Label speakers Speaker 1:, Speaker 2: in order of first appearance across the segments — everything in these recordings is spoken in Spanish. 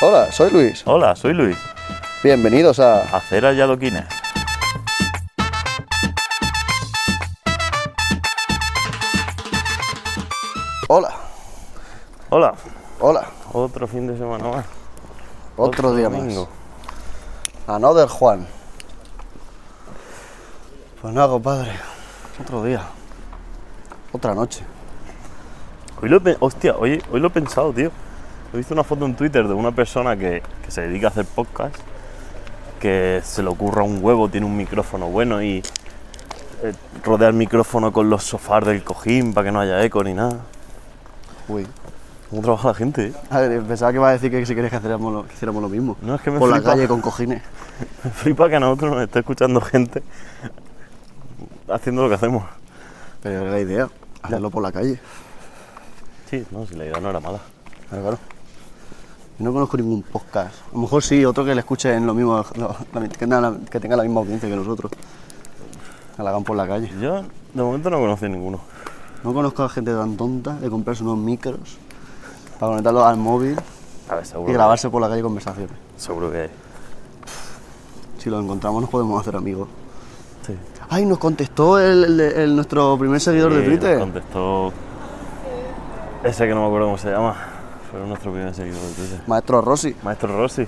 Speaker 1: Hola, soy Luis.
Speaker 2: Hola, soy Luis.
Speaker 1: Bienvenidos a
Speaker 2: Aceras y adoquines.
Speaker 1: Hola,
Speaker 2: Hola.
Speaker 1: hola,
Speaker 2: Otro fin de semana más.
Speaker 1: otro, día
Speaker 2: domingo.
Speaker 1: más. Another Juan. Pues nada, compadre. Otro día. Otra noche.
Speaker 2: Hoy lo he, pe- hostia, hoy, hoy lo he pensado, tío. He visto una foto en Twitter de una persona que, que se dedica a hacer podcast, que se le ocurra un huevo, tiene un micrófono bueno y eh, rodea el micrófono con los sofás del cojín para que no haya eco ni nada.
Speaker 1: Uy.
Speaker 2: ¿Cómo trabaja la gente? eh?
Speaker 1: A ver, pensaba que iba a decir que si querías que hiciéramos lo, que hiciéramos lo mismo.
Speaker 2: No, es que me
Speaker 1: Por la
Speaker 2: flipa.
Speaker 1: calle con cojines.
Speaker 2: Me flipa que a nosotros nos esté escuchando gente haciendo lo que hacemos.
Speaker 1: Pero era la idea. Hacerlo por la calle.
Speaker 2: Sí, no, si la idea no era mala.
Speaker 1: Claro, claro. Yo No conozco ningún podcast. A lo mejor sí, otro que le escuche en lo mismo, lo- la- que, tenga la- que tenga la misma audiencia que nosotros. Que la hagan por la calle.
Speaker 2: Yo de momento no conocí ninguno.
Speaker 1: No conozco a gente tan tonta de comprarse unos micros para conectarlos al móvil
Speaker 2: A ver,
Speaker 1: y
Speaker 2: seguro.
Speaker 1: grabarse por la calle conversaciones.
Speaker 2: Seguro que hay.
Speaker 1: Si los encontramos nos podemos hacer amigos.
Speaker 2: Sí.
Speaker 1: Ay, nos contestó el, el- el- nuestro primer seguidor de
Speaker 2: Sí, nos
Speaker 1: Twitter.
Speaker 2: contestó ese que no me acuerdo cómo se llama. Fue nuestro primer seguidor de Twitter.
Speaker 1: Maestro Rossi.
Speaker 2: Maestro Rossi.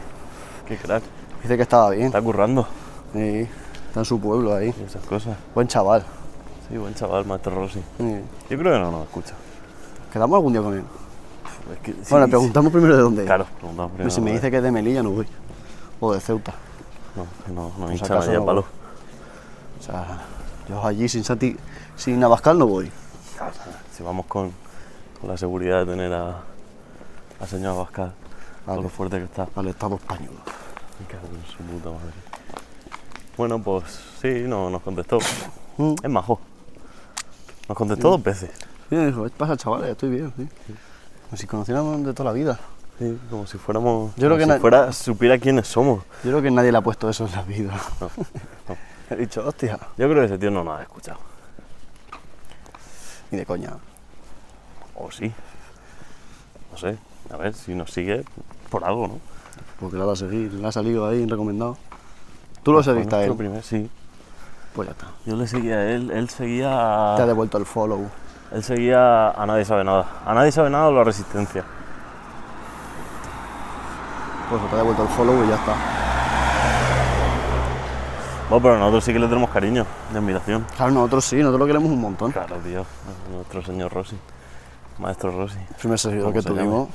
Speaker 2: Qué crack.
Speaker 1: Dice que estaba bien.
Speaker 2: Está currando
Speaker 1: Sí, está en su pueblo ahí.
Speaker 2: y esas cosas.
Speaker 1: Buen chaval.
Speaker 2: Sí, buen chaval, Maestro Rossi.
Speaker 1: Sí.
Speaker 2: Yo creo que no nos escucha.
Speaker 1: Quedamos algún día con él.
Speaker 2: Es que sí,
Speaker 1: bueno, le
Speaker 2: sí.
Speaker 1: preguntamos primero de dónde es.
Speaker 2: Claro, preguntamos primero.
Speaker 1: Pero si me dice que es de Melilla no voy. O de Ceuta.
Speaker 2: eh, No, no, no me
Speaker 1: si
Speaker 2: hincha
Speaker 1: acaso
Speaker 2: ya
Speaker 1: no
Speaker 2: palo.
Speaker 1: O sea, yo allí sin Santi, sin Abascal no voy.
Speaker 2: Si vamos con, con la seguridad de tener a, a señor Abascal,
Speaker 1: Ah,
Speaker 2: con lo fuerte que está.
Speaker 1: Al Estado español.
Speaker 2: Me cago en su puta madre. Bueno, pues sí, no, nos contestó.
Speaker 1: Mm.
Speaker 2: Es majo. Nos contestó dos veces.
Speaker 1: Y me dijo, ¿qué pasa chavales? Estoy bien, sí. Como si conociéramos de toda la vida.
Speaker 2: Sí, como si fuéramos.
Speaker 1: Yo creo
Speaker 2: como
Speaker 1: que
Speaker 2: si
Speaker 1: na-
Speaker 2: fuera, supiera quiénes somos.
Speaker 1: Yo creo que nadie le ha puesto eso en la vida.
Speaker 2: No, no.
Speaker 1: He dicho, hostia.
Speaker 2: Yo creo que ese tío no nos ha escuchado.
Speaker 1: Ni de coña.
Speaker 2: O sí. No sé. A ver, si nos sigue por algo, ¿no?
Speaker 1: Porque la va a seguir, la ha salido ahí recomendado. Tú lo seguiste a
Speaker 2: Nuestro
Speaker 1: él.
Speaker 2: primer- sí.
Speaker 1: Pues ya está.
Speaker 2: Yo le seguía a él, él seguía.
Speaker 1: Te ha devuelto el follow.
Speaker 2: Él seguía a Nadie Sabe Nada. A Nadie Sabe Nada o La Resistencia.
Speaker 1: Pues te ha devuelto el follow y ya está.
Speaker 2: Bueno, pero nosotros sí que le tenemos cariño de admiración.
Speaker 1: Claro, nosotros sí, nosotros lo queremos un montón.
Speaker 2: Claro, tío. Nuestro señor Rossi. Maestro Rossi.
Speaker 1: El primer seguidor
Speaker 2: ¿Cómo
Speaker 1: que
Speaker 2: se llama?
Speaker 1: tuvimos.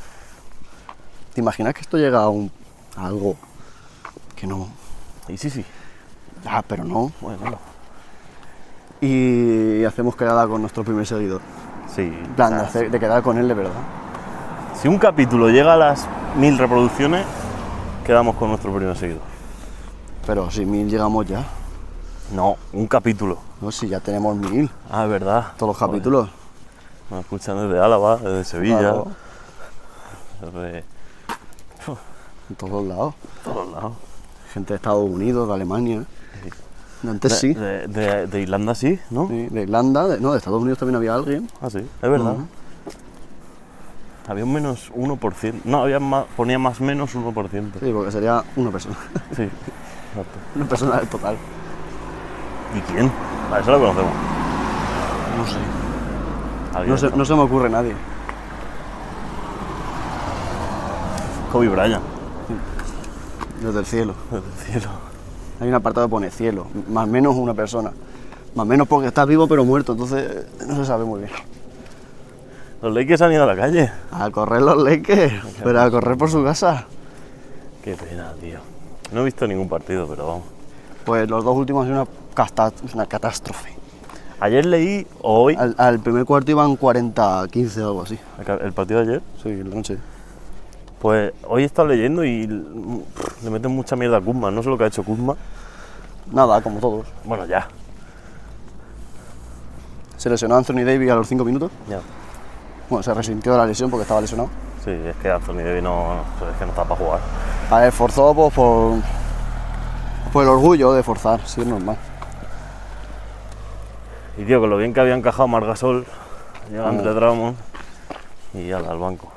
Speaker 1: ¿Te imaginas que esto llega a un. a algo? Que no.
Speaker 2: Y sí, sí.
Speaker 1: Ah, pero no.
Speaker 2: Bueno.
Speaker 1: Y hacemos quedada con nuestro primer seguidor.
Speaker 2: Ah, Sí.
Speaker 1: En plan, de,
Speaker 2: o sea,
Speaker 1: hacer- de quedar con él de verdad.
Speaker 2: Si un capítulo llega a las mil reproducciones, quedamos con nuestro primer seguidor.
Speaker 1: Pero si mil llegamos ya.
Speaker 2: No, un capítulo.
Speaker 1: No, si ya tenemos mil.
Speaker 2: Ah, es verdad.
Speaker 1: Todos los
Speaker 2: Joder,
Speaker 1: capítulos.
Speaker 2: Nos escuchan desde Álava, desde Sevilla,
Speaker 1: Claro,
Speaker 2: desde
Speaker 1: en todos lados.
Speaker 2: todos lados.
Speaker 1: Gente de Estados Unidos, de Alemania. De antes
Speaker 2: De-
Speaker 1: sí.
Speaker 2: De, de- de Irlanda sí, ¿no?
Speaker 1: Sí, de Irlanda, de- no, de Estados Unidos también había alguien.
Speaker 2: Ah, sí, es verdad.
Speaker 1: Ujú.
Speaker 2: Había un menos 1%. No, había más, ponía más menos 1%.
Speaker 1: Sí, porque sería una persona.
Speaker 2: Sí, exacto.
Speaker 1: una persona del total.
Speaker 2: ¿Y quién? Vale, eso lo conocemos.
Speaker 1: No sé.
Speaker 2: Alguien
Speaker 1: No se,
Speaker 2: está-
Speaker 1: no se me ocurre nadie.
Speaker 2: Kobe Bryant,
Speaker 1: Desde el cielo.
Speaker 2: desde el cielo.
Speaker 1: Hay un apartado que pone cielo. Más menos una persona. Más menos porque estás vivo pero muerto. Entonces eh, no se sabe muy bien.
Speaker 2: Los Lakers han ido a la calle.
Speaker 1: A correr los Lakers. Pero a correr por su casa.
Speaker 2: Qué pena, tío. No he visto ningún partido, pero vamos.
Speaker 1: Pues los dos últimos han sido una, casta- una catástrofe.
Speaker 2: Ayer leí, o hoy,
Speaker 1: Al, al primer cuarto iban 40, 15 o algo así.
Speaker 2: el partido de ayer,
Speaker 1: Sí, en la noche.
Speaker 2: pues hoy he estado leyendo y mm, pff, le meten mucha mierda a Kuzma. No sé lo que ha hecho Kuzma.
Speaker 1: Nada, como todos.
Speaker 2: Bueno, ya.
Speaker 1: Se lesionó Anthony Davis a los 5 minutos.
Speaker 2: ya.
Speaker 1: Bueno, se resintió de la lesión porque estaba lesionado.
Speaker 2: Sí, es que Anthony Davis no, no, es que no está para jugar.
Speaker 1: A ver, forzó pues, por, por el orgullo de forzar, sí, es normal.
Speaker 2: Y tío, con lo bien que había encajado Margasol, llega André Drummond y ala, al banco.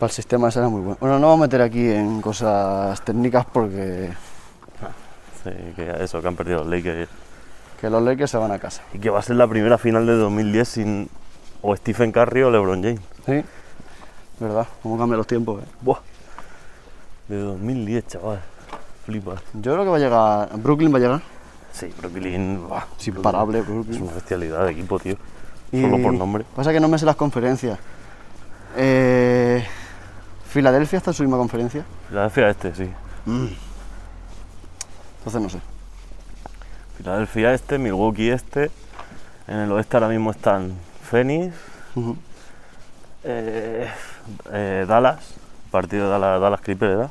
Speaker 1: Para el sistema será muy bueno. Bueno, no vamos a meter aquí en cosas técnicas porque
Speaker 2: Sí, que eso, que han perdido los Lakers.
Speaker 1: que los Lakers se van a casa.
Speaker 2: Y que va a ser la primera final de 2010 sin o Stephen Curry o LeBron James.
Speaker 1: ¿Sí? ¿Verdad? ¿Cómo cambian los tiempos? eh?
Speaker 2: Buah. De 2010, chaval. Flipa.
Speaker 1: Yo creo que va a llegar. Brooklyn va a llegar.
Speaker 2: Sí, Brooklyn. buah,
Speaker 1: Es imparable,
Speaker 2: Es
Speaker 1: Brooklyn.
Speaker 2: una bestialidad de equipo, tío.
Speaker 1: Y-
Speaker 2: Solo por nombre.
Speaker 1: Pasa que no me sé las conferencias. Eh, Filadelfia está en su misma conferencia.
Speaker 2: Filadelfia este, sí.
Speaker 1: Entonces no sé.
Speaker 2: Filadelfia este, Milwaukee este. En el oeste ahora mismo están Phoenix,
Speaker 1: Ujú.
Speaker 2: eh, eh, Dallas. Partido de Dallas, Dallas Clippers, ¿verdad?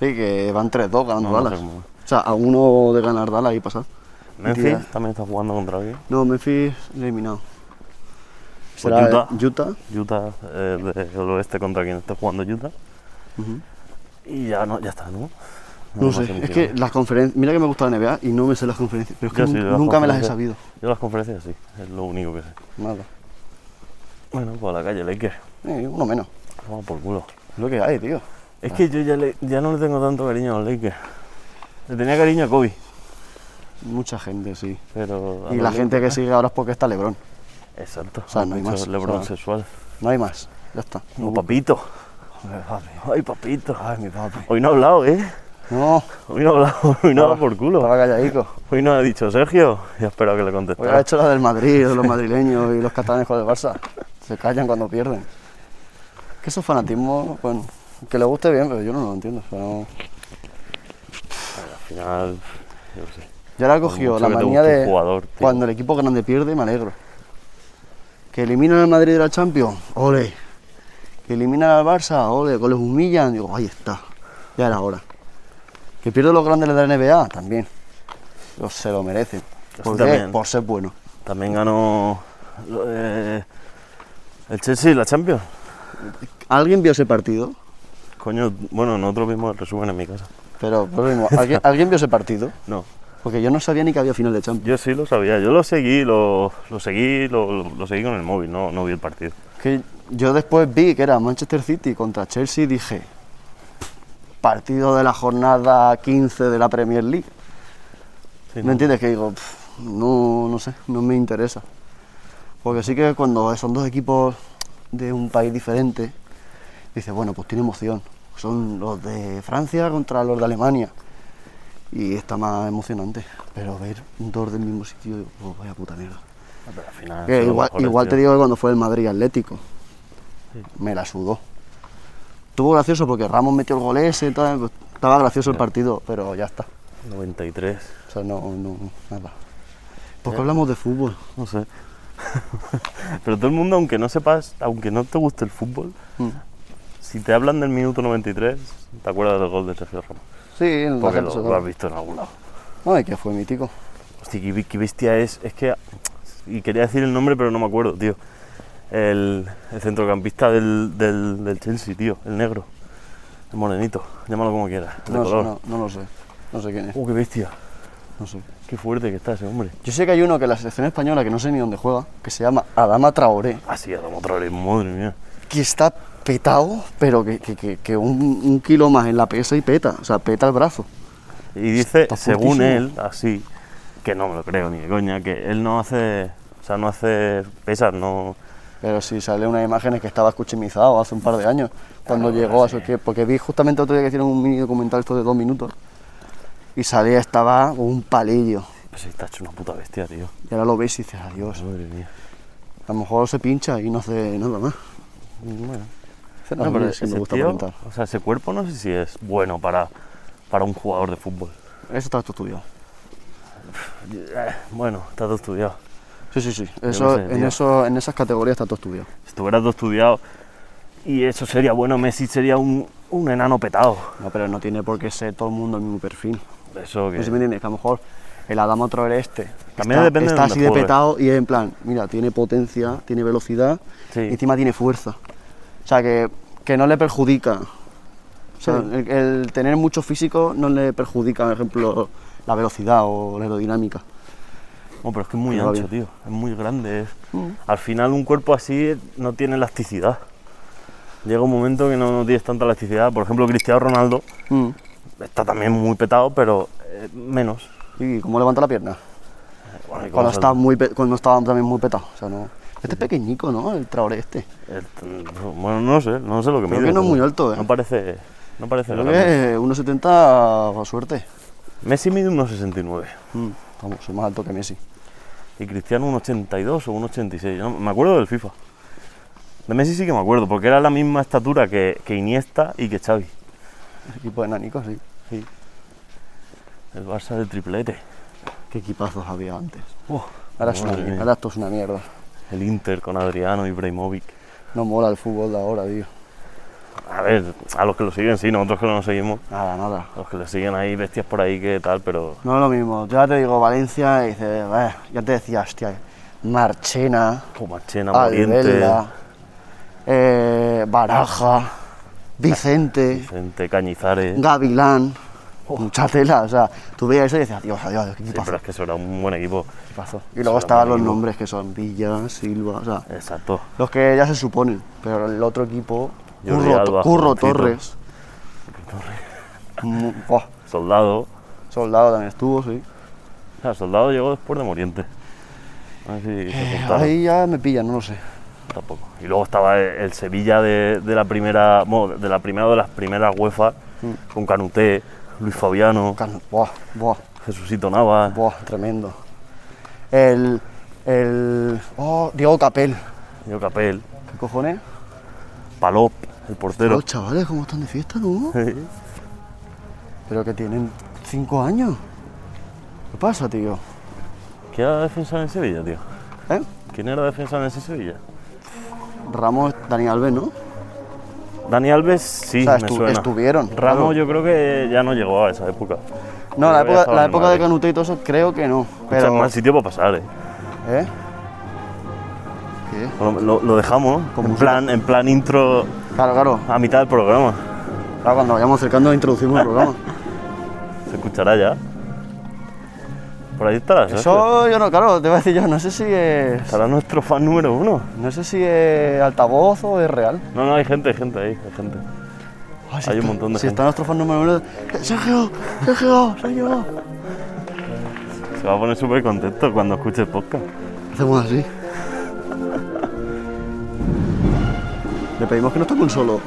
Speaker 1: Sí, que van 3-2 ganando
Speaker 2: No, no
Speaker 1: Dallas.
Speaker 2: sé cómo.
Speaker 1: o sea, a uno de ganar Dallas y pasar.
Speaker 2: Memphis
Speaker 1: Mentira.
Speaker 2: también está jugando contra aquí.
Speaker 1: No, Memphis eliminado.
Speaker 2: Pues
Speaker 1: Será
Speaker 2: Utah.
Speaker 1: eh, Utah.
Speaker 2: Utah, eh, del oeste contra quien esté jugando Utah.
Speaker 1: Ujú.
Speaker 2: Y ya no, ya está, ¿no?
Speaker 1: No,
Speaker 2: me
Speaker 1: sé,
Speaker 2: hace
Speaker 1: es
Speaker 2: mucho
Speaker 1: que
Speaker 2: tiempo.
Speaker 1: las conferencias. Mira que me gusta la NBA y no me sé las conferencias, pero es que
Speaker 2: Yo sí,
Speaker 1: nun-
Speaker 2: las
Speaker 1: nunca me las he sabido.
Speaker 2: conferencias. Yo las conferencias sí, es lo único que sé.
Speaker 1: Nada.
Speaker 2: Bueno, pues a la calle Lakers,
Speaker 1: Eh, uno menos.
Speaker 2: vamos por culo.
Speaker 1: Es lo que hay, tío.
Speaker 2: Es que yo ya, le- ya no le tengo tanto cariño a los Lakers. Le tenía cariño a Kobe,
Speaker 1: Mucha gente, sí.
Speaker 2: pero... a
Speaker 1: Y
Speaker 2: los
Speaker 1: la
Speaker 2: Lakers-
Speaker 1: gente que sigue ahora es porque está Lebron.
Speaker 2: Exacto, o
Speaker 1: sea, no hay más,
Speaker 2: Lebron
Speaker 1: o sea,
Speaker 2: sexual.
Speaker 1: No hay más. Ya está.
Speaker 2: O papito.
Speaker 1: Ay, papi.
Speaker 2: Ay, papito.
Speaker 1: Ay, mi papi.
Speaker 2: Hoy no ha hablado, ¿eh?
Speaker 1: No,
Speaker 2: Hoy no ha hablado, hoy no ha dado por culo.
Speaker 1: estaba calladico.
Speaker 2: Hoy no ha dicho Sergio y ha esperado que le
Speaker 1: Hoy ha
Speaker 2: contestara.
Speaker 1: hecho la del Madrid, de los madrileños y los catalanes con el Barça. Se callan cuando pierden. Que esos fanatismos, bueno, que le guste bien, pero yo no lo entiendo. o sea, no-
Speaker 2: Al final, yo qué sé.
Speaker 1: Yo ahora he cogido la
Speaker 2: mucho que te
Speaker 1: manía
Speaker 2: guste un
Speaker 1: de
Speaker 2: jugador, tío.
Speaker 1: cuando el equipo grande pierde, me alegro. Que eliminan al Madrid de la Champions, ole. Que eliminan al Barça, ole. Que los humillan, digo, ahí está. Ya era hora. Que pierden los grandes de la NBA, también. Los se lo merecen.
Speaker 2: Eso
Speaker 1: ¿Por qué?
Speaker 2: también.
Speaker 1: Por ser bueno.
Speaker 2: También ganó eh, el Chelsea la Champions.
Speaker 1: ¿Alguien vio ese partido?
Speaker 2: Coño, bueno, nosotros vimos el resumen en mi casa.
Speaker 1: Pero, por lo mismo, ¿alguien, alguien vio ese partido?
Speaker 2: No,
Speaker 1: Porque yo no sabía ni que había final de Champions.
Speaker 2: yo sí lo sabía, yo lo seguí, lo, lo seguí, lo, lo seguí con el móvil, no, no vi el partido.
Speaker 1: Que yo después vi que era Manchester City contra Chelsea y dije, partido de la jornada 15 de la Premier League.
Speaker 2: Sí,
Speaker 1: ¿Me entiendes? Que digo, "Pff, no, no sé, no me interesa. Porque sí que cuando son dos equipos de un país diferente, dices, bueno, pues tiene emoción. Son los de Francia contra los de Alemania. Y está más emocionante. Pero ver dos del mismo sitio, digo, "Oh, vaya puta mierda.
Speaker 2: Pero al final
Speaker 1: Que
Speaker 2: son los
Speaker 1: igual
Speaker 2: mejores,
Speaker 1: igual te
Speaker 2: tío.
Speaker 1: digo que cuando fue el Madrid Atlético, me la sudó. Estuvo gracioso porque Ramos metió el gol ese y tal, pues, estaba gracioso el partido, pero ya está.
Speaker 2: 93,
Speaker 1: O sea, no, no, nada. Porque hablamos de fútbol.
Speaker 2: no sé. Pero todo el mundo, aunque no sepas, aunque no te guste el fútbol,
Speaker 1: Mm.
Speaker 2: si te hablan del minuto 93, te acuerdas del gol de Sergio Ramos.
Speaker 1: Sí, la
Speaker 2: Porque
Speaker 1: gente
Speaker 2: lo,
Speaker 1: se
Speaker 2: lo has visto en algún lado.
Speaker 1: No, y que fue mítico.
Speaker 2: Hostia, qué, bi- qué bestia es. Es que. Y quería decir el nombre, pero no me acuerdo, tío. El, el centrocampista del, del, del Chelsea, tío. El negro. El morenito. Llámalo como quieras. El de
Speaker 1: No, sé,
Speaker 2: color.
Speaker 1: no, no lo sé. No sé quién es.
Speaker 2: Oh, qué bestia.
Speaker 1: No sé.
Speaker 2: Qué fuerte que está ese hombre.
Speaker 1: Yo sé que hay uno que en la selección española, que no sé ni dónde juega, que se llama Adama Traoré,
Speaker 2: Ah, sí, Adam otra vez. Madre mía.
Speaker 1: que está petado, pero que, que- que- que un, un kilo más en la pesa y peta. O sea, peta el brazo.
Speaker 2: Y dice,
Speaker 1: Está
Speaker 2: según
Speaker 1: fuertísimo.
Speaker 2: él, así. Que no me lo creo ni de coña. Que él no hace. O sea, no hace pesas, no.
Speaker 1: Pero sí, sale unas imágenes que estaba escuchimizado hace un par de años, cuando llegó a su tiempo, porque vi justamente otro día que hicieron un mini documental esto de dos minutos, y salía, estaba con un palillo,
Speaker 2: Pues sí, está hecho una puta bestia, tío.
Speaker 1: y ahora lo ves y dices, adiós,
Speaker 2: Madre mía.
Speaker 1: a lo mejor se pincha y no hace nada más.
Speaker 2: Bueno.
Speaker 1: Dice,
Speaker 2: No, pero
Speaker 1: mira, sí me
Speaker 2: ese
Speaker 1: gusta
Speaker 2: tío,
Speaker 1: aparentar".
Speaker 2: o sea, ese cuerpo no sé si es bueno para, para un jugador de fútbol.
Speaker 1: Eso está todo estudiado.
Speaker 2: Eh, Bueno, está todo estudiado.
Speaker 1: Sí, sí, sí,
Speaker 2: no
Speaker 1: eso,
Speaker 2: sé,
Speaker 1: en,
Speaker 2: tío.
Speaker 1: eso, en esas categorías está todo estudiado.
Speaker 2: Si estuviera todo estudiado y eso sería bueno, Messi sería un, un enano petado.
Speaker 1: No, pero no tiene por qué ser todo el mundo el mismo perfil.
Speaker 2: Eso que...
Speaker 1: No sé si me entiendes, Pues que a lo mejor el Adama Traoré este
Speaker 2: También
Speaker 1: está,
Speaker 2: depende de
Speaker 1: está
Speaker 2: dónde
Speaker 1: así de
Speaker 2: juegues.
Speaker 1: petado y es en plan, mira, tiene potencia, tiene velocidad
Speaker 2: Sí.
Speaker 1: y encima tiene fuerza. O sea, que, que no le perjudica. O sea, el, el tener mucho físico no le perjudica, por ejemplo, la velocidad o la aerodinámica.
Speaker 2: No, pero es que es muy
Speaker 1: Pero va Mm.
Speaker 2: ancho, tío. Es muy grande. es- Al final un cuerpo así no tiene elasticidad. llega un momento que no, no tienes tanta elasticidad. Por ejemplo, Cristiano Ronaldo
Speaker 1: Mm.
Speaker 2: está también muy petado, pero eh, menos.
Speaker 1: ¿Y cómo levanta la pierna?
Speaker 2: Bueno, y como
Speaker 1: Cuando
Speaker 2: se-
Speaker 1: estaba, muy, pe- cuando estaba también muy petado. O sea, no. Este es pequeñico, ¿no? El Traoré este.
Speaker 2: el- bueno, no sé, no sé lo que
Speaker 1: Creo
Speaker 2: mide,
Speaker 1: que no es
Speaker 2: pero
Speaker 1: muy alto, ¿eh?
Speaker 2: No parece, no parece
Speaker 1: Creo
Speaker 2: grande.
Speaker 1: que 1,70 a suerte.
Speaker 2: Messi mide 1,69
Speaker 1: Mm, Vamos, soy más alto que Messi.
Speaker 2: y Cristiano 1,82 o 1,86. Yo no- me acuerdo del FIFA. De Messi sí que me acuerdo, porque era la misma estatura que, que Iniesta y que Xavi.
Speaker 1: Equipo de nanicos, sí.
Speaker 2: Sí. El Barça de triplete.
Speaker 1: Qué equipazos había antes.
Speaker 2: Uf,
Speaker 1: Ahora, es una,
Speaker 2: madre
Speaker 1: mier-
Speaker 2: mía.
Speaker 1: ahora esto es una mierda.
Speaker 2: El Inter con Adriano y Ibrahimovic.
Speaker 1: No mola el fútbol de ahora, tío.
Speaker 2: A ver, a los que lo siguen sí, nosotros que no lo seguimos,
Speaker 1: Nada, nada.
Speaker 2: a los que lo siguen hay bestias por ahí que tal, pero
Speaker 1: No es lo mismo. Yo ya te digo Valencia y dices, "Bah", ya te decía, hostia, Marchena,
Speaker 2: Comachena,
Speaker 1: Ah,
Speaker 2: Moriente,
Speaker 1: Albelda, eh, Baraja, Vicente,
Speaker 2: Vicente, Cañizares.
Speaker 1: Gavilán, mucha tela. O sea, tú veías eso y decías, Dios, adiós, qué
Speaker 2: Sí,
Speaker 1: equipazo,
Speaker 2: pero es que eso era un buen equipo.
Speaker 1: equipazo". Y
Speaker 2: eso
Speaker 1: luego
Speaker 2: era
Speaker 1: estaban los
Speaker 2: muy bueno.
Speaker 1: nombres que son Villa, Silva, o sea,
Speaker 2: Exacto.
Speaker 1: los que ya se suponen, pero el otro equipo,
Speaker 2: Jordi
Speaker 1: Curro,
Speaker 2: Alba,
Speaker 1: Curro
Speaker 2: Juancito.
Speaker 1: Torres. Mu- buah,
Speaker 2: Soldado.
Speaker 1: soldado también estuvo, sí.
Speaker 2: Ah, soldado llegó después de Moriente. A ver si se juntaron.
Speaker 1: Eh, Ahí ya me pillan, no lo sé.
Speaker 2: Tampoco. Y luego estaba el el Sevilla de, de la primera. bueno, de la primera o de las primeras UEFA
Speaker 1: Mm.
Speaker 2: con Canuté, Luis Fabiano,
Speaker 1: Can- Buah, buah.
Speaker 2: Jesucito Navas.
Speaker 1: Buah, tremendo. El. El. Oh, Diego Capel.
Speaker 2: Yo Capel,
Speaker 1: ¿Qué cojones?
Speaker 2: Palop, el portero.
Speaker 1: Los chavales, ¿cómo están de fiesta, no? Pero que tienen 5 años. ¿Qué pasa, tío?
Speaker 2: ¿Quién era defensa en el Sevilla, tío?
Speaker 1: ¿Eh?
Speaker 2: ¿Quién era defensa en ese Sevilla?
Speaker 1: Ramos, Dani Alves, ¿no?
Speaker 2: Dani Alves, sí,
Speaker 1: O sea,
Speaker 2: me
Speaker 1: estu-
Speaker 2: suena.
Speaker 1: estuvieron,
Speaker 2: Ramos,
Speaker 1: claro.
Speaker 2: yo creo que ya no llegó a esa época.
Speaker 1: No, la
Speaker 2: Creo que
Speaker 1: época,
Speaker 2: ya estaba
Speaker 1: la
Speaker 2: en
Speaker 1: época de
Speaker 2: Madrid.
Speaker 1: Canute y todo eso, creo que no.
Speaker 2: Escucha,
Speaker 1: Pero.
Speaker 2: mal sitio para pasar, eh.
Speaker 1: ¿Eh? ¿Qué?
Speaker 2: Bueno, lo, lo dejamos
Speaker 1: Con
Speaker 2: en
Speaker 1: música.
Speaker 2: plan, en plan intro
Speaker 1: Claro, claro.
Speaker 2: a mitad del programa.
Speaker 1: Ahora cuando vayamos acercando introducimos el programa.
Speaker 2: Se escuchará ya. Por ahí estará, Sergio.
Speaker 1: Eso yo no, claro, te voy a decir yo, no sé si es.
Speaker 2: Estará nuestro fan número uno.
Speaker 1: No sé si es altavoz o es real.
Speaker 2: No, no, hay gente, hay gente ahí, hay gente.
Speaker 1: Ah,
Speaker 2: Hay un montón de
Speaker 1: si
Speaker 2: gente.
Speaker 1: está nuestro fan número uno. ¡Eh, Sergio, Sergio, Sergio.
Speaker 2: Se va a poner súper contento cuando escuche el podcast.
Speaker 1: Hacemos así. Le pedimos que no toque un solo.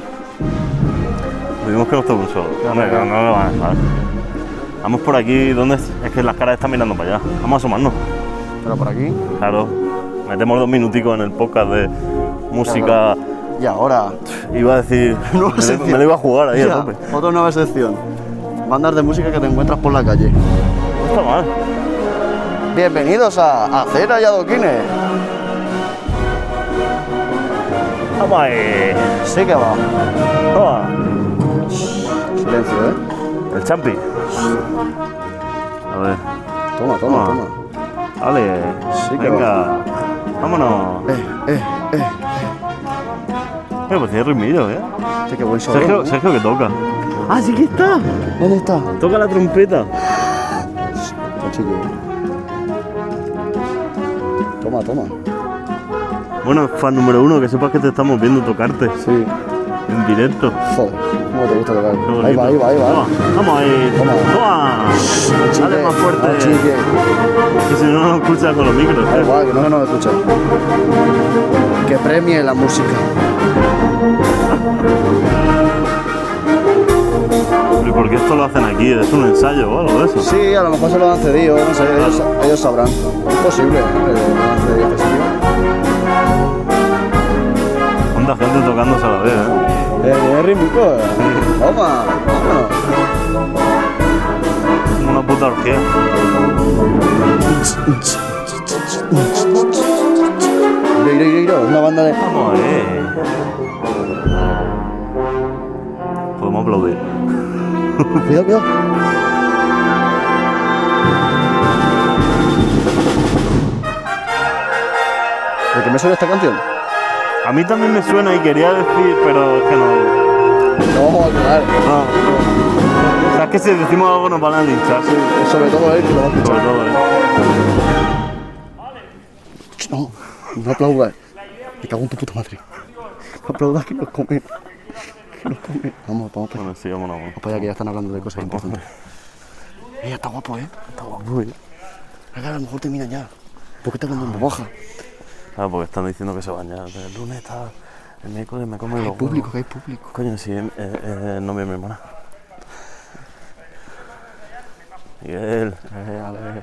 Speaker 2: Tuvimos que nos toque un solo.
Speaker 1: Claro,
Speaker 2: Hombre, no,
Speaker 1: claro.
Speaker 2: no lo van a dejar. Vamos por aquí, ¿dónde? Es, es que las caras están mirando para allá. Vamos a asomarnos.
Speaker 1: Pero por aquí.
Speaker 2: Claro. Metemos dos minuticos en el podcast de música.
Speaker 1: Y ahora.
Speaker 2: Iba a decir.
Speaker 1: Nueva
Speaker 2: me, lo-
Speaker 1: sección.
Speaker 2: me lo iba a jugar ahí a
Speaker 1: Ya,
Speaker 2: tope.
Speaker 1: Otra nueva sección. Bandas de música que te encuentras por la calle.
Speaker 2: No está mal.
Speaker 1: Bienvenidos a Acera y Adoquines.
Speaker 2: Vamos ahí.
Speaker 1: Sí que va.
Speaker 2: Toma.
Speaker 1: Silencio, ¿eh?
Speaker 2: El champi. A ver.
Speaker 1: Toma, toma,
Speaker 2: Toma.
Speaker 1: toma.
Speaker 2: Vale.
Speaker 1: Sí que
Speaker 2: Venga. Vámonos.
Speaker 1: Eh, eh, eh.
Speaker 2: Pero pues tiene ritmillo, ¿eh?
Speaker 1: Che, qué buen sonido.
Speaker 2: Sergio,
Speaker 1: ¿eh?
Speaker 2: Sergio que toca. Ah, sí que está.
Speaker 1: ¿Dónde está?
Speaker 2: Toca la trompeta.
Speaker 1: Cachillo. Toma, toma.
Speaker 2: Bueno, fan número uno, que sepas que te estamos viendo tocarte
Speaker 1: Sí.
Speaker 2: en directo.
Speaker 1: Joder, cómo te gusta
Speaker 2: Qué
Speaker 1: tocar.
Speaker 2: bonito.
Speaker 1: Ahí va, ahí va, ahí va.
Speaker 2: Toma, Vamos ahí.
Speaker 1: Toma.
Speaker 2: Toma. Dale
Speaker 1: Chique,
Speaker 2: más fuerte.
Speaker 1: ah, chique.
Speaker 2: Que si no, no escuchas con los micros.
Speaker 1: Da
Speaker 2: eh.
Speaker 1: igual, que no, no me escucha. Que premie la música.
Speaker 2: ¿Y por qué esto lo hacen aquí? ¿Es un ensayo o algo de eso?
Speaker 1: Sí, a lo mejor se lo han cedido, no sé, ellos, ellos sabrán. Es posible, ¿eh? hombre, que lo hayan cedido, que sí.
Speaker 2: Cuánta gente tocándose a la vez, ¿eh?
Speaker 1: Eh, tiene ritmico, eh. Toma, toma.
Speaker 2: Una puta orgía.
Speaker 1: Iro, iro, iro, iro, Una banda de.
Speaker 2: Vamos ahí. Podemos aplaudir.
Speaker 1: Cuidado, cuidado. ¿De qué me suena esta canción?
Speaker 2: A mí también me suena y quería decir, pero es que no.
Speaker 1: No, claro.
Speaker 2: No. ¿Sabes que si decimos algo nos van a linchar?
Speaker 1: Sí, sobre todo él que lo va a escuchar.
Speaker 2: Sobre todo, ¿eh?
Speaker 1: No, no aplaudas. Me cago en tu puta madre. No aplaudas que nos comen. Vamos, vamos para allá.
Speaker 2: Bueno, sí, vámonos, vámonos.
Speaker 1: Vamos para allá, que ya están hablando de cosas importantes. Ella está guapo, ¿eh? Está guapo, ¿eh? Ahora, a lo mejor terminan ya. ¿Por qué te hablando en boja?
Speaker 2: Ah, porque están diciendo que se van ya. El lunes está. El miércoles me come
Speaker 1: Hay
Speaker 2: los
Speaker 1: público,
Speaker 2: huevos.
Speaker 1: que hay público.
Speaker 2: Coño, sí, eh, eh, no mi hermana. Miguel, eh, Ale.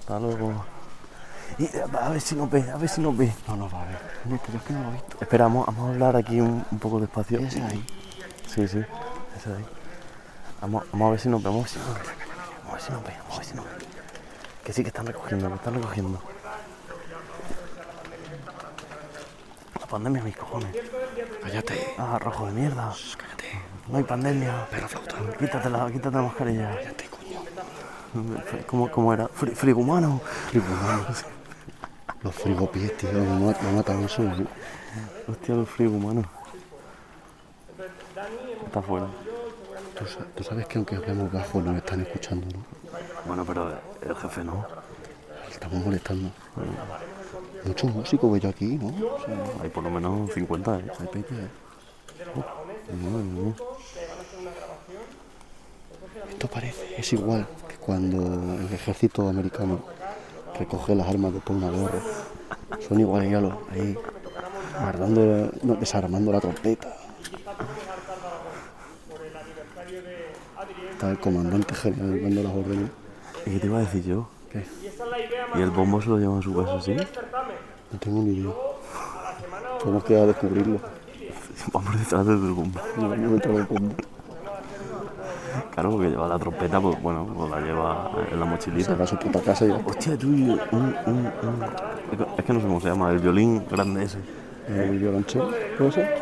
Speaker 2: Hasta luego. Y eh, a ver si nos ve, a ver si nos ve.
Speaker 1: No, no va a ver. No, pero es que no lo he visto.
Speaker 2: Espera, vamos, vamos a hablar aquí un, un poco despacio.
Speaker 1: Ella se ahí.
Speaker 2: Sí, sí, ese de ahí. Vamos, vamos a ver si nos vemos. Si nos ve. Vamos a ver si nos ve, vamos a ver si nos ve. Que sí, que están recogiendo, que están recogiendo. La pandemia, mis cojones.
Speaker 1: Cállate.
Speaker 2: Ah, rojo de mierda.
Speaker 1: Cállate.
Speaker 2: No hay pandemia.
Speaker 1: Perra flauta.
Speaker 2: Quítatela, quítate la mascarilla.
Speaker 1: Cállate, coño.
Speaker 2: ¿Cómo, cómo era? Fri- Frigumano. Frigumano.
Speaker 1: Los frigopies, tío. Me mat- me mataron eso. ¿eh?
Speaker 2: Hostia, los frigumanos. Está fuera.
Speaker 1: Tú, sa- tú sabes que aunque hablemos bajo nos están escuchando, ¿no?
Speaker 2: Bueno, pero el jefe no.
Speaker 1: Estamos molestando. Muchos músicos veo yo aquí, ¿no? O sea,
Speaker 2: Hay por lo menos 50, ¿eh?
Speaker 1: hay peña, ¿eh?
Speaker 2: Madre mía.
Speaker 1: Esto parece, es igual que cuando el ejército americano recoge las armas después de una guerra. Son iguales ya los ahí, guardando la- no, desarmando la trompeta. Está el comandante general dando las órdenes.
Speaker 2: ¿Y qué te iba a decir yo?
Speaker 1: ¿Qué?
Speaker 2: ¿Y el bombo se lo lleva a su casa, sí?
Speaker 1: No tengo ni idea. Tenemos que ir a descubrirlo.
Speaker 2: Vamos detrás del bombo.
Speaker 1: No, no me trago el combo.
Speaker 2: Claro, porque lleva la trompeta, pues bueno, pues la lleva en la
Speaker 1: Se
Speaker 2: mochilita.
Speaker 1: va a su puta casa y ya.
Speaker 2: Hostia, tú, un, un, un- es que- Es que no sé cómo se llama, el violín grande ese.
Speaker 1: El violonchelo, ¿puede ser?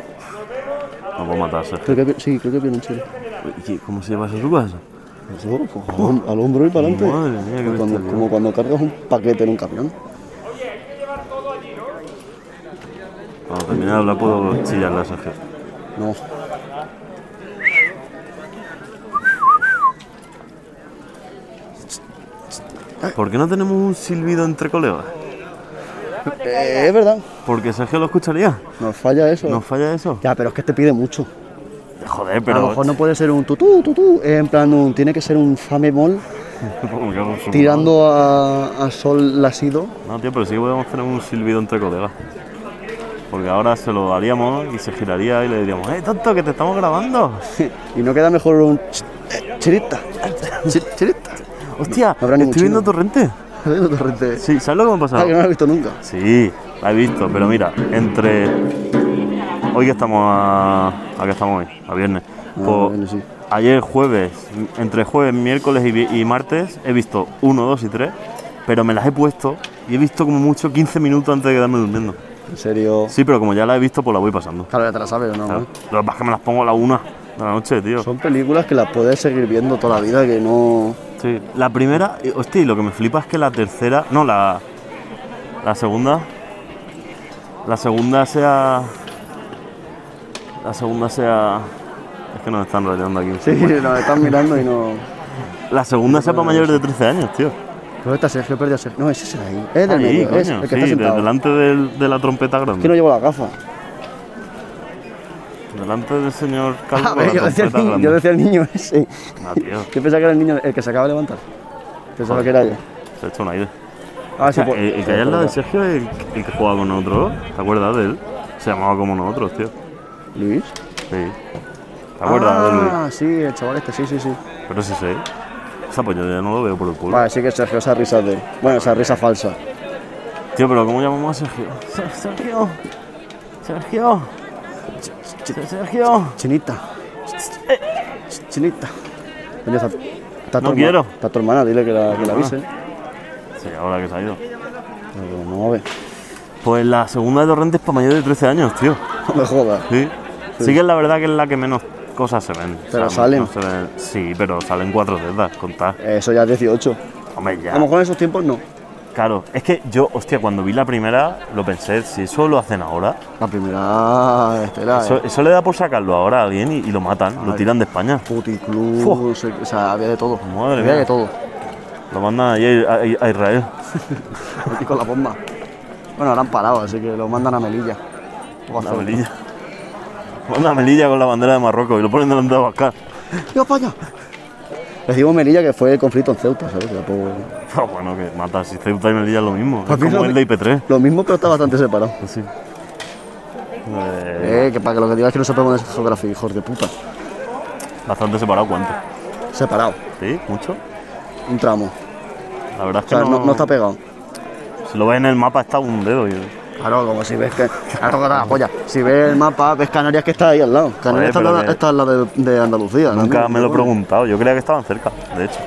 Speaker 2: Nos va a matar, Sergio.
Speaker 1: Creo que, sí, creo que violonchelo.
Speaker 2: ¿Y qué- cómo se lleva eso a su casa?
Speaker 1: Eso, pues, al hom- al hombro y para adelante.
Speaker 2: Madre mía, qué
Speaker 1: Cuando-
Speaker 2: bestia,
Speaker 1: como cuando cargas un paquete en un camión.
Speaker 2: Cuando termine de hablar puedo chillarle a Sergio.
Speaker 1: No.
Speaker 2: ¿Por qué no tenemos un silbido entre colegas?
Speaker 1: Eh, es verdad.
Speaker 2: Porque Sergio lo escucharía.
Speaker 1: Nos falla eso.
Speaker 2: ¿Nos falla eso?
Speaker 1: Ya, pero es que te pide mucho.
Speaker 2: Joder, pero...
Speaker 1: a lo mejor no puede ser un tutú, tutú. eh, En plan, un- tiene que ser un fa bemol
Speaker 2: Como que no-
Speaker 1: tirando a, a sol lasido.
Speaker 2: No, tío, pero sí que podemos tener un silbido entre colegas. Porque ahora se lo daríamos y se giraría y le diríamos, ¡eh, tonto, que te estamos grabando!
Speaker 1: y no queda mejor un ch- eh, chirita. Chi- Chirita.
Speaker 2: ¡Hostia!
Speaker 1: No habrá ningún
Speaker 2: estoy viendo
Speaker 1: chino.
Speaker 2: Torrente.
Speaker 1: Viendo torrente.
Speaker 2: Sí, ¿sabes lo que me ha
Speaker 1: Ah,
Speaker 2: pasado?
Speaker 1: que no lo he visto nunca.
Speaker 2: Sí, la he visto, pero mira, entre. Hoy que estamos a. ¿A qué estamos hoy? A viernes. Pues,
Speaker 1: viernes, Ah, sí.
Speaker 2: Ayer jueves, m- entre jueves, miércoles y, vi- y martes, he visto 1, 2 y 3, pero me las he puesto y he visto como mucho 15 minutos antes de quedarme durmiendo.
Speaker 1: En serio.
Speaker 2: Sí, pero como ya la he visto, pues la voy pasando.
Speaker 1: Claro, ya te la sabes, ¿o ¿no?
Speaker 2: Claro. Lo que pasa es que me las pongo a la una de la noche, tío.
Speaker 1: Ah. Son películas que las puedes seguir viendo toda la vida, que no...
Speaker 2: Sí. La primera, y, hostia, y lo que me flipa es que la tercera, no, la, la segunda, la segunda sea, la segunda sea, es que nos están rayando aquí.
Speaker 1: Sí, nos están mirando y no...
Speaker 2: La segunda sea para mayores de 13 años, tío.
Speaker 1: ¿Dónde está Sergio? Perdió a Sergio. No, ese es el ahí. Es del
Speaker 2: Ahí,
Speaker 1: medio,
Speaker 2: coño,
Speaker 1: es el que está
Speaker 2: sí, de-
Speaker 1: sentado.
Speaker 2: delante del- de la trompeta
Speaker 1: Es que no
Speaker 2: grande.
Speaker 1: llevo la gafa.
Speaker 2: Delante del señor Calvo
Speaker 1: Ah,
Speaker 2: con la
Speaker 1: yo, decía
Speaker 2: trompeta
Speaker 1: el niño,
Speaker 2: pues grande.
Speaker 1: yo decía el niño ese.
Speaker 2: Ah, tío,
Speaker 1: Yo pensaba que era el niño el que se acaba de levantar. Pensaba que era yo.
Speaker 2: se ha hecho un aire.
Speaker 1: Ah, sí,
Speaker 2: O sea,
Speaker 1: pues-
Speaker 2: eh, el, el que hay al lado de Sergio es el, el que jugaba con nosotros, ¿te acuerdas de él? Se llamaba como nosotros, tío.
Speaker 1: ¿Luis?
Speaker 2: Sí. ¿Te acuerdas
Speaker 1: ah,
Speaker 2: de Luis?
Speaker 1: sí, el chaval este, sí, sí, sí.
Speaker 2: Pero sí sé. O sea, pues yo ya no lo veo por el culo.
Speaker 1: Vale, sí que Sergio, esa risa de... Bueno, esa risa falsa.
Speaker 2: Tío, pero ¿cómo llamamos a Sergio? Se- Sergio. Sergio. Se- Sergio.
Speaker 1: Chinita. Ch- Chinita. Coño, está, está tu
Speaker 2: No
Speaker 1: herma-
Speaker 2: quiero. Ah.
Speaker 1: Está tu hermana, dile que la, que la avise.
Speaker 2: Sí, ahora que se ha ido.
Speaker 1: Pero no, a ver.
Speaker 2: Pues la segunda de Torrente es para mayores de 13 años, tío.
Speaker 1: No me jodas.
Speaker 2: Sí. Sí, que es la verdad que es la que menos cosas se ven.
Speaker 1: Pero
Speaker 2: no-
Speaker 1: salen.
Speaker 2: no se ven- Sí, pero salen cuatro tetas, contar.
Speaker 1: Eso ya es 18.
Speaker 2: Hombre,
Speaker 1: A
Speaker 2: ya.
Speaker 1: lo mejor en esos tiempos no.
Speaker 2: Claro, es que yo, hostia, cuando vi la primera, lo pensé, si eso lo hacen ahora,
Speaker 1: La primera eh. estela.
Speaker 2: eso, eso le da por sacarlo ahora a alguien y, y lo matan, lo tiran de España.
Speaker 1: Puticlub,
Speaker 2: Fu.
Speaker 1: se- o sea, había de todo.
Speaker 2: Madre
Speaker 1: había
Speaker 2: mía.
Speaker 1: de todo.
Speaker 2: Lo mandan allí a, a- a Israel.
Speaker 1: Aquí con la bomba. Bueno, ahora han parado, así que lo mandan a Melilla.
Speaker 2: Una melilla. Una melilla con la bandera de Marruecos y lo ponen delante de Abascal.
Speaker 1: ¡Yo, España! Les digo Melilla que fue el conflicto en Ceuta, ¿sabes? Que tampoco-
Speaker 2: Ah, bueno, que mata, si Ceuta y Melilla es lo mismo.
Speaker 1: Pues
Speaker 2: Es
Speaker 1: mira,
Speaker 2: como el de IP3.
Speaker 1: Lo mismo, pero está bastante separado.
Speaker 2: Así. Eh,
Speaker 1: Eh, que para que lo que digas que no sepamos de geografía, hijos de puta.
Speaker 2: bastante separado, ¿cuánto?
Speaker 1: Separado,
Speaker 2: ¿Sí? ¿Mucho?
Speaker 1: un tramo.
Speaker 2: La verdad
Speaker 1: O
Speaker 2: es que
Speaker 1: sea,
Speaker 2: no,
Speaker 1: no, no está pegado.
Speaker 2: Si lo ves en el mapa, está un dedo. Yo.
Speaker 1: Claro, como si ves que. Claro, que te la polla. Si ves el mapa, ves Canarias que está ahí al lado. Canarias
Speaker 2: Joder,
Speaker 1: está, al
Speaker 2: pero
Speaker 1: lado-
Speaker 2: que-
Speaker 1: está al lado de, de Andalucía. ¿no?
Speaker 2: Nunca me lo he
Speaker 1: Bueno,
Speaker 2: preguntado. Yo creía que estaban cerca, de hecho.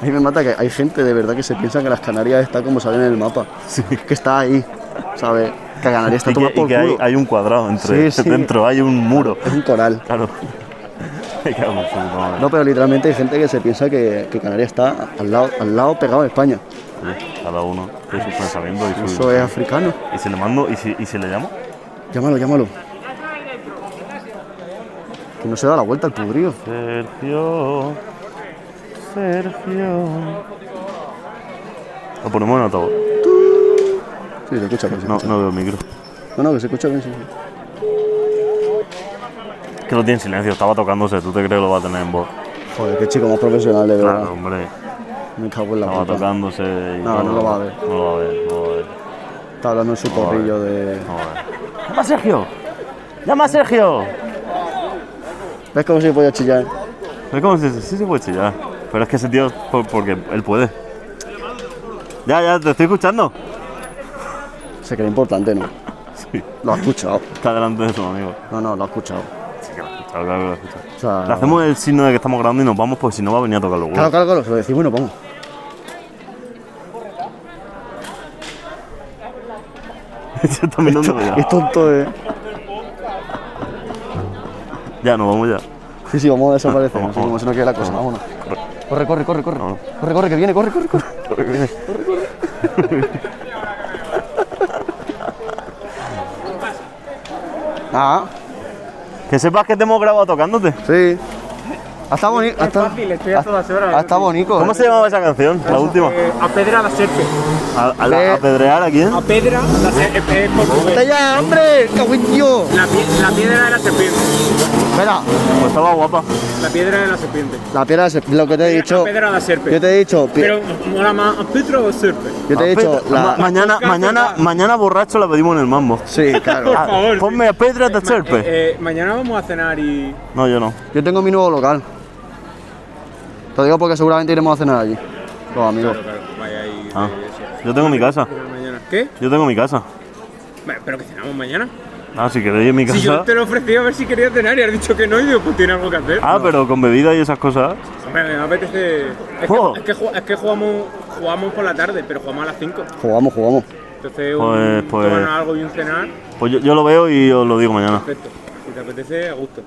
Speaker 1: A mí me mata que hay gente de verdad que se piensa que las Canarias está como salen en el mapa.
Speaker 2: Sí.
Speaker 1: Que está ahí, ¿sabes? Que Canarias está
Speaker 2: Y que,
Speaker 1: tomada por
Speaker 2: y que hay,
Speaker 1: culo.
Speaker 2: hay un cuadrado entre
Speaker 1: Sí, sí.
Speaker 2: dentro, hay un muro.
Speaker 1: Es un coral.
Speaker 2: Claro. Me cago en su puta madre.
Speaker 1: No, pero literalmente hay gente que se piensa que, que Canarias está al lado, al lado pegado a España.
Speaker 2: Oye, Cada uno tiene sus pensamientos y su.
Speaker 1: Eso es africano.
Speaker 2: ¿Y si le mando y si, y si le llamo?
Speaker 1: Llámalo, llámalo. Que no se da la vuelta el pudrío.
Speaker 2: Sergio. Sergio. Lo ponemos en altavoz.
Speaker 1: Sí, se escucha bien. se
Speaker 2: No,
Speaker 1: escucha.
Speaker 2: no veo micro.
Speaker 1: no, no, que se escucha bien. sí, sí.
Speaker 2: Que lo tiene en silencio, estaba tocándose, ¿tú te crees que lo va a tener en voz?
Speaker 1: Joder, qué chico más profesional de verdad.
Speaker 2: Claro, hombre,
Speaker 1: Me cago en la
Speaker 2: estaba
Speaker 1: puta.
Speaker 2: tocándose y
Speaker 1: Ah. No,
Speaker 2: todo.
Speaker 1: no lo va a ver.
Speaker 2: No lo va a ver, no lo va a ver.
Speaker 1: Está hablando en su corrillo de.
Speaker 2: no lo va a ver. ¡Llama a Sergio! ¡Llama a Sergio!
Speaker 1: ¿Ves cómo se podía chillar?
Speaker 2: Es como si sí se puede chillar. Pero es que ese tío, por- porque él puede. Ya, ya, te estoy escuchando.
Speaker 1: Se cree importante, ¿no?
Speaker 2: Sí,
Speaker 1: Lo ha escuchado.
Speaker 2: está delante de su amigo.
Speaker 1: No, no, lo ha escuchado.
Speaker 2: Sí, que lo he escuchado, claro que lo he escuchado.
Speaker 1: O sea,
Speaker 2: Le Ah. hacemos el signo de que estamos grabando y nos vamos porque si no va a venir a tocar los huevos.
Speaker 1: Claro, claro, claro, se lo decimos y nos vamos.
Speaker 2: Se está mirando ya.
Speaker 1: Es tonto, eh.
Speaker 2: Ya, nos vamos ya.
Speaker 1: Sí, sí, vamos a desaparecer.
Speaker 2: Vamos,
Speaker 1: Así como
Speaker 2: vamos.
Speaker 1: se nos queda la cosa, vámonos. Corre, corre, corre, corre.
Speaker 2: Vámonos.
Speaker 1: Corre, corre, que viene, corre, corre, corre. Ah,
Speaker 2: Que sepas que te hemos grabado tocándote.
Speaker 1: sí. Hasta bonito.
Speaker 3: Es
Speaker 1: Hasta,
Speaker 3: fácil, estoy a todas horas.
Speaker 1: hasta eh. bonito.
Speaker 2: ¿Cómo se llamaba esa canción? La última.
Speaker 3: Eh, a Pedra la Serpe.
Speaker 2: ¿A, a
Speaker 1: Eh.
Speaker 2: la- a pedrear ¿eh? a quién?
Speaker 3: A Pedra la Serpe.
Speaker 1: ¡Está ya, hombre! ¡Cagüillo!
Speaker 3: eh, La, pie- la piedra de la serpiente.
Speaker 1: Espera,
Speaker 2: Pues estaba guapa.
Speaker 3: La piedra de la serpiente.
Speaker 1: la piedra es lo que te he dicho.
Speaker 3: A Pedra la Serpe.
Speaker 1: Yo te he dicho, pi-
Speaker 3: Pero mola más a Pedra o Serpe.
Speaker 1: yo te he
Speaker 2: A
Speaker 1: dicho,
Speaker 2: Pedra- ma-
Speaker 1: la...
Speaker 2: mañana, mañana, mañana borracho la pedimos en el mambo.
Speaker 1: Sí, claro.
Speaker 2: Ah,
Speaker 3: favor,
Speaker 2: ponme a Pedra de
Speaker 3: Ma-
Speaker 2: Serpe.
Speaker 3: eh, eh, mañana vamos a cenar y.
Speaker 2: No, yo no.
Speaker 1: Yo tengo mi nuevo local. Te lo digo porque seguramente iremos a cenar allí. Los amigos.
Speaker 3: Claro, claro, vaya ahí.
Speaker 2: Ah,
Speaker 3: eh, sí.
Speaker 2: yo tengo mi casa.
Speaker 3: Cenar mañana. ¿Qué?
Speaker 2: Yo tengo mi casa.
Speaker 3: Ma- ¿Pero que cenamos mañana?
Speaker 2: Ah, si queréis en mi
Speaker 3: Si yo
Speaker 2: casa.
Speaker 3: te lo ofrecí a ver si querías cenar y has dicho que no, y digo, pues tiene algo que hacer.
Speaker 2: Ah, pero con bebida y esas cosas.
Speaker 3: Hombre, me apetece. Es que,
Speaker 2: Oh.
Speaker 3: es que ju- es que jugamos, jugamos por la tarde, pero jugamos a las 5.
Speaker 1: Jugamos, jugamos.
Speaker 3: Entonces,
Speaker 2: Pues-
Speaker 3: un,
Speaker 2: pues-
Speaker 3: tomar algo y un cenar,
Speaker 2: Pues yo, yo lo veo y os lo digo mañana.
Speaker 3: perfecto. Si te apetece, a gusto.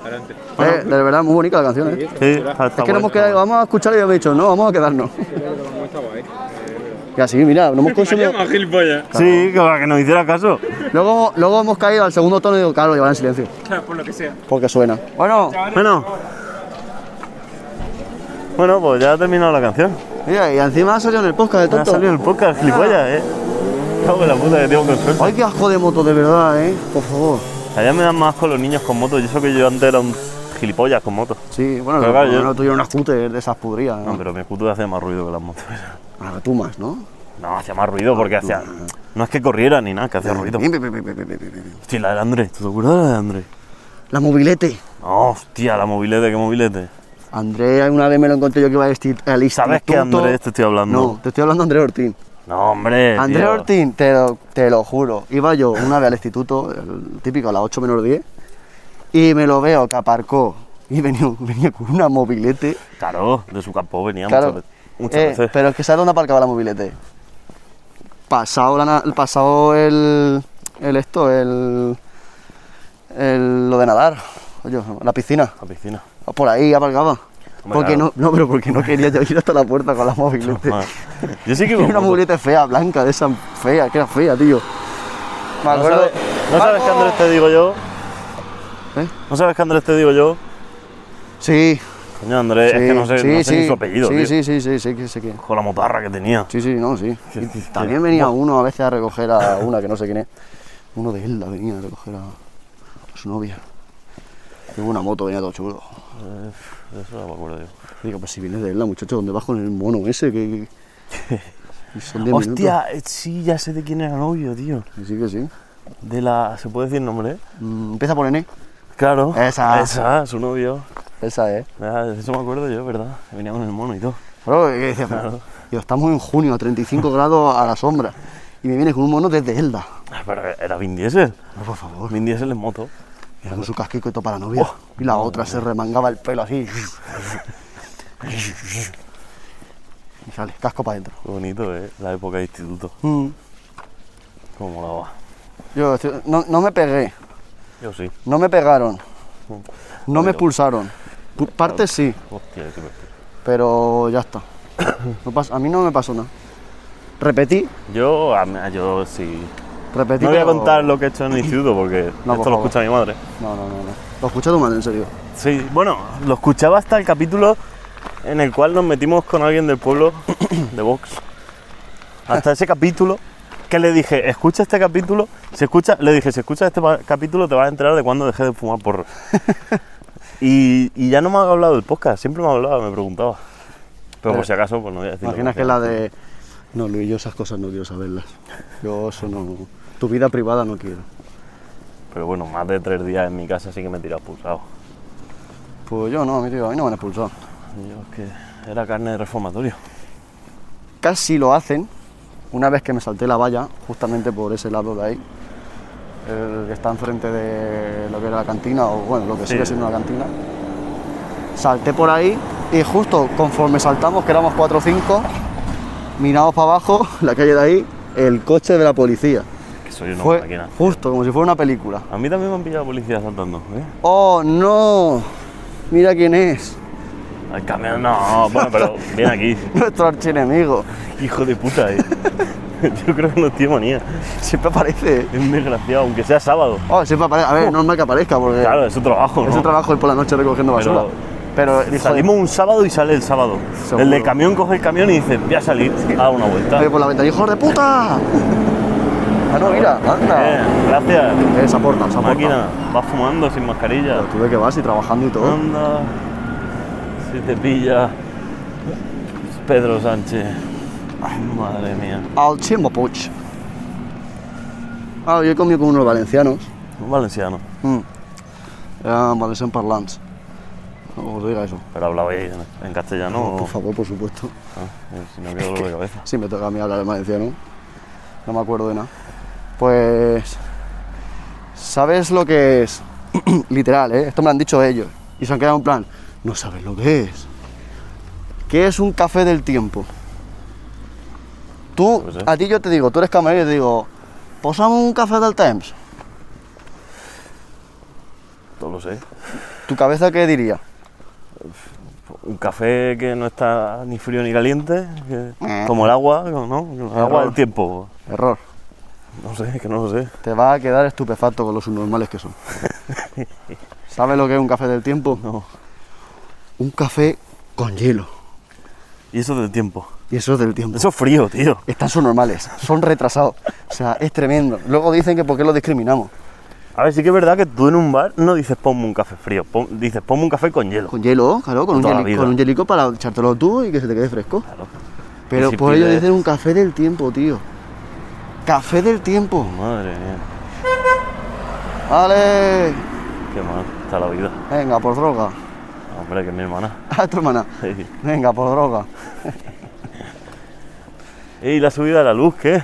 Speaker 3: Adelante.
Speaker 1: Eh, de verdad, muy bonita la canción,
Speaker 3: Sí,
Speaker 1: ¿eh?
Speaker 3: está
Speaker 2: Sí,
Speaker 3: chula.
Speaker 2: está, está
Speaker 1: Es que no hemos
Speaker 2: guay, está
Speaker 1: quedado,
Speaker 2: guay.
Speaker 1: vamos a escuchar y hemos dicho, no, vamos a quedarnos.
Speaker 3: Está guay.
Speaker 1: Y así, mira, no hemos consumido.
Speaker 3: Vaya más gilipollas.
Speaker 2: Sí, que para que nos hiciera caso.
Speaker 1: Luego, luego hemos caído al segundo tono y digo, claro, llevarán en silencio.
Speaker 3: Claro, Por lo que sea.
Speaker 1: Porque suena. Bueno,
Speaker 2: Bueno. Bueno, pues ya ha terminado la canción.
Speaker 1: mira, y encima ha salido en el podcast de
Speaker 2: Ya ha salido
Speaker 1: tonto.
Speaker 2: el podcast, gilipollas, eh. Cago en la puta que tengo con suerte.
Speaker 1: Ah. Ay, qué asco de moto, de verdad, ¿eh? Por favor.
Speaker 2: Allá me dan más con los niños con motos. Y eso que yo antes era un gilipollas con motos.
Speaker 1: Sí, bueno, pero,
Speaker 2: Pero claro, yo-
Speaker 1: no tuvieron una scooter de esas pudrías.
Speaker 2: No,
Speaker 1: ¿no?
Speaker 2: pero mi scooter hacía más ruido que las motos.
Speaker 1: Ah, tú más, ¿no?
Speaker 2: No, hacía más ruido porque hacía. No es que corriera ni nada, que hacía ruido.
Speaker 1: Bien, bien, bien, bien, bien, bien, bien.
Speaker 2: Hostia, la del Andrés. ¿Tú te acuerdas de la de Andrés?
Speaker 1: La mobilete.
Speaker 2: No, hostia, la mobilete, qué mobilete.
Speaker 1: Andrés, una vez me lo encontré yo que iba a vestir al instituto.
Speaker 2: ¿Sabes qué Andrés te estoy hablando?
Speaker 1: No, te estoy hablando de Andrés Ortín.
Speaker 2: No, hombre. tío.
Speaker 1: Andrés Ortín, te lo, te lo juro. Iba yo una vez al instituto, el típico a las 8 menos 10, y me lo veo que aparcó y venía, venía con una mobilete.
Speaker 2: Claro, de su campo venía
Speaker 1: Claro.
Speaker 2: muchas veces. Muchas
Speaker 1: Eh,
Speaker 2: veces.
Speaker 1: Pero es que ¿sabes dónde aparcaba la mobilete? Pasado, la na- pasado el, el esto, el, el- lo de nadar, oye, la piscina.
Speaker 2: La piscina.
Speaker 1: Pues Por ahí aparcaba.
Speaker 2: Hombre,
Speaker 1: Porque
Speaker 2: claro.
Speaker 1: no, no, pero porque no quería yo ir hasta la puerta con la mobilete.
Speaker 2: Ah, Yo sí que
Speaker 1: Tiene
Speaker 2: iba
Speaker 1: una
Speaker 2: con moto.
Speaker 1: muleta fea, blanca, de esa fea, que era fea, tío. Me
Speaker 2: ¿No sabes, no sabes qué Andrés te digo yo?
Speaker 1: ¿Eh?
Speaker 2: ¿No sabes qué Andrés te digo yo?
Speaker 1: Sí,
Speaker 2: Coño, Andrés, Eh, es
Speaker 1: sí,
Speaker 2: que no sé,
Speaker 1: sí,
Speaker 2: no sé
Speaker 1: sí,
Speaker 2: ni su apellido,
Speaker 1: sí,
Speaker 2: tío.
Speaker 1: Sí, sí, sí, sí, que sé que.
Speaker 2: Con la motarra que tenía.
Speaker 1: Sí, sí, no, sí. Y también venía uno a veces a recoger a una que no sé quién es. Uno de Elda venía a recoger a, a su novia. Llevo una moto, venía todo chulo.
Speaker 2: Eh, de eso no me acuerdo yo.
Speaker 1: Digo, pues si vienes de Elda, muchacho, ¿dónde vas con el mono ese? Que, que- son diez minutos.
Speaker 2: Hostia, eh, sí, ya sé de quién era novio, tío.
Speaker 1: Que Sí, que sí.
Speaker 2: De la. ¿Se puede decir nombre?
Speaker 1: Mm, empieza por N.
Speaker 2: Claro.
Speaker 1: Esa.
Speaker 2: Esa, su novio.
Speaker 1: Esa es.
Speaker 2: Ah, de eso me acuerdo yo, ¿verdad? Venía con el mono y todo.
Speaker 1: Claro, que decía, pero- digo, estamos en junio, a 35 grados a la sombra. Y me vienes con un mono desde Elda.
Speaker 2: Ah, Pero era Vin Diesel.
Speaker 1: No, por favor.
Speaker 2: Vin Diesel en moto.
Speaker 1: Era con su casquico y todo para la
Speaker 2: Oh.
Speaker 1: novia. y la otra se remangaba el pelo así. y sale, casco para adentro.
Speaker 2: Qué bonito, ¿eh? La época de instituto. Cómo molaba.
Speaker 1: Yo estoy- no, no me pegué,
Speaker 2: Yo sí.
Speaker 1: no me pegaron, no me expulsaron. Pu- Parte sí,
Speaker 2: Hostia, qué bestia.
Speaker 1: pero ya está. No pasa- a mí no me pasó nada. Repetí,
Speaker 2: Yo, a mí- yo sí.
Speaker 1: repetí.
Speaker 2: No voy a
Speaker 1: pero-
Speaker 2: contar lo que he hecho en el instituto porque
Speaker 1: No, por
Speaker 2: esto lo
Speaker 1: favor.
Speaker 2: escucha mi madre.
Speaker 1: No, no, no, no. Lo escucha tu madre, en serio.
Speaker 2: Sí, bueno, lo escuchaba hasta el capítulo en el cual nos metimos con alguien del pueblo de Vox. Hasta ese capítulo que le dije, escucha este capítulo, si escucha, le dije, si escuchas este pa- capítulo te vas a enterar de cuándo dejé de fumar porro. y, y ya no me ha hablado del podcast, siempre me hablaba, me preguntaba. Pero por si acaso, pues no voy a decir. lo
Speaker 1: Imaginas que la de. No, Luis, yo esas cosas no quiero saberlas. Yo eso no. Tu vida privada no quiero.
Speaker 2: Pero bueno, más de tres días en mi casa sí que me he tirado pulsado.
Speaker 1: Pues yo no, a mí, tío, a mí no me han expulsado.
Speaker 2: Yo es que era carne de reformatorio.
Speaker 1: Casi lo hacen una vez que me salté la valla, justamente por ese lado de ahí, el que está enfrente de lo que era la cantina, o bueno, lo que
Speaker 2: Sí.
Speaker 1: sigue siendo la cantina. Salté por ahí y justo conforme saltamos, que éramos 4 o 5, miramos para abajo, la calle de ahí, el coche de la policía.
Speaker 2: Que soy una
Speaker 1: Fue
Speaker 2: máquina.
Speaker 1: justo, como si fuera una película.
Speaker 2: A mí también me han pillado policías saltando, ¿eh?
Speaker 1: ¡Oh, no! Mira quién es,
Speaker 2: Al camión no, bueno, pero viene aquí.
Speaker 1: nuestro archienemigo.
Speaker 2: Hijo de puta, eh. Yo creo que no tiene manía.
Speaker 1: Siempre aparece.
Speaker 2: Es un desgraciado, aunque sea sábado.
Speaker 1: Oh, siempre aparece. A ver, normal que aparezca, porque
Speaker 2: Uh. Claro, es su trabajo, ¿no?
Speaker 1: es un trabajo ir por la noche recogiendo
Speaker 2: Pero-
Speaker 1: basura. Pero, hijo de-
Speaker 2: Salimos un sábado y sale el sábado.
Speaker 1: Seguro.
Speaker 2: El del camión coge el camión y dice, voy a salir a dar una vuelta.
Speaker 1: Ahí por la ventana, ¡hijos de puta! ah, no, mira,
Speaker 2: Eh,
Speaker 1: anda.
Speaker 2: gracias.
Speaker 1: Eh, se aporta, se aporta.
Speaker 2: Máquina, vas fumando sin mascarilla.
Speaker 1: Tú de que vas y trabajando y todo.
Speaker 2: Anda, si te pilla Pedro Sánchez. Ay, madre mía.
Speaker 1: Al chimbo puch. Ah, yo he comido con unos valencianos.
Speaker 2: Un valenciano,
Speaker 1: Mm. Eran valencian parlants. No os diga eso.
Speaker 2: pero hablabais en- en castellano. o-
Speaker 1: Por favor, por supuesto.
Speaker 2: Ah, eh, si no, qué dolor de cabeza.
Speaker 1: Sí, me toca a mí hablar en valenciano. No me acuerdo de nada. Pues. ¿Sabes lo que es? Literal, ¿eh? Esto me lo han dicho ellos. Y se han quedado en plan. No sabes lo que es. ¿Qué es un café del tiempo? Tú,
Speaker 2: Pues, eh.
Speaker 1: a ti yo te digo, tú eres camarero y te digo, posame un café del temps.
Speaker 2: No lo sé.
Speaker 1: ¿Tu cabeza qué diría?
Speaker 2: Un café que no está ni frío ni caliente, que-
Speaker 1: Eh.
Speaker 2: como el agua, ¿no? El agua del tiempo.
Speaker 1: Error.
Speaker 2: No sé, que no lo sé.
Speaker 1: Te vas a quedar estupefacto con los subnormales que son. ¿Sabes lo que es un café del tiempo?
Speaker 2: No.
Speaker 1: Un café con hielo.
Speaker 2: Y eso del tiempo.
Speaker 1: Y eso es del tiempo.
Speaker 2: Eso es frío, tío.
Speaker 1: Están normales, son retrasados. O sea, es tremendo. Luego dicen que por qué los discriminamos.
Speaker 2: A ver, sí que es verdad que tú en un bar no dices ponme un café frío, pon- dices ponme un café con hielo.
Speaker 1: Con hielo, claro, con un,
Speaker 2: Toda la
Speaker 1: hieli-
Speaker 2: vida.
Speaker 1: con un hielico para echártelo tú y que se te quede fresco.
Speaker 2: Claro.
Speaker 1: Pero
Speaker 2: Y si
Speaker 1: por ello
Speaker 2: pides-
Speaker 1: dicen un café del tiempo, tío. Café del tiempo.
Speaker 2: Madre mía,
Speaker 1: Vale.
Speaker 2: qué mal está la vida.
Speaker 1: Venga, por droga.
Speaker 2: Hombre, que es mi hermana.
Speaker 1: A tu hermana.
Speaker 2: Sí.
Speaker 1: Venga, por droga.
Speaker 2: ¿Y la subida de la luz qué?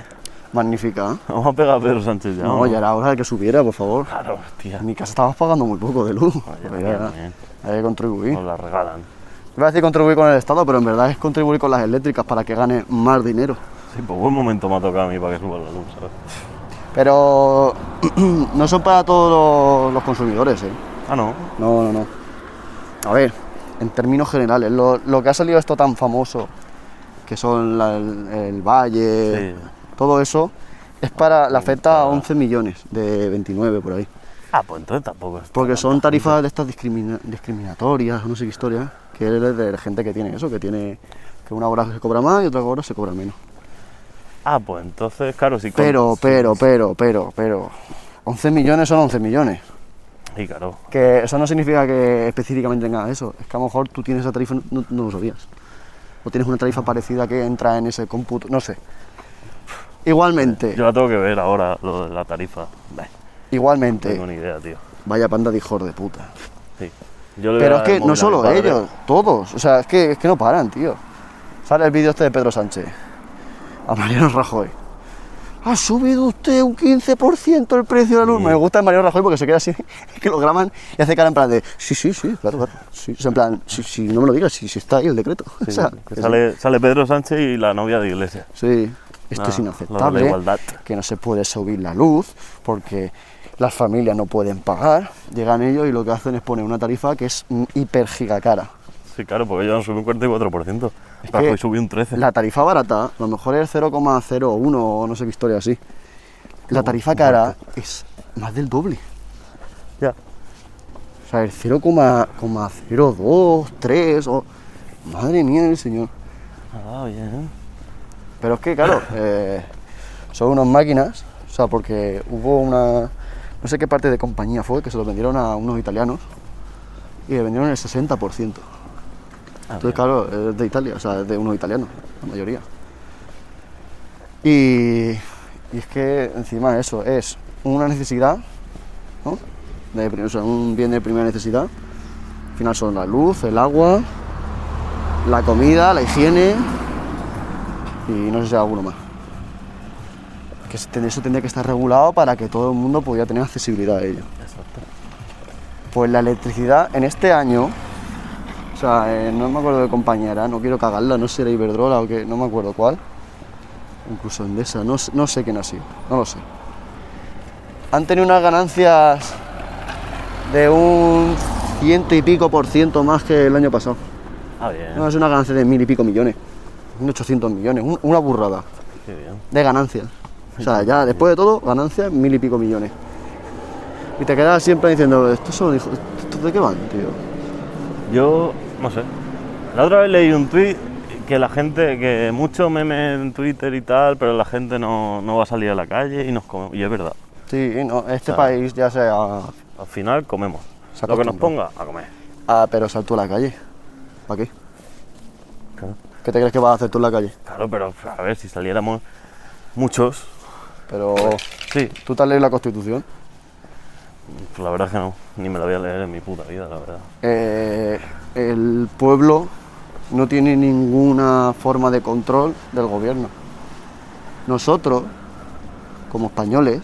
Speaker 1: Magnífica. ¿eh?
Speaker 2: Vamos a pegar a Pedro Sánchez ya.
Speaker 1: No,
Speaker 2: ¿no?
Speaker 1: ya era hora de que subiera, por favor.
Speaker 2: Claro, hostia.
Speaker 1: En mi casa estabas pagando muy poco de luz.
Speaker 2: ya,
Speaker 1: Pero
Speaker 2: ya,
Speaker 1: ya,
Speaker 2: también.
Speaker 1: Hay que contribuir.
Speaker 2: Nos la regalan.
Speaker 1: Iba a decir contribuir con el Estado, pero en verdad es contribuir con las eléctricas para que gane más dinero.
Speaker 2: Sí, pues buen momento me ha tocado a mí para que suba la luz, ¿sabes?
Speaker 1: Pero no son para todos los, los consumidores, ¿eh?
Speaker 2: Ah, no.
Speaker 1: No, no, no. A ver, en términos generales, lo, lo que ha salido esto tan famoso, que son la- el, el Valle,
Speaker 2: Sí.
Speaker 1: todo eso, es para, la afecta a 11 millones de 29 por ahí.
Speaker 2: Ah, pues entonces tampoco es
Speaker 1: Porque son tarifas de estas discrimina- discriminatorias, no sé qué historia, que es de la gente que tiene eso, que tiene que una hora se cobra más y otra hora se cobra menos.
Speaker 2: Ah, pues entonces, claro, sí.
Speaker 1: Pero, pero, pero, pero, pero, 11 millones son 11 millones.
Speaker 2: Y claro,
Speaker 1: Que eso no significa que específicamente tengas eso. Es que a lo mejor tú tienes esa tarifa, y no, no lo sabías. O tienes una tarifa parecida que entra en ese cómputo, no sé. Igualmente,
Speaker 2: yo la tengo que ver ahora, lo de la tarifa. Bah, No
Speaker 1: igualmente.
Speaker 2: tengo ni idea, tío.
Speaker 1: Vaya panda de hijos de puta.
Speaker 2: Sí. Yo le
Speaker 1: Pero es
Speaker 2: voy a
Speaker 1: que
Speaker 2: dar el móvil
Speaker 1: no
Speaker 2: a
Speaker 1: solo
Speaker 2: mi padre.
Speaker 1: ellos, todos. O sea, es que, es que no paran, tío. Sale el vídeo este de Pedro Sánchez. A Mariano Rajoy. Ha subido usted un 15% el precio de la luz. Me gusta el Mariano Rajoy porque se queda así, que lo graban y hace cara en plan de, sí, sí, sí, claro, claro. Sí, O sea, en plan, sí, sí, no me lo digas, sí, sí está ahí el decreto.
Speaker 2: Sí,
Speaker 1: o sea,
Speaker 2: que
Speaker 1: es-
Speaker 2: sale, sale Pedro Sánchez y la novia de Iglesias.
Speaker 1: Sí, esto
Speaker 2: Nada,
Speaker 1: es
Speaker 2: Ah, lo de la
Speaker 1: inaceptable.
Speaker 2: igualdad.
Speaker 1: Que no se puede subir la luz porque las familias no pueden pagar. Llegan ellos y lo que hacen es poner una tarifa que es mm, hiper giga cara.
Speaker 2: Sí, claro, porque ellos han subido un 44%.
Speaker 1: Es que
Speaker 2: Rajoy subió un 13%.
Speaker 1: La tarifa barata, a lo mejor es 0,01 o no sé qué historia así. La tarifa cara es más del doble.
Speaker 2: Ya.
Speaker 1: O sea, el 0,02, 3 o... Madre mía del señor.
Speaker 2: Ah, bien.
Speaker 1: Pero es que, claro, eh, son unas máquinas, o sea, porque hubo una, no sé qué parte de compañía fue, que se lo vendieron a unos italianos y le vendieron el 60%. Entonces, claro, es de Italia, o sea, es de unos italianos, la mayoría. Y, y es que encima eso es una necesidad, ¿no? De, pri- o sea, un bien de primera necesidad. Al final son la luz, el agua, la comida, la higiene, y no sé si hay alguno más. Que se- eso tendría que estar regulado para que todo el mundo pudiera tener accesibilidad a ello.
Speaker 2: Exacto.
Speaker 1: Pues la electricidad en este año, o sea, eh, no me acuerdo de compañera, no quiero cagarla, no sé si era Iberdrola o qué, no me acuerdo cuál, incluso Endesa, no, sé- no sé quién ha sido, no lo sé. Han tenido unas ganancias de un ciento y pico por ciento más que el año pasado.
Speaker 2: Ah, bien.
Speaker 1: No, es una ganancia de mil y pico millones, 1.800 millones, un- una burrada
Speaker 2: Qué bien.
Speaker 1: de ganancias. O sea, ya después de todo, ganancias mil y pico millones. Y te quedas siempre diciendo, estos son hijos, ¿estos de qué van, tío?
Speaker 2: Yo, no sé. La otra vez leí un tweet que la gente, que mucho meme en Twitter y tal, pero la gente no, no va a salir a la calle y nos comemos. Y es verdad.
Speaker 1: Sí, no, este país ya se ha,
Speaker 2: Al final comemos.
Speaker 1: Se
Speaker 2: Lo que nos
Speaker 1: acostumbra.
Speaker 2: ponga, a comer.
Speaker 1: ha- pero saltó a la calle. ¿Para qué?
Speaker 2: Claro.
Speaker 1: ¿Qué te crees que vas a hacer tú en la calle?
Speaker 2: Claro, pero a ver, si saliéramos muchos.
Speaker 1: Pero,
Speaker 2: Sí,
Speaker 1: ¿tú te has leído la Constitución?
Speaker 2: pues la verdad es que no. Ni me la voy a leer en mi puta vida, la verdad.
Speaker 1: Eh, el pueblo no tiene ninguna forma de control del gobierno. Nosotros, como españoles,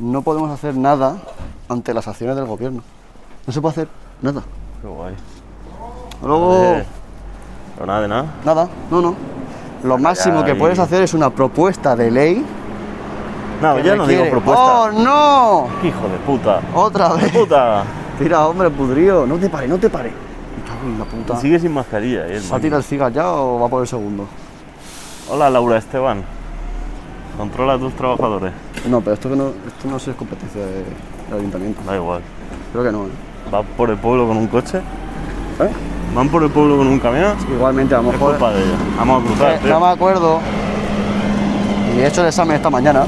Speaker 1: no podemos hacer nada ante las acciones del gobierno. No se puede hacer nada.
Speaker 2: Qué guay.
Speaker 1: Luego,
Speaker 2: Eh, pero nada de nada.
Speaker 1: nada, no, no. Lo máximo que
Speaker 2: ahí.
Speaker 1: puedes hacer es una propuesta de ley.
Speaker 2: No,
Speaker 1: que
Speaker 2: Ah, ya no digo
Speaker 1: requiere-
Speaker 2: propuesta.
Speaker 1: ¡Oh, no!
Speaker 2: Hijo de puta.
Speaker 1: Otra vez.
Speaker 2: Puta.
Speaker 1: Tira, hombre, pudrío. No te pare, no te pare. Me cago en la puta.
Speaker 2: Sigue sin mascarilla, eh,
Speaker 1: ¿Va a
Speaker 2: el
Speaker 1: tirar
Speaker 2: máquina.
Speaker 1: el cigar ya o va por el segundo?
Speaker 2: Hola Laura Esteban. Controla a tus trabajadores.
Speaker 1: No, pero esto, que no, esto no sé si es competencia de- del ayuntamiento.
Speaker 2: Da igual.
Speaker 1: Creo que no. ¿eh?
Speaker 2: Va por el pueblo con un coche.
Speaker 1: ¿Eh?
Speaker 2: Van por el pueblo con un camión.
Speaker 1: Igualmente, a lo
Speaker 2: Es
Speaker 1: mejor.
Speaker 2: culpa de ella. Vamos a cruzar.
Speaker 1: Eh,
Speaker 2: tío.
Speaker 1: no me acuerdo. Y he hecho el examen esta mañana.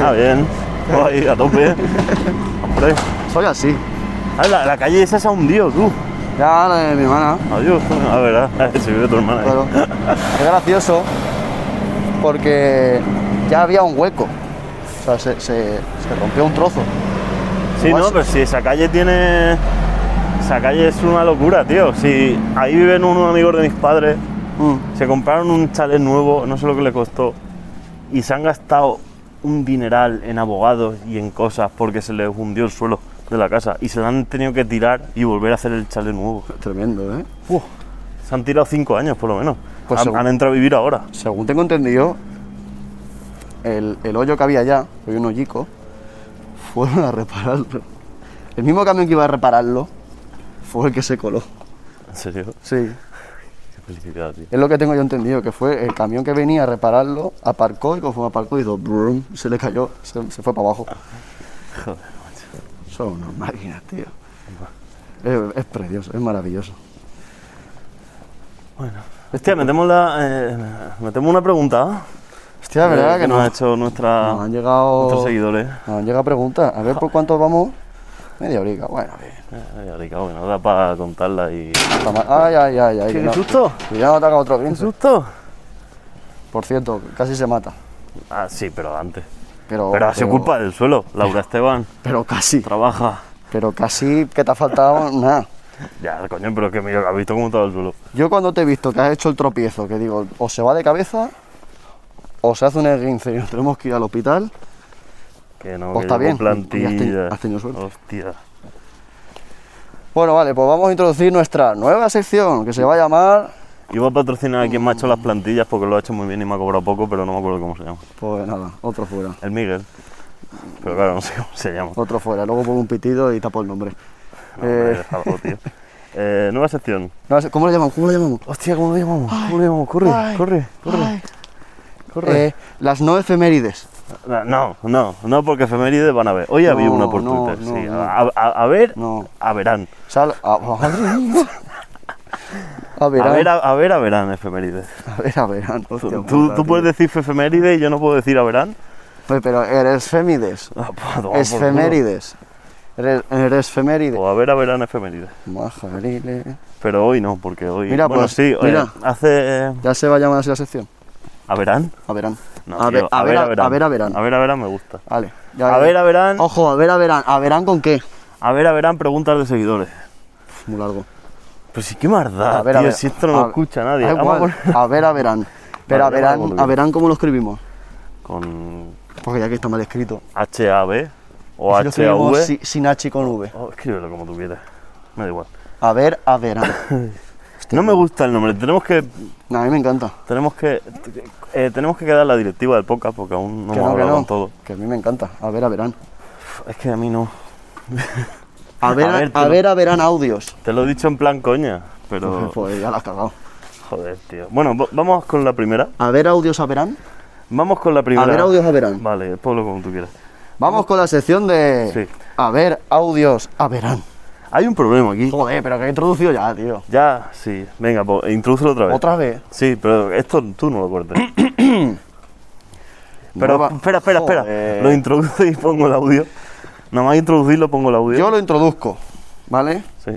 Speaker 2: Ah, bien. Todo ahí, a tope. Hombre.
Speaker 1: Soy así.
Speaker 2: Ah, la, la calle esa se ha hundido, tú.
Speaker 1: Ya, la de mi hermana.
Speaker 2: Adiós. coño. A ver, a ver si vive tu hermana. ahí.
Speaker 1: Claro. es gracioso porque ya había un hueco. O sea, se, se- se rompió un trozo.
Speaker 2: Sí,
Speaker 1: Igual
Speaker 2: no,
Speaker 1: se-
Speaker 2: pero si esa calle tiene. Esa calle es una locura, tío. Si ahí viven unos amigos de mis padres,
Speaker 1: Mm.
Speaker 2: se compraron un chalet nuevo, no sé lo que le costó, y se han gastado un dineral en abogados y en cosas porque se les hundió el suelo de la casa y se la han tenido que tirar y volver a hacer el chalet nuevo.
Speaker 1: Tremendo, ¿eh?
Speaker 2: Uf, se han tirado cinco años por lo menos.
Speaker 1: Pues
Speaker 2: han,
Speaker 1: seguro.
Speaker 2: han entrado a vivir ahora.
Speaker 1: Según tengo entendido, el, el hoyo que había allá, había un hoyico, fueron a repararlo. El mismo camión que iba a repararlo fue el que se coló.
Speaker 2: En serio,
Speaker 1: Sí.
Speaker 2: qué felicidad, tío.
Speaker 1: Es lo que tengo yo entendido, que fue el camión que venía a repararlo, aparcó y conforme aparcó hizo brum, se le cayó, se, se fue para abajo.
Speaker 2: Joder, macho.
Speaker 1: Son unas máquinas, tío. Es, es precioso, es maravilloso.
Speaker 2: Bueno. Hostia, metemos, la, eh, metemos una pregunta.
Speaker 1: Hostia, ¿verdad
Speaker 2: que,
Speaker 1: que
Speaker 2: nos ha
Speaker 1: no?
Speaker 2: hecho nuestra,
Speaker 1: Nos han llegado-
Speaker 2: nuestros seguidores.
Speaker 1: Nos han llegado preguntas. A ver por cuántos vamos. Media brica, bueno, bien.
Speaker 2: Ay, Eh, Ricardo, que no da para contarla y...
Speaker 1: no está mal. Ay, ay, ay, ay.
Speaker 2: ¿Qué,
Speaker 1: que
Speaker 2: qué
Speaker 1: no.
Speaker 2: susto?
Speaker 1: Cuidado, ataca otro
Speaker 2: ¿Qué
Speaker 1: bien.
Speaker 2: susto?
Speaker 1: Por cierto, casi se mata.
Speaker 2: Ah, sí, pero antes.
Speaker 1: Pero,
Speaker 2: pero ha sido culpa del suelo. Laura Esteban
Speaker 1: Pero casi.
Speaker 2: trabaja.
Speaker 1: Pero casi que te ha faltado nada.
Speaker 2: Ya, coño, pero es que mira, has visto cómo estaba el suelo.
Speaker 1: Yo cuando te he visto que has hecho el tropiezo, que digo, o se va de cabeza o se hace un esguince y nos tenemos que ir al hospital.
Speaker 2: Que no,
Speaker 1: Pues
Speaker 2: que
Speaker 1: está bien,
Speaker 2: llevo
Speaker 1: ya has teni-
Speaker 2: plantilla.
Speaker 1: has tenido suerte.
Speaker 2: Hostia.
Speaker 1: Bueno, vale, pues vamos a introducir nuestra nueva sección que se va a llamar.
Speaker 2: Iba a patrocinar a quien me ha hecho las plantillas porque lo ha hecho muy bien y me ha cobrado poco, pero no me acuerdo cómo se llama.
Speaker 1: Pues nada, otro fuera.
Speaker 2: El Miguel. Pero claro, no sé cómo se llama.
Speaker 1: Otro fuera, luego pongo un pitido y tapo el nombre.
Speaker 2: No, hombre,
Speaker 1: Pues, Eh,
Speaker 2: déjalo, tío. Eh, nueva sección.
Speaker 1: no sé, ¿Cómo lo llamamos? ¿Cómo lo llamamos?
Speaker 2: Hostia, ¿cómo lo llamamos? ¿Cómo lo llamamos? Corre,
Speaker 1: ay,
Speaker 2: corre, corre.
Speaker 1: ay.
Speaker 2: corre.
Speaker 1: Eh, las no efemérides.
Speaker 2: No, no, no, porque efemérides van a ver. Hoy había
Speaker 1: No,
Speaker 2: una por
Speaker 1: no,
Speaker 2: Twitter,
Speaker 1: no,
Speaker 2: sí.
Speaker 1: no.
Speaker 2: A, a- a ver,
Speaker 1: No.
Speaker 2: a verán.
Speaker 1: Sal, a, madre mía. a ver,
Speaker 2: A ver, a, a ver, a verán, efemérides.
Speaker 1: a ver, a ver, a-
Speaker 2: Tú,
Speaker 1: hostia
Speaker 2: tú-
Speaker 1: puta,
Speaker 2: tú
Speaker 1: tío.
Speaker 2: puedes decir efemérides y yo no puedo decir a verán.
Speaker 1: Pues, Pero eres fémides.
Speaker 2: Ah, pues, a tomar por culo.
Speaker 1: Esfemérides. Eres, eres efemérides.
Speaker 2: O a ver, a verán, efemérides.
Speaker 1: Majarile.
Speaker 2: Pero hoy no, porque hoy.
Speaker 1: Mira,
Speaker 2: bueno,
Speaker 1: pues,
Speaker 2: sí, eh,
Speaker 1: mira.
Speaker 2: hace. eh,
Speaker 1: Ya se va a llamar así la sección.
Speaker 2: ¿A verán?
Speaker 1: A verán.
Speaker 2: No,
Speaker 1: a,
Speaker 2: tío,
Speaker 1: ver, a, ver, a,
Speaker 2: verán.
Speaker 1: a ver, a verán.
Speaker 2: A ver, a verán me gusta.
Speaker 1: Vale. ya- Oh.
Speaker 2: A ver, a verán.
Speaker 1: Ojo, a ver, a verán. ¿A verán con qué?
Speaker 2: A ver, a verán, preguntas de seguidores.
Speaker 1: Uf, Muy largo.
Speaker 2: Pero si qué maldad,
Speaker 1: a ver, a
Speaker 2: Ah, tío,
Speaker 1: ver.
Speaker 2: si esto no
Speaker 1: a-
Speaker 2: lo escucha nadie.
Speaker 1: da
Speaker 2: Vamos a
Speaker 1: igual.
Speaker 2: poner-
Speaker 1: A ver, a verán. Pero
Speaker 2: Vale,
Speaker 1: a
Speaker 2: vamos a
Speaker 1: verán,
Speaker 2: ponerlo.
Speaker 1: a verán, ¿cómo lo escribimos?
Speaker 2: Con
Speaker 1: Porque ya que está mal escrito.
Speaker 2: H-A-B o
Speaker 1: Si lo escribimos
Speaker 2: H-A-V.
Speaker 1: si- sin H y con V.
Speaker 2: Oh, escríbelo como tú quieras. Me da igual.
Speaker 1: A ver, a verán.
Speaker 2: No me gusta el nombre. Tenemos que,
Speaker 1: No, a mí me encanta.
Speaker 2: tenemos que, eh, tenemos que quedar la directiva del podcast porque aún no
Speaker 1: que
Speaker 2: hemos
Speaker 1: no, que
Speaker 2: hablado
Speaker 1: no.
Speaker 2: con todo.
Speaker 1: Que a mí me encanta. A ver, a verán.
Speaker 2: Uf, Es que a mí no.
Speaker 1: A ver,
Speaker 2: A
Speaker 1: a,
Speaker 2: ver,
Speaker 1: a
Speaker 2: tú-
Speaker 1: ver, a verán audios.
Speaker 2: Te lo he dicho en plan coña, pero
Speaker 1: Pues ya la has cagado.
Speaker 2: joder, tío. Bueno, va- vamos con la primera.
Speaker 1: A ver, audios a verán.
Speaker 2: Vamos con la
Speaker 1: A
Speaker 2: primera.
Speaker 1: ver, audios a verán.
Speaker 2: Vale, ponlo como tú quieras.
Speaker 1: Vamos con la sección de.
Speaker 2: Sí.
Speaker 1: A ver, audios a verán.
Speaker 2: Hay un problema aquí.
Speaker 1: Joder, pero que he introducido ya, tío.
Speaker 2: Ya, sí. Venga, pues introdúcelo otra vez.
Speaker 1: Otra vez.
Speaker 2: Sí, pero esto tú no lo cortes. pero
Speaker 1: Nueva-
Speaker 2: espera, espera, espera.
Speaker 1: Joder.
Speaker 2: Lo introduzco y pongo el audio. Nada más introducirlo pongo el audio.
Speaker 1: Yo lo introduzco, ¿vale?
Speaker 2: Sí.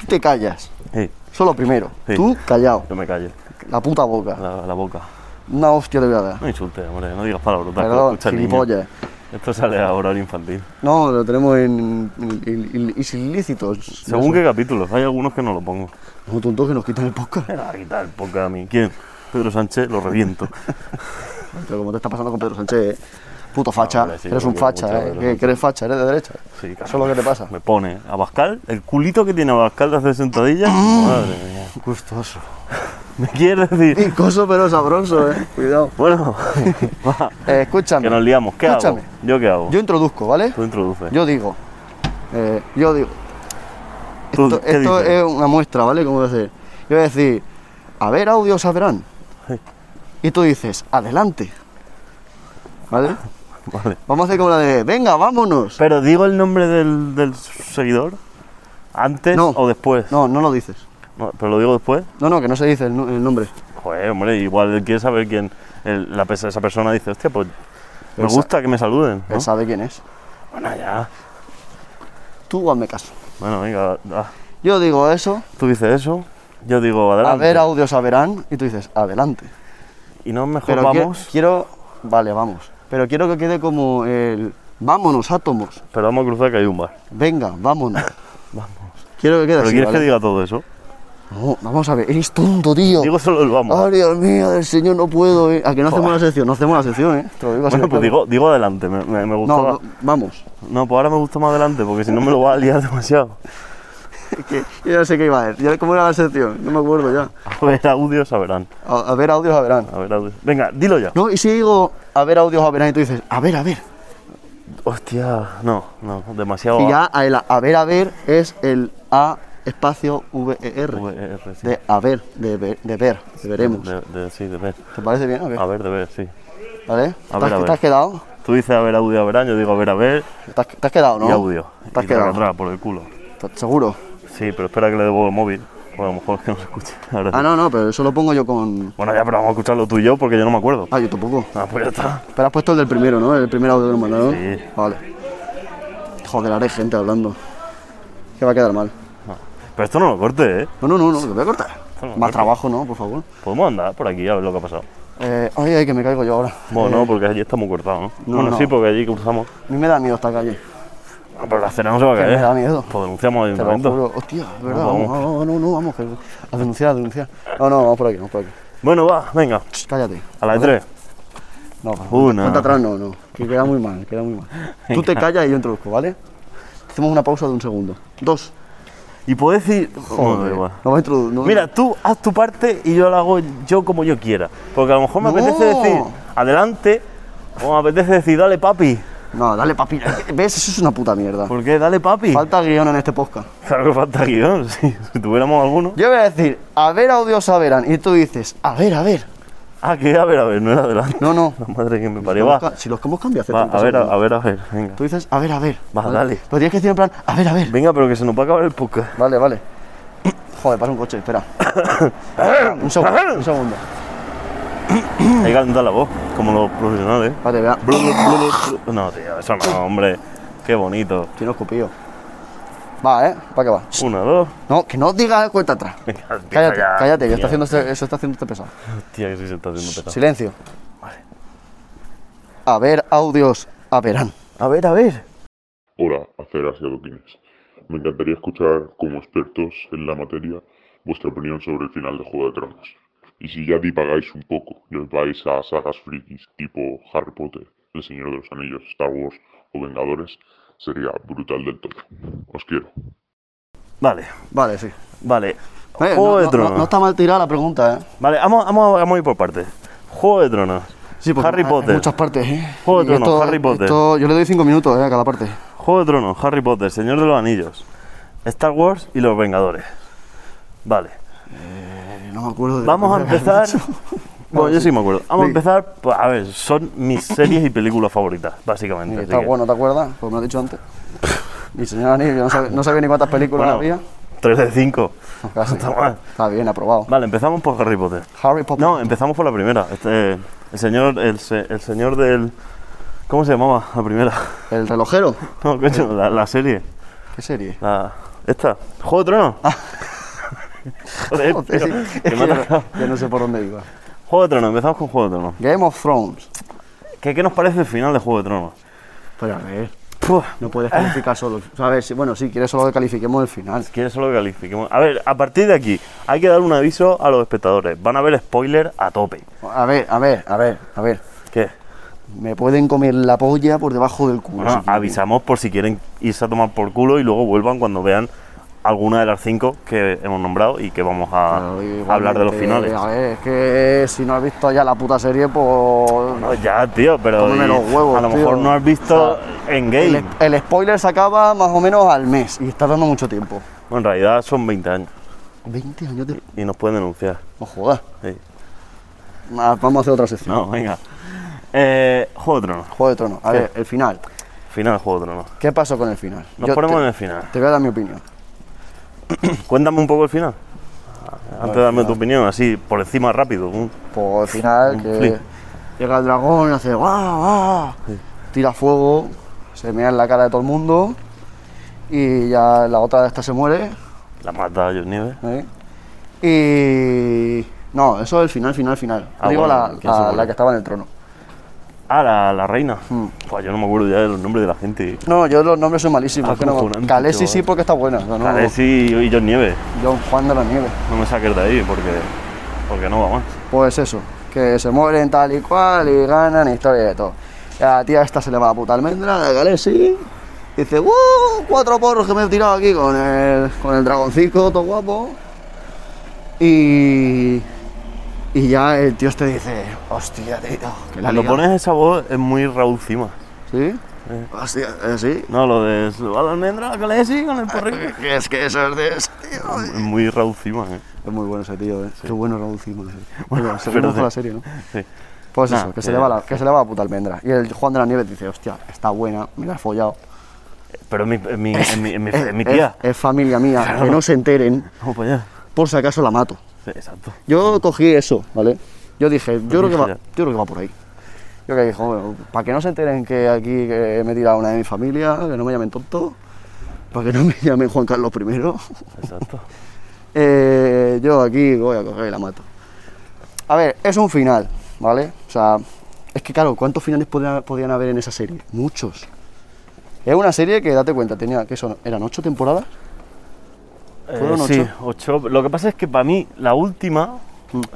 Speaker 1: Tú te callas.
Speaker 2: Sí,
Speaker 1: Eso es lo primero.
Speaker 2: Sí.
Speaker 1: Tú callado.
Speaker 2: yo me callo.
Speaker 1: La puta boca.
Speaker 2: La, la boca.
Speaker 1: Una hostia te voy a dar.
Speaker 2: No insultes, hombre. No digas palabrotas. que lo
Speaker 1: Perdón,
Speaker 2: escucha el niño.
Speaker 1: gilipollas.
Speaker 2: Esto sale a horario infantil.
Speaker 1: No, lo tenemos en, en- en- en- en ilícitos.
Speaker 2: Según qué capítulos. Hay algunos que no lo pongo.
Speaker 1: Como tontos que nos quitan el podcast.
Speaker 2: Me va a quitar el podcast a mí. ¿Quién? Pedro Sánchez, lo reviento.
Speaker 1: Pero como te está pasando con Pedro Sánchez, eh. Puto facha.
Speaker 2: hombre, sí,
Speaker 1: eres un
Speaker 2: yo
Speaker 1: facha,
Speaker 2: mucho
Speaker 1: eh.
Speaker 2: Pedro
Speaker 1: ¿Qué-
Speaker 2: Sánchez.
Speaker 1: que eres facha? ¿Eres de derecha?
Speaker 2: Sí, claro.
Speaker 1: Eso es lo que te pasa.
Speaker 2: Me pone a Pascal, el culito que tiene a Pascal de hacer sentadillas. Madre mía.
Speaker 1: Gustoso.
Speaker 2: ¿Me quieres decir?
Speaker 1: Picoso pero sabroso, eh. Cuidado.
Speaker 2: Bueno, va,
Speaker 1: Eh, escúchame.
Speaker 2: que nos liamos. ¿Qué
Speaker 1: Escúchame.
Speaker 2: hago? ¿Yo qué hago?
Speaker 1: Yo introduzco, ¿vale?
Speaker 2: Tú introduces.
Speaker 1: Yo digo. eh, yo digo.
Speaker 2: Tú,
Speaker 1: Esto,
Speaker 2: ¿qué
Speaker 1: esto
Speaker 2: dices?
Speaker 1: es una muestra, ¿vale? ¿Cómo decir? Yo voy a decir, a ver, audios a verán.
Speaker 2: Sí.
Speaker 1: Y tú dices, adelante. ¿Vale?
Speaker 2: Vale.
Speaker 1: Vamos a hacer como la de, venga, vámonos.
Speaker 2: Pero digo el nombre del, del seguidor antes
Speaker 1: No.
Speaker 2: o después.
Speaker 1: No, no lo dices.
Speaker 2: No, pero lo digo después.
Speaker 1: No, no, que no se dice el, nu- el nombre.
Speaker 2: Joder, hombre, igual él quiere saber quién. el- la, pesa- esa persona dice, hostia, pues me
Speaker 1: Esa-
Speaker 2: gusta que me saluden. ¿no?
Speaker 1: Él sabe quién es.
Speaker 2: Bueno, ya.
Speaker 1: Tú hazme caso.
Speaker 2: Bueno, venga, va.
Speaker 1: Yo digo eso,
Speaker 2: tú dices eso. Yo digo,
Speaker 1: a
Speaker 2: adelante.
Speaker 1: ver, audios a verán. Y tú dices, adelante.
Speaker 2: y no mejor
Speaker 1: Pero quie-
Speaker 2: vamos.
Speaker 1: quiero, vale, vamos. Pero quiero que quede como el, vámonos, átomos.
Speaker 2: Pero vamos a cruzar que hay un bar.
Speaker 1: Venga, vámonos.
Speaker 2: Vamos.
Speaker 1: Quiero que quede
Speaker 2: ¿Pero
Speaker 1: así,
Speaker 2: quieres
Speaker 1: ¿vale?
Speaker 2: que diga todo eso?
Speaker 1: No, vamos a ver, eres tonto, tío.
Speaker 2: Digo solo el vamos.
Speaker 1: Ay, Dios mío, del señor no puedo, eh. ¿A que no hacemos la sección? No hacemos la sección, eh. Te lo digo así
Speaker 2: bueno,
Speaker 1: de
Speaker 2: pues
Speaker 1: claro.
Speaker 2: digo, digo adelante. Me, me, me gustaba.
Speaker 1: No, no, vamos.
Speaker 2: No, pues ahora me gusta más adelante, porque si no me lo va a liar demasiado.
Speaker 1: Que yo ya sé qué iba a decir. ¿Cómo era la sección? No me acuerdo ya.
Speaker 2: A ver, audios, a verán.
Speaker 1: A, a ver, audios a verán.
Speaker 2: A ver, audios. Venga, dilo ya.
Speaker 1: No, y si digo, a ver, audios a verán, y tú dices, a ver, a ver.
Speaker 2: Hostia, no, no, ah. demasiado.
Speaker 1: Y ya a el a ver, a ver es el A espacio VER.
Speaker 2: VR, sí.
Speaker 1: De a ver, de ver, de ver, de veremos.
Speaker 2: E eh, De- de- sí, de ver.
Speaker 1: ¿Te parece bien? o qué?
Speaker 2: A ver, de ver, sí.
Speaker 1: ¿Vale? ¿Te
Speaker 2: ver, a
Speaker 1: has-
Speaker 2: ver.
Speaker 1: ¿Te has quedado?
Speaker 2: Tú dices a ver, audio, a verán, yo digo a ver, a ver,
Speaker 1: ¿Te has, te has quedado, no?
Speaker 2: y audio.
Speaker 1: ¿Te has
Speaker 2: Y traca,
Speaker 1: quedado?
Speaker 2: traca, por el culo.
Speaker 1: ¿Estás ¿Seguro?
Speaker 2: Sí, pero espera que le devuelvo el móvil. Bueno, a lo mejor es que no se escucha. ahora
Speaker 1: Ah,
Speaker 2: sí.
Speaker 1: no, no, pero eso lo pongo yo con.
Speaker 2: Bueno, ya, pero vamos a escucharlo tú y yo porque yo no me acuerdo.
Speaker 1: Ah, yo tampoco.
Speaker 2: Ah, pues ya está.
Speaker 1: Pero has puesto el del primero, ¿no? El primer audio que nos mandaron.
Speaker 2: Sí.
Speaker 1: Vale. Joder, ahora hay gente hablando. Que va a quedar mal.
Speaker 2: Ah. Pero esto no lo corte, ¿eh?
Speaker 1: No, no, no, no, lo voy a cortar.
Speaker 2: Bueno,
Speaker 1: Más
Speaker 2: corta.
Speaker 1: trabajo, ¿no? Por favor.
Speaker 2: Podemos andar por aquí a ver lo que ha pasado.
Speaker 1: Eh, ay, ay, que me caigo yo ahora.
Speaker 2: Bueno, no, porque allí está muy cortado, ¿no?
Speaker 1: no,
Speaker 2: bueno,
Speaker 1: no.
Speaker 2: sí, porque allí cruzamos.
Speaker 1: A mí me da miedo esta calle.
Speaker 2: Ah, pero la cena no se va a
Speaker 1: Que me da
Speaker 2: caer.
Speaker 1: miedo.
Speaker 2: Pues denunciamos
Speaker 1: Te
Speaker 2: al
Speaker 1: lo
Speaker 2: ayuntamiento.
Speaker 1: juro. Hostia, es verdad.
Speaker 2: Vamos,
Speaker 1: Vamos, vamos, no, no, vamos. que- A denunciar, a denunciar. No, no, vamos por aquí, vamos por aquí.
Speaker 2: Bueno, va, venga.
Speaker 1: Ch, cállate.
Speaker 2: A la de tres.
Speaker 1: No, pero
Speaker 2: Una.
Speaker 1: cuenta atrás no, no. Que queda muy mal, queda muy mal. Tú te callas y yo introduzco, ¿vale? Hacemos una pausa de un segundo. Dos.
Speaker 2: Y puedes decir. Bueno, da
Speaker 1: Joder,
Speaker 2: igual.
Speaker 1: no va a introdu- no-
Speaker 2: Mira, tú haz tu parte y yo la hago yo como yo quiera. Porque a lo mejor me
Speaker 1: No.
Speaker 2: apetece decir adelante o me apetece decir dale papi.
Speaker 1: No, dale papi. ¿Ves? Eso es una puta mierda.
Speaker 2: ¿Por qué? Dale papi.
Speaker 1: Falta guión en este podcast.
Speaker 2: Claro que falta guión, sí, si tuviéramos alguno.
Speaker 1: Yo voy a decir, a ver, audios a verán. Y tú dices, a ver, a ver.
Speaker 2: Ah, que a ver, a ver, no era adelante.
Speaker 1: No, no.
Speaker 2: La madre que me
Speaker 1: Si
Speaker 2: parió.
Speaker 1: los
Speaker 2: Va,
Speaker 1: ca- Si los hemos cambiado hace
Speaker 2: va,
Speaker 1: 30
Speaker 2: a ver,
Speaker 1: segundos.
Speaker 2: a ver, a ver, venga.
Speaker 1: Tú dices, a ver, a ver.
Speaker 2: Va, dale.
Speaker 1: Lo tienes que decir en plan, a ver, a ver.
Speaker 2: Venga, pero que se nos va a acabar el podcast.
Speaker 1: Vale, vale. Joder, pasa un coche, espera. un segundo, un segundo.
Speaker 2: Hay que calentar la voz, como los profesionales.
Speaker 1: Vale, vea.
Speaker 2: Blu, blu, blu, blu, blu. No, tío, eso no, hombre. Qué bonito.
Speaker 1: Tiene escupido. Va, ¿eh? ¿Para qué va?
Speaker 2: Una, dos.
Speaker 1: No, que no digas cuenta atrás.
Speaker 2: Venga, empieza
Speaker 1: Cállate,
Speaker 2: ya.
Speaker 1: cállate, que
Speaker 2: Tío,
Speaker 1: está haciendo este- eso está haciendo este pesado.
Speaker 2: Hostia, que sí se está haciendo pesado.
Speaker 1: Silencio.
Speaker 2: Vale.
Speaker 1: A ver, audios, a verán.
Speaker 2: A ver, a ver.
Speaker 4: Hola, aceras y adoquines. Me encantaría escuchar, como expertos en la materia, vuestra opinión sobre el final de Juego de Tronos. Y si ya divagáis un poco y os vais a sagas frikis tipo Harry Potter, El Señor de los Anillos, Star Wars o Vengadores, sería brutal del todo. Os quiero.
Speaker 2: Vale,
Speaker 1: Vale, sí.
Speaker 2: vale.
Speaker 1: Eh,
Speaker 2: Juego
Speaker 1: no,
Speaker 2: de
Speaker 1: no-
Speaker 2: Tronos.
Speaker 1: no- no está mal tirada la pregunta, ¿eh?
Speaker 2: Vale, vamos, vamos, vamos a ir por partes. Juego de Tronos.
Speaker 1: Sí, porque
Speaker 2: Harry
Speaker 1: hay- hay
Speaker 2: Potter.
Speaker 1: muchas partes, ¿eh?
Speaker 2: Juego de
Speaker 1: Y
Speaker 2: Tronos, Harry Potter.
Speaker 1: esto- yo le doy cinco minutos, ¿eh? A cada parte.
Speaker 2: Juego de Tronos, Harry Potter, Señor de los Anillos, Star Wars y Los Vengadores. Vale,
Speaker 1: Eh, no me acuerdo de
Speaker 2: vamos
Speaker 1: de-
Speaker 2: a empezar. Bueno, yo sí me acuerdo. Vamos a
Speaker 1: Sí.
Speaker 2: empezar. pues, a ver, son mis series y películas favoritas,
Speaker 1: Y
Speaker 2: básicamente. así
Speaker 1: Star
Speaker 2: que-
Speaker 1: Wars, ¿no te acuerdas? Como me lo he dicho antes. Y señora Anillo, yo no sabía, no sabía ni cuántas películas
Speaker 2: Bueno,
Speaker 1: había.
Speaker 2: 3 de 5.
Speaker 1: No, casi.
Speaker 2: está mal.
Speaker 1: Está bien, aprobado.
Speaker 2: Vale, empezamos por Harry Potter.
Speaker 1: Harry Potter.
Speaker 2: No, empezamos por la primera. Este, el señor, el, se- el señor del. ¿Cómo se llamaba la primera?
Speaker 1: El relojero.
Speaker 2: No, coño, la, la serie.
Speaker 1: ¿Qué serie?
Speaker 2: La, esta. ¿Juego de Tronos?
Speaker 1: Ah.
Speaker 2: Joder,
Speaker 1: Joder,
Speaker 2: tío,
Speaker 1: es
Speaker 2: que
Speaker 1: que
Speaker 2: me ha
Speaker 1: yo-
Speaker 2: atacado.
Speaker 1: yo no sé por dónde iba.
Speaker 2: Juego de Tronos, empezamos con Juego de Tronos.
Speaker 1: Game of Thrones.
Speaker 2: ¿Qué, qué nos parece el final de Juego de Tronos?
Speaker 1: Pero a ver,
Speaker 2: Puh,
Speaker 1: no puedes calificar solo. O sea, a ver, si, bueno, si quieres solo que califiquemos el final.
Speaker 2: ¿Quieres solo que califiquemos? A ver, a partir de aquí, hay que dar un aviso a los espectadores. Van a ver spoiler a tope.
Speaker 1: A ver, a ver, a ver, a ver.
Speaker 2: ¿Qué?
Speaker 1: Me pueden comer la polla por debajo del culo.
Speaker 2: Bueno,
Speaker 1: si quieren.
Speaker 2: avisamos por si quieren irse a tomar por culo y luego vuelvan cuando vean alguna de las cinco que hemos nombrado y que vamos a
Speaker 1: Pero igualmente,
Speaker 2: hablar de los finales.
Speaker 1: A ver, es que si no has visto ya la puta serie, pues.
Speaker 2: No, ya, tío, pero
Speaker 1: Cómeme
Speaker 2: y-
Speaker 1: los huevos,
Speaker 2: a lo
Speaker 1: tío.
Speaker 2: mejor no has visto
Speaker 1: O sea,
Speaker 2: Endgame.
Speaker 1: El, el spoiler se acaba más o menos al mes y está dando mucho tiempo.
Speaker 2: Bueno, en realidad son 20 años
Speaker 1: 20 años de.
Speaker 2: y nos pueden denunciar.
Speaker 1: No jodas.
Speaker 2: Sí.
Speaker 1: Ah, Vamos a hacer otra sección.
Speaker 2: No, venga. Eh, Juego de Tronos.
Speaker 1: Juego de Tronos. A ver, el final.
Speaker 2: Final de Juego de Tronos.
Speaker 1: ¿Qué pasó con el final?
Speaker 2: Nos
Speaker 1: Yo
Speaker 2: ponemos
Speaker 1: te,
Speaker 2: en el final.
Speaker 1: te voy a dar mi opinión.
Speaker 2: Cuéntame un poco el final. Antes de darme tu opinión, así por encima rápido. un-
Speaker 1: Pues al final
Speaker 2: Un
Speaker 1: que
Speaker 2: flip.
Speaker 1: llega el dragón, hace guau, guau, tira fuego, se mea en la cara de todo el mundo y ya la otra de esta se muere.
Speaker 2: La mata a John Nieves.
Speaker 1: ¿eh? Y no, eso es el final, final, final.
Speaker 2: Ah,
Speaker 1: Digo
Speaker 2: bueno,
Speaker 1: la-
Speaker 2: ¿quién se
Speaker 1: la,
Speaker 2: muere?
Speaker 1: la que estaba en el trono.
Speaker 2: Ah, la, la reina.
Speaker 1: Mm.
Speaker 2: Pues yo no me acuerdo ya de los nombres de la gente.
Speaker 1: No, yo los nombres son malísimos.
Speaker 2: Ah,
Speaker 1: es que no-
Speaker 2: cojonante,
Speaker 1: Khaleesi sí
Speaker 2: chaval.
Speaker 1: porque está buena. No, no,
Speaker 2: Khaleesi y John Nieves.
Speaker 1: John Juan de la Nieve.
Speaker 2: No me saques de ahí porque, porque no va más.
Speaker 1: Pues eso, que se mueren tal y cual y ganan historia y de todo. Y a la tía esta se le va la puta almendra de Galesi. Dice, ¡wow! Cuatro porros que me he tirado aquí con el, con el dragoncito, todo guapo. Y. Y ya el tío este dice, ¡hostia, tío! Que la
Speaker 2: Cuando
Speaker 1: liga".
Speaker 2: pones esa voz es muy Raúl Cima.
Speaker 1: ¿Sí? Hostia, eh, sí.
Speaker 2: No, lo de su a la almendra, Khaleesi con el porrillo.
Speaker 1: Que Es que eso es de ese tío.
Speaker 2: Es muy Raúl Cima, eh.
Speaker 1: Es muy bueno ese tío, ¿eh? Qué bueno Raúl Cima. eh. Bueno, se
Speaker 2: pero
Speaker 1: conoce
Speaker 2: sí.
Speaker 1: la serie, ¿no?
Speaker 2: Sí.
Speaker 1: Pues
Speaker 2: Nah,
Speaker 1: eso, que se,
Speaker 2: eh,
Speaker 1: le va la, que se le va la puta almendra. Y el Juan de la Nieve dice, hostia, está buena, me la he follado.
Speaker 2: Pero es mi, es mi, es mi, es mi- es mi
Speaker 1: Es-
Speaker 2: tía.
Speaker 1: Es, familia mía, que no se enteren.
Speaker 2: Vamos para allá.
Speaker 1: por si acaso la mato.
Speaker 2: Sí, exacto.
Speaker 1: Yo cogí eso, ¿vale? Yo dije, yo creo que va,
Speaker 2: ya.
Speaker 1: yo creo que va por ahí. Yo que dije, para que no se enteren que aquí que me he tirado una de mi familia, que no me llamen tonto, para que no me llamen Juan Carlos I,
Speaker 2: Exacto.
Speaker 1: eh, yo aquí voy a coger y la mato. A ver, es un final, ¿vale? O sea, es que claro, ¿cuántos finales podían, podían haber en esa serie? Muchos. Es una serie que, date cuenta, tenía, que son, eran ocho temporadas. ¿Fueron
Speaker 2: Eh, sí,
Speaker 1: ocho?
Speaker 2: ocho. Lo que pasa es que para mí la última,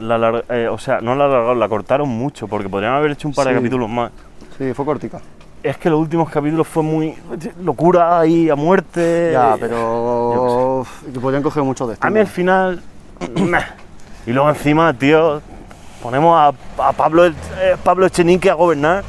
Speaker 2: la alar- eh, o sea, no la alargaron, la cortaron mucho porque podrían haber hecho un par de
Speaker 1: Sí.
Speaker 2: capítulos más.
Speaker 1: Sí, fue cortica.
Speaker 2: Es que los últimos capítulos fue muy locura ahí a muerte.
Speaker 1: Ya, pero que podían coger muchos destinos.
Speaker 2: A mí al final. meh. y luego encima, tío, ponemos a, a Pablo, eh, Pablo Echenique a gobernar.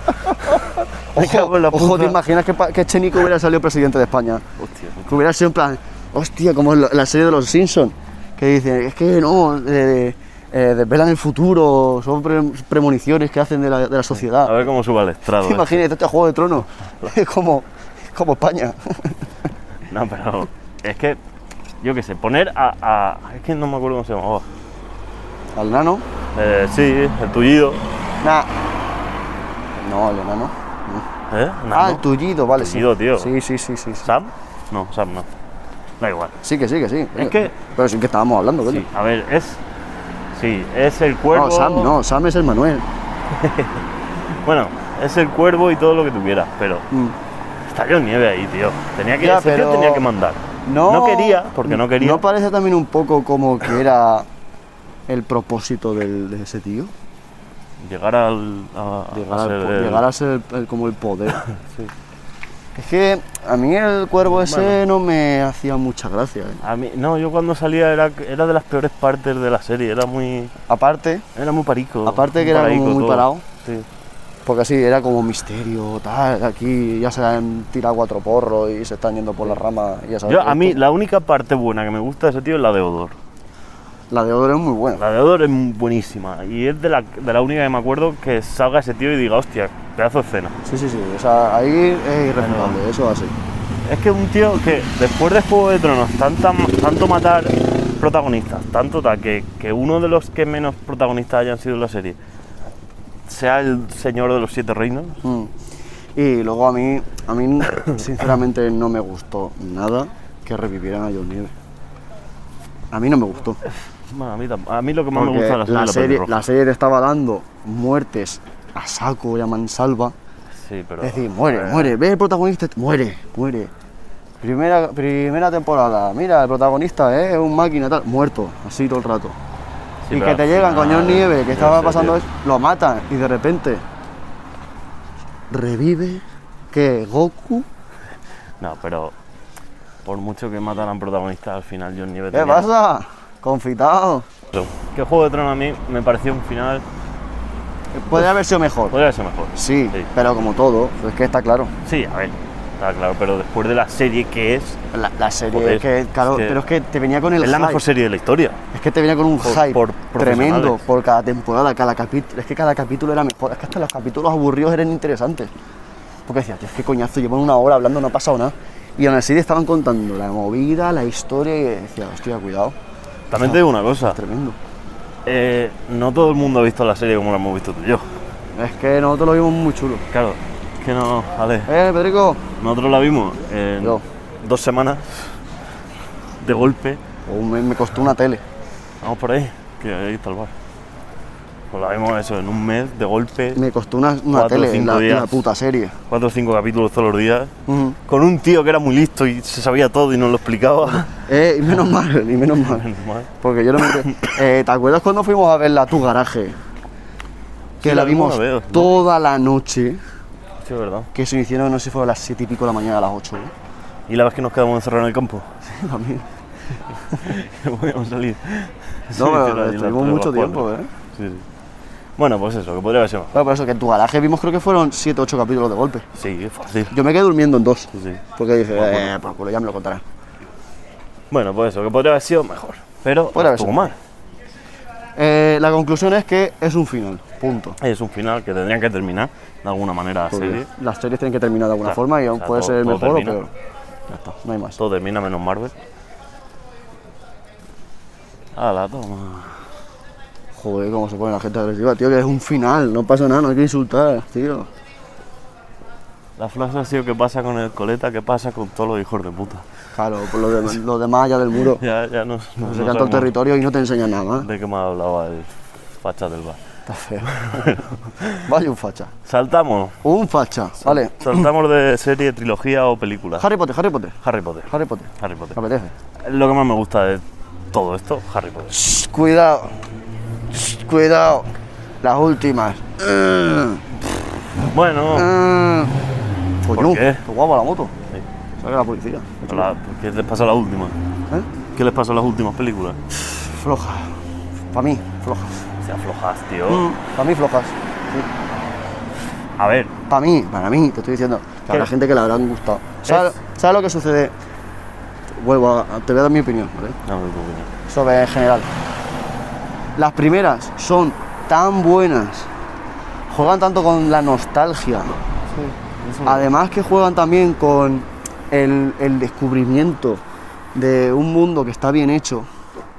Speaker 2: Me cago
Speaker 1: Ojo,
Speaker 2: en la
Speaker 1: ojo,
Speaker 2: puta.
Speaker 1: ¿te imaginas que, pa- que Chenico hubiera salido presidente de España?
Speaker 2: Hostia, puta.
Speaker 1: Que Pues hubiera sido en plan, hostia, como en lo- la serie de los Simpsons, que dicen, es que no, eh, eh, desvelan el futuro, son pre- premoniciones que hacen de la, de la
Speaker 2: A
Speaker 1: sociedad.
Speaker 2: ver cómo sube al estrado.
Speaker 1: ¿Te
Speaker 2: eh.
Speaker 1: imaginas, esto es Juego de Tronos, es como, es como España.
Speaker 2: No, pero es que, yo qué sé, poner a, a- Es que no me acuerdo cómo se llamaba.
Speaker 1: ¿Al nano?
Speaker 2: Eh, sí, el tullido.
Speaker 1: Nah. No, al enano.
Speaker 2: ¿Eh?
Speaker 1: Ah,
Speaker 2: Nando.
Speaker 1: el tullido, vale, sí.
Speaker 2: Tullido, tío.
Speaker 1: Sí, sí, sí, sí. sí.
Speaker 2: ¿Sam? No, Sam no. Da igual.
Speaker 1: Sí, que sí, que sí.
Speaker 2: Es que-
Speaker 1: Pero sí que estábamos hablando, coño.
Speaker 2: Sí, a ver, es. Sí, es el cuervo.
Speaker 1: No, Sam, no, Sam es el Manuel.
Speaker 2: Bueno, es el cuervo y todo lo que tú quieras, pero.
Speaker 1: Mm.
Speaker 2: Estalló nieve ahí, tío. Tenía que,
Speaker 1: Ya,
Speaker 2: ese tío
Speaker 1: pero-
Speaker 2: tenía que mandar. quería, porque no quería.
Speaker 1: ¿No parece también un poco como que era el propósito del- de ese tío?
Speaker 2: Llegar al. a- a
Speaker 1: Llegar, al
Speaker 2: ser
Speaker 1: po-
Speaker 2: el-
Speaker 1: llegar a ser el- el- como el poder. Es que a mí el cuervo ese no me hacía mucha gracia. ¿eh?
Speaker 2: a mí- no, yo cuando salía era, era de las peores partes de la serie, era muy.
Speaker 1: Aparte,
Speaker 2: Era muy parico.
Speaker 1: Aparte
Speaker 2: muy
Speaker 1: que era como
Speaker 2: paraico
Speaker 1: muy
Speaker 2: todo.
Speaker 1: parado.
Speaker 2: Sí.
Speaker 1: porque así era como misterio, tal, aquí ya se han tirado cuatro porros y se están yendo por las ramas. y ya sabes
Speaker 2: Yo,
Speaker 1: que
Speaker 2: a mí,
Speaker 1: esto-
Speaker 2: la única parte buena que me gusta de ese tío es la de Odor.
Speaker 1: la de oro es muy buena.
Speaker 2: La de Odor es buenísima. Y es de la, de la única que me acuerdo que salga ese tío y diga, hostia, pedazo de escena.
Speaker 1: Sí, sí, sí, o sea, ahí es irrefutable, eso es así.
Speaker 2: Es que un tío que después de Juego de Tronos, tanta, tanto matar protagonistas, tanto tal, que, que uno de los que menos protagonistas hayan sido en la serie sea el señor de los siete reinos.
Speaker 1: Mm. Y luego a mí, a mí sinceramente no me gustó nada que revivieran a John Nieve. A mí no me gustó.
Speaker 2: Bueno, a mí, tam- a mí lo que más
Speaker 1: porque
Speaker 2: me gusta de la serie es la
Speaker 1: serie,
Speaker 2: pelirroja.
Speaker 1: la serie te estaba dando muertes a saco y a mansalva.
Speaker 2: Sí, pero...
Speaker 1: Es decir, muere, muere, ve el protagonista, muere, muere. Primera, primera temporada, mira, el protagonista ¿eh? es un máquina tal, muerto, así todo el rato.
Speaker 2: Sí,
Speaker 1: y
Speaker 2: pero
Speaker 1: que
Speaker 2: al
Speaker 1: te llegan con
Speaker 2: final-
Speaker 1: John Nieve,
Speaker 2: yo
Speaker 1: que estaba
Speaker 2: sé,
Speaker 1: pasando
Speaker 2: tío.
Speaker 1: eso, lo matan y de repente revive que Goku
Speaker 2: No, pero por mucho que mataran protagonistas, al final John Nieve
Speaker 1: ¿Qué
Speaker 2: tenía-
Speaker 1: pasa? Confitado.
Speaker 2: Que Juego de Tronos a mí me pareció un final...
Speaker 1: Podría haber sido mejor.
Speaker 2: Podría ser mejor.
Speaker 1: Sí,
Speaker 2: Pues Sí.
Speaker 1: pero como todo, es que está claro.
Speaker 2: Sí, a ver, está claro, pero después de la serie que es...
Speaker 1: La, la serie
Speaker 2: Joder,
Speaker 1: es que, claro,
Speaker 2: Pues es que-
Speaker 1: pero es que te venía con el
Speaker 2: Es la
Speaker 1: hype.
Speaker 2: mejor serie de la historia.
Speaker 1: Es que te venía con un
Speaker 2: por-
Speaker 1: hype
Speaker 2: por
Speaker 1: tremendo
Speaker 2: profesionales.
Speaker 1: por cada temporada, cada capítulo. Es que cada capítulo era mejor. Es que hasta los capítulos aburridos eran interesantes. Porque decías, tío, es que coñazo, llevan una hora hablando, no ha pasado nada. Y aún así te estaban contando la movida, la historia, y decía, hostia, cuidado,
Speaker 2: También te digo una cosa.
Speaker 1: tremendo.
Speaker 2: Eh, no todo el mundo ha visto la serie como la hemos visto tú y yo.
Speaker 1: Es que nosotros lo vimos muy chulo.
Speaker 2: Claro, es que no, Ale.
Speaker 1: Eh, Pedrico,
Speaker 2: Nosotros la vimos en
Speaker 1: Yo.
Speaker 2: dos semanas, de golpe.
Speaker 1: Oh, me, me costó una tele.
Speaker 2: Vamos por ahí, que ahí está el bar. Pues la vimos eso, en un mes, de golpe,
Speaker 1: Me costó una, una
Speaker 2: Cuatro,
Speaker 1: tele,
Speaker 2: cinco
Speaker 1: la,
Speaker 2: días.
Speaker 1: la puta serie.
Speaker 2: cuatro o cinco capítulos todos los días, con un tío que era muy listo y se sabía todo y nos lo explicaba.
Speaker 1: Eh, y menos mal, y menos mal.
Speaker 2: Menos mal.
Speaker 1: Porque yo no me... cre- Eh, ¿Te acuerdas cuando fuimos a verla a tu garaje? Que la
Speaker 2: Sí, la vimos,
Speaker 1: vimos
Speaker 2: la veo, ¿no?
Speaker 1: toda la noche,
Speaker 2: Sí, es verdad.
Speaker 1: que se hicieron, no sé si fue a las 7 y pico de la mañana, a las 8.
Speaker 2: Y la vez que nos quedamos encerrados en el campo,
Speaker 1: También.
Speaker 2: no podíamos salir.
Speaker 1: No,
Speaker 2: Sí,
Speaker 1: pero
Speaker 2: era de las
Speaker 1: estuvimos
Speaker 2: tres o
Speaker 1: mucho
Speaker 2: las cuatro.
Speaker 1: tiempo, ¿eh?
Speaker 2: Sí, sí. Bueno, pues eso, que podría haber sido mejor.
Speaker 1: Claro, por eso que en tu garaje vimos creo que fueron 7 8 capítulos de golpe.
Speaker 2: Sí, fácil.
Speaker 1: Yo me quedé durmiendo en dos.
Speaker 2: Sí, sí.
Speaker 1: Porque dije,
Speaker 2: Bueno,
Speaker 1: eh, por culo, ya me lo contarán.
Speaker 2: Bueno, pues eso, que podría haber sido mejor. Pero
Speaker 1: Podría haber
Speaker 2: poco
Speaker 1: sido
Speaker 2: más.
Speaker 1: Eh, la conclusión es que es un final, punto.
Speaker 2: Es un final que tendrían que terminar de alguna manera la
Speaker 1: Porque
Speaker 2: serie.
Speaker 1: Las series tienen que terminar de alguna
Speaker 2: Claro,
Speaker 1: forma y aún
Speaker 2: o sea,
Speaker 1: puede
Speaker 2: todo-
Speaker 1: ser
Speaker 2: todo
Speaker 1: mejor
Speaker 2: termina.
Speaker 1: o peor. Ya está, no hay más.
Speaker 2: Todo termina menos Marvel. A la toma.
Speaker 1: Joder, cómo se pone la gente agresiva, tío, que es un final, no pasa nada, no hay que insultar, tío.
Speaker 2: La frase ha sido que pasa con el coleta, que pasa con todos los hijos de puta.
Speaker 1: Claro, por lo, de, lo demás allá del muro.
Speaker 2: Ya, ya no, no,
Speaker 1: Se
Speaker 2: no
Speaker 1: canta el
Speaker 2: sabemos
Speaker 1: territorio y no te enseña nada más.
Speaker 2: de qué me hablaba el facha del bar.
Speaker 1: Está feo. Vaya un facha.
Speaker 2: Saltamos.
Speaker 1: Un facha. Vale.
Speaker 2: Saltamos de serie, trilogía o película.
Speaker 1: Harry Potter, Harry Potter.
Speaker 2: Harry Potter.
Speaker 1: Harry Potter.
Speaker 2: Harry
Speaker 1: ¿Te
Speaker 2: Potter.
Speaker 1: apetece?
Speaker 2: Lo que más me gusta de todo esto, Harry Potter.
Speaker 1: Shh, cuidado. Shh, cuidado. Las últimas. Ah.
Speaker 2: Bueno,
Speaker 1: Mm. Coño,
Speaker 2: qué?
Speaker 1: Pues guapa la moto.
Speaker 2: Sí.
Speaker 1: Saca la policía.
Speaker 2: la- ¿qué les pasa a la última?
Speaker 1: ¿Eh?
Speaker 2: ¿Qué les pasa a las últimas películas?
Speaker 1: Floja. Para mí, flojas.
Speaker 2: Se aflojas, tío.
Speaker 1: Para mí, flojas.
Speaker 2: A ver,
Speaker 1: Para mí, para mí, te estoy diciendo. Que a la
Speaker 2: ¿Qué?
Speaker 1: gente que le habrán gustado. ¿Sabes, sabes lo que sucede? Vuelvo a. Te voy a dar mi opinión, ¿vale?
Speaker 2: dame tu opinión.
Speaker 1: sobre en general. Las primeras son tan buenas, juegan tanto con la nostalgia, además que juegan también con el, el descubrimiento de un mundo que está bien hecho.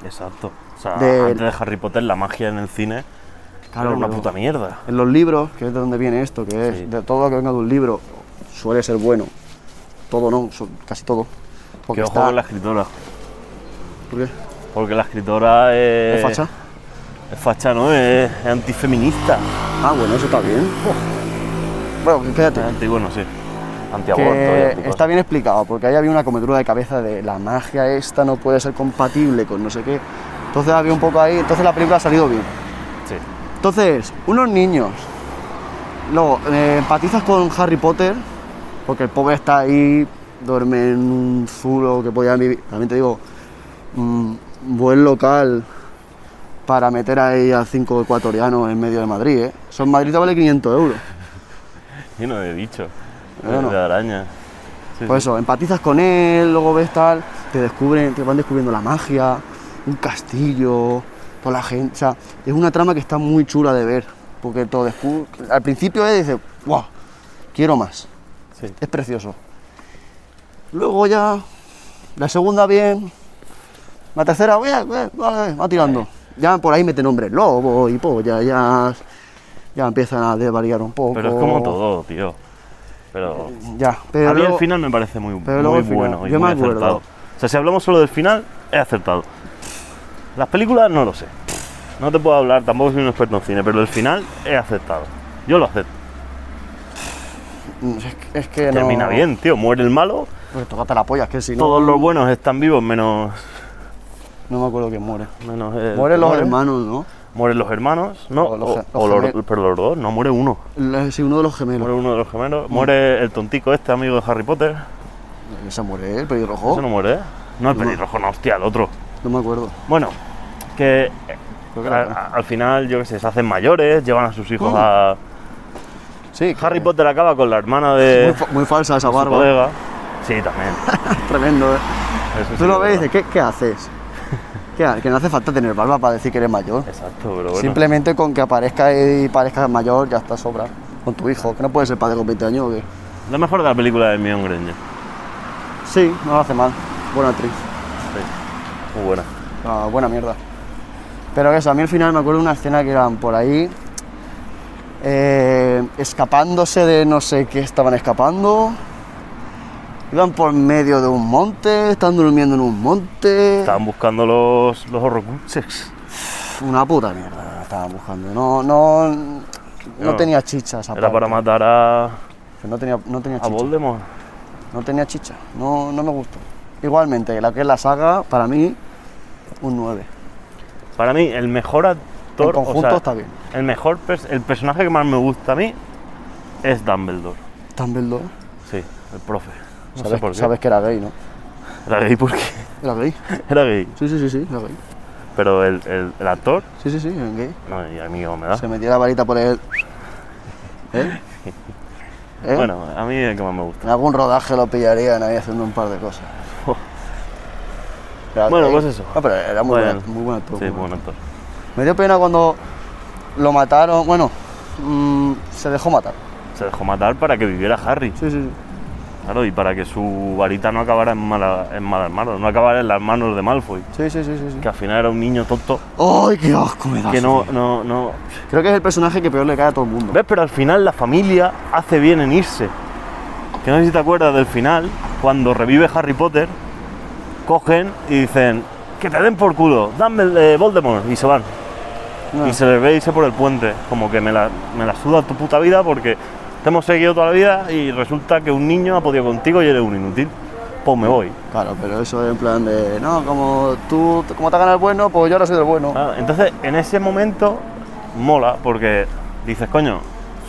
Speaker 2: Exacto. O sea,
Speaker 1: De-
Speaker 2: antes de Harry Potter, la magia en el cine era una
Speaker 1: pero
Speaker 2: puta mierda.
Speaker 1: En los libros, que es de donde viene esto, que es
Speaker 2: Sí.
Speaker 1: de todo lo que venga de un libro, suele ser bueno. Todo no, so- casi todo.
Speaker 2: Que
Speaker 1: Porque
Speaker 2: ojo
Speaker 1: está-
Speaker 2: con la escritora.
Speaker 1: ¿Por qué?
Speaker 2: Porque la escritora es.
Speaker 1: ¿Es facha?
Speaker 2: Es facha, ¿no? Es, es antifeminista.
Speaker 1: Ah, bueno, eso está bien.
Speaker 2: Oh.
Speaker 1: Bueno, fíjate.
Speaker 2: Es anti, bueno, sí. Antiaborto. y
Speaker 1: que
Speaker 2: anti-
Speaker 1: está bien explicado, porque ahí había una cometura de cabeza de la magia esta no puede ser compatible con no sé qué. Entonces había un poco ahí, entonces la película ha salido bien.
Speaker 2: Sí.
Speaker 1: Entonces, unos niños, luego eh, empatizas con Harry Potter, porque el pobre está ahí, duerme en un zulo que podía vivir, también te digo, mm, buen local para meter ahí a cinco ecuatorianos en medio de Madrid, ¿eh? Eso en Madrid te vale 500 euros.
Speaker 2: Lleno de bichos.
Speaker 1: Bueno.
Speaker 2: De araña. Sí,
Speaker 1: Pues
Speaker 2: sí.
Speaker 1: eso, empatizas con él, luego ves tal, te descubren, te van descubriendo la magia, un castillo, toda la gente. O sea, es una trama que está muy chula de ver, porque todo descu- Al principio eh, dices, ¡guau! Quiero más,
Speaker 2: Sí.
Speaker 1: es precioso. Luego ya, la segunda bien, la tercera, "Bueh, bueh, bueh", va tirando. Ya por ahí meten nombres lobo y polla, ya, ya empiezan a desvariar un poco.
Speaker 2: Pero es como todo, tío. Pero.
Speaker 1: Ya, pero.
Speaker 2: a mí el
Speaker 1: luego-
Speaker 2: final me parece muy,
Speaker 1: pero
Speaker 2: muy
Speaker 1: luego el final.
Speaker 2: bueno y
Speaker 1: Yo
Speaker 2: muy
Speaker 1: me acuerdo.
Speaker 2: acertado. O sea, si hablamos solo del final, es acertado. Las películas no lo sé. No te puedo hablar, tampoco soy un experto en cine, pero el final es acertado. Yo lo acepto.
Speaker 1: mm, Es que, es que no-
Speaker 2: Termina bien, tío. Muere el malo,
Speaker 1: Pues tócate la polla, es que si no.
Speaker 2: todos los buenos están vivos, menos.
Speaker 1: No me acuerdo quién muere.
Speaker 2: menos el
Speaker 1: Mueren los
Speaker 2: pobre.
Speaker 1: hermanos, ¿no?
Speaker 2: Mueren los hermanos, no.
Speaker 1: O los
Speaker 2: o-
Speaker 1: ge-
Speaker 2: o
Speaker 1: los
Speaker 2: los-
Speaker 1: gemel-
Speaker 2: pero los dos, no, muere uno.
Speaker 1: El- Sí, uno de los
Speaker 2: Muere
Speaker 1: gemelos.
Speaker 2: uno de los
Speaker 1: Mm.
Speaker 2: gemelos. Muere el tontico este, amigo de Harry Potter.
Speaker 1: Se muere el pelirrojo.
Speaker 2: Ese no
Speaker 1: ¿Oh? No,
Speaker 2: muere, ¿eh? No, el pelirrojo, no, hostia, el otro.
Speaker 1: me acuerdo.
Speaker 2: Bueno, que, eh,
Speaker 1: Creo que
Speaker 2: a-
Speaker 1: era
Speaker 2: a- al final, yo qué sé, se hacen mayores, llevan a sus hijos
Speaker 1: Mm.
Speaker 2: a.
Speaker 1: Sí,
Speaker 2: Harry
Speaker 1: que-
Speaker 2: Potter acaba con la hermana
Speaker 1: Muy,
Speaker 2: de
Speaker 1: fa- muy falsa esa
Speaker 2: su
Speaker 1: barba.
Speaker 2: colega. Sí, también.
Speaker 1: Tremendo, ¿eh?
Speaker 2: Eso sí
Speaker 1: Tú lo
Speaker 2: que
Speaker 1: ves
Speaker 2: es
Speaker 1: y dices, ¿qué, qué haces? ¿Qué ha- que no hace falta tener barba para decir que eres mayor.
Speaker 2: verdad. Exacto, pero bueno.
Speaker 1: Simplemente con que aparezca y parezcas mayor ya está sobra. Con tu hijo, que no puede ser padre con 20 años o qué.
Speaker 2: Lo mejor de la película de Mion Granger.
Speaker 1: Sí, no lo hace mal. Buena actriz.
Speaker 2: Muy buena.
Speaker 1: Ah, buena mierda. Pero eso, a mí al final me acuerdo de una escena que eran por ahí, eh, escapándose de no sé qué estaban escapando. Iban por medio de un monte, están durmiendo en un monte.
Speaker 2: Estaban buscando los, los horrocruxes.
Speaker 1: Una puta mierda, estaban buscando. No, no, no,
Speaker 2: No.
Speaker 1: tenía chicha esa
Speaker 2: Era
Speaker 1: parte.
Speaker 2: para matar a, a
Speaker 1: Que No tenía, no tenía chicha.
Speaker 2: Voldemort.
Speaker 1: No tenía chicha. No, no me gustó. Igualmente, la que es la saga, para mí, un 9.
Speaker 2: Para mí, el mejor actor.
Speaker 1: En
Speaker 2: o
Speaker 1: conjunto
Speaker 2: sea,
Speaker 1: está bien.
Speaker 2: El mejor pers- el personaje que más me gusta a mí es Dumbledore.
Speaker 1: Dumbledore.
Speaker 2: Sí, el profe. No sé
Speaker 1: sabes,
Speaker 2: por qué.
Speaker 1: sabes que era gay, ¿no?
Speaker 2: Era gay porque
Speaker 1: Era gay.
Speaker 2: era gay.
Speaker 1: Sí, sí, sí, sí, era gay.
Speaker 2: Pero el, el- el actor,
Speaker 1: Sí, sí, sí, era gay.
Speaker 2: no, y a mí no me da.
Speaker 1: Se metía la varita por el. ¿Eh? ¿Eh?
Speaker 2: Bueno, a mí es el que más me gusta.
Speaker 1: En algún rodaje lo pillarían ahí haciendo un par de cosas. Era
Speaker 2: Oh. Bueno,
Speaker 1: gay.
Speaker 2: pues eso.
Speaker 1: No, pero era muy
Speaker 2: Bueno.
Speaker 1: Pues bueno, muy buen actor,
Speaker 2: Sí,
Speaker 1: muy
Speaker 2: buen actor.
Speaker 1: Me dio pena cuando lo mataron. Bueno, mm, se dejó matar.
Speaker 2: Se dejó matar para que viviera Harry.
Speaker 1: Sí, sí, sí.
Speaker 2: Claro, y para que su varita no acabara en, mala- en malas manos, no acabara en las manos de Malfoy,
Speaker 1: Sí, sí, sí, sí. sí.
Speaker 2: que al final era un niño tonto
Speaker 1: ¡Ay, qué asco me da!
Speaker 2: que
Speaker 1: eso,
Speaker 2: no,
Speaker 1: tío.
Speaker 2: no, no.
Speaker 1: Creo que es el personaje que peor le cae a todo el mundo.
Speaker 2: ¿Ves? Pero al final la familia hace bien en irse. Que no sé si te acuerdas del final, cuando revive Harry Potter, cogen y dicen, que te den por culo, dame el de Voldemort, y se van.
Speaker 1: No.
Speaker 2: Y se les ve irse por el puente, como que me la, me la suda tu puta vida porque te hemos seguido toda la vida y resulta que un niño ha podido contigo y eres un inútil. Pues me voy.
Speaker 1: Claro, pero eso es en plan de, no, como tú, como te ganas el bueno, pues yo ahora soy del bueno.
Speaker 2: Claro, Ah, entonces, en ese momento mola porque dices, coño,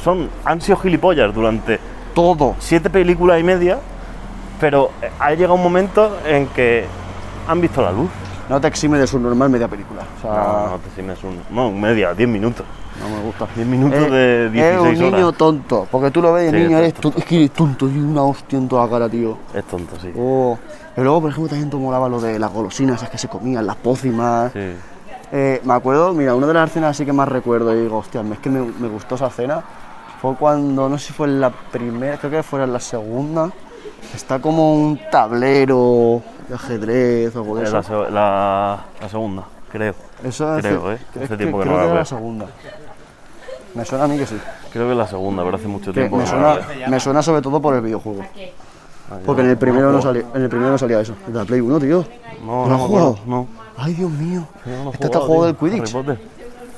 Speaker 2: son, han sido gilipollas durante
Speaker 1: Todo.
Speaker 2: siete películas y media, pero ha llegado un momento en que han visto la luz.
Speaker 1: No te exime de su normal media película. O sea,
Speaker 2: No, no te simes un. No, media, diez minutos.
Speaker 1: no me gusta.
Speaker 2: 10 minutos
Speaker 1: Eh,
Speaker 2: de 16
Speaker 1: Es un niño
Speaker 2: horas.
Speaker 1: tonto, porque tú lo ves y
Speaker 2: Sí,
Speaker 1: el niño
Speaker 2: es
Speaker 1: es,
Speaker 2: tonto,
Speaker 1: tonto, es que eres tonto y una hostia en toda la cara, tío.
Speaker 2: Es tonto, sí.
Speaker 1: Oh. Pero luego, por ejemplo, también te molaba lo de las golosinas, esas que se comían, las pócimas.
Speaker 2: Sí.
Speaker 1: Eh, me acuerdo, mira, una de las escenas sí que más recuerdo y digo, hostia, es que me, me gustó esa escena. Fue cuando, no sé si fue en la primera, creo que fue en la segunda. Está como un tablero de ajedrez o algo de
Speaker 2: Es
Speaker 1: Pues eso.
Speaker 2: la, se- la- la segunda, creo.
Speaker 1: Eso hace-
Speaker 2: creo, ¿eh?
Speaker 1: es
Speaker 2: Hace
Speaker 1: que
Speaker 2: tiempo que no
Speaker 1: creo
Speaker 2: la
Speaker 1: que era
Speaker 2: veo.
Speaker 1: la segunda. Me suena a mí que sí.
Speaker 2: Creo que es la segunda, pero hace mucho
Speaker 1: Que
Speaker 2: tiempo.
Speaker 1: me,
Speaker 2: que no
Speaker 1: suena,
Speaker 2: la veo.
Speaker 1: me suena sobre todo por el videojuego. Porque en el primero no salía, en el primero no salía eso. El de la Play 1, tío.
Speaker 2: No,
Speaker 1: ¿Lo
Speaker 2: no
Speaker 1: has
Speaker 2: me
Speaker 1: jugado?
Speaker 2: acuerdo, no.
Speaker 1: Ay, Dios mío.
Speaker 2: Yo no he
Speaker 1: este está el
Speaker 2: jugado,
Speaker 1: juego
Speaker 2: tío,
Speaker 1: del Quidditch.
Speaker 2: Harry Potter.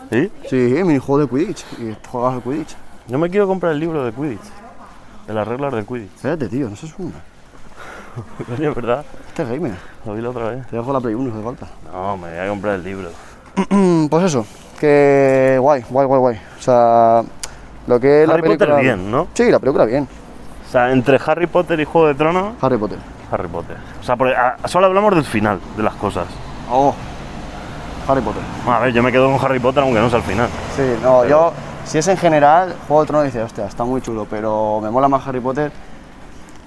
Speaker 2: ¿Sí?
Speaker 1: Sí, es mi juego de Quidditch. Y juegas al Quidditch.
Speaker 2: Yo me quiero comprar el libro de Quidditch. De las reglas del Quidditch.
Speaker 1: Espérate, tío, no seas una.
Speaker 2: Coño, es verdad.
Speaker 1: Este es gamer.
Speaker 2: Lo vi la otra vez.
Speaker 1: Te dejo la Play 1 si hace falta.
Speaker 2: No, me voy a comprar el libro.
Speaker 1: pues eso, que guay, guay, guay, guay. O sea, lo que es la
Speaker 2: Harry Potter
Speaker 1: película...
Speaker 2: bien, ¿no?
Speaker 1: Sí, la película bien.
Speaker 2: O sea, entre Harry Potter y Juego de Tronos,
Speaker 1: Harry Potter.
Speaker 2: Harry Potter. O sea, por- a- solo hablamos del final de las cosas. Ah,
Speaker 1: Oh, Harry Potter.
Speaker 2: A ver, yo me quedo con Harry Potter aunque no sea el final.
Speaker 1: Sí, no, yo, si es en general, Juego de Tronos dice, hostia, está muy chulo, pero me mola más Harry Potter.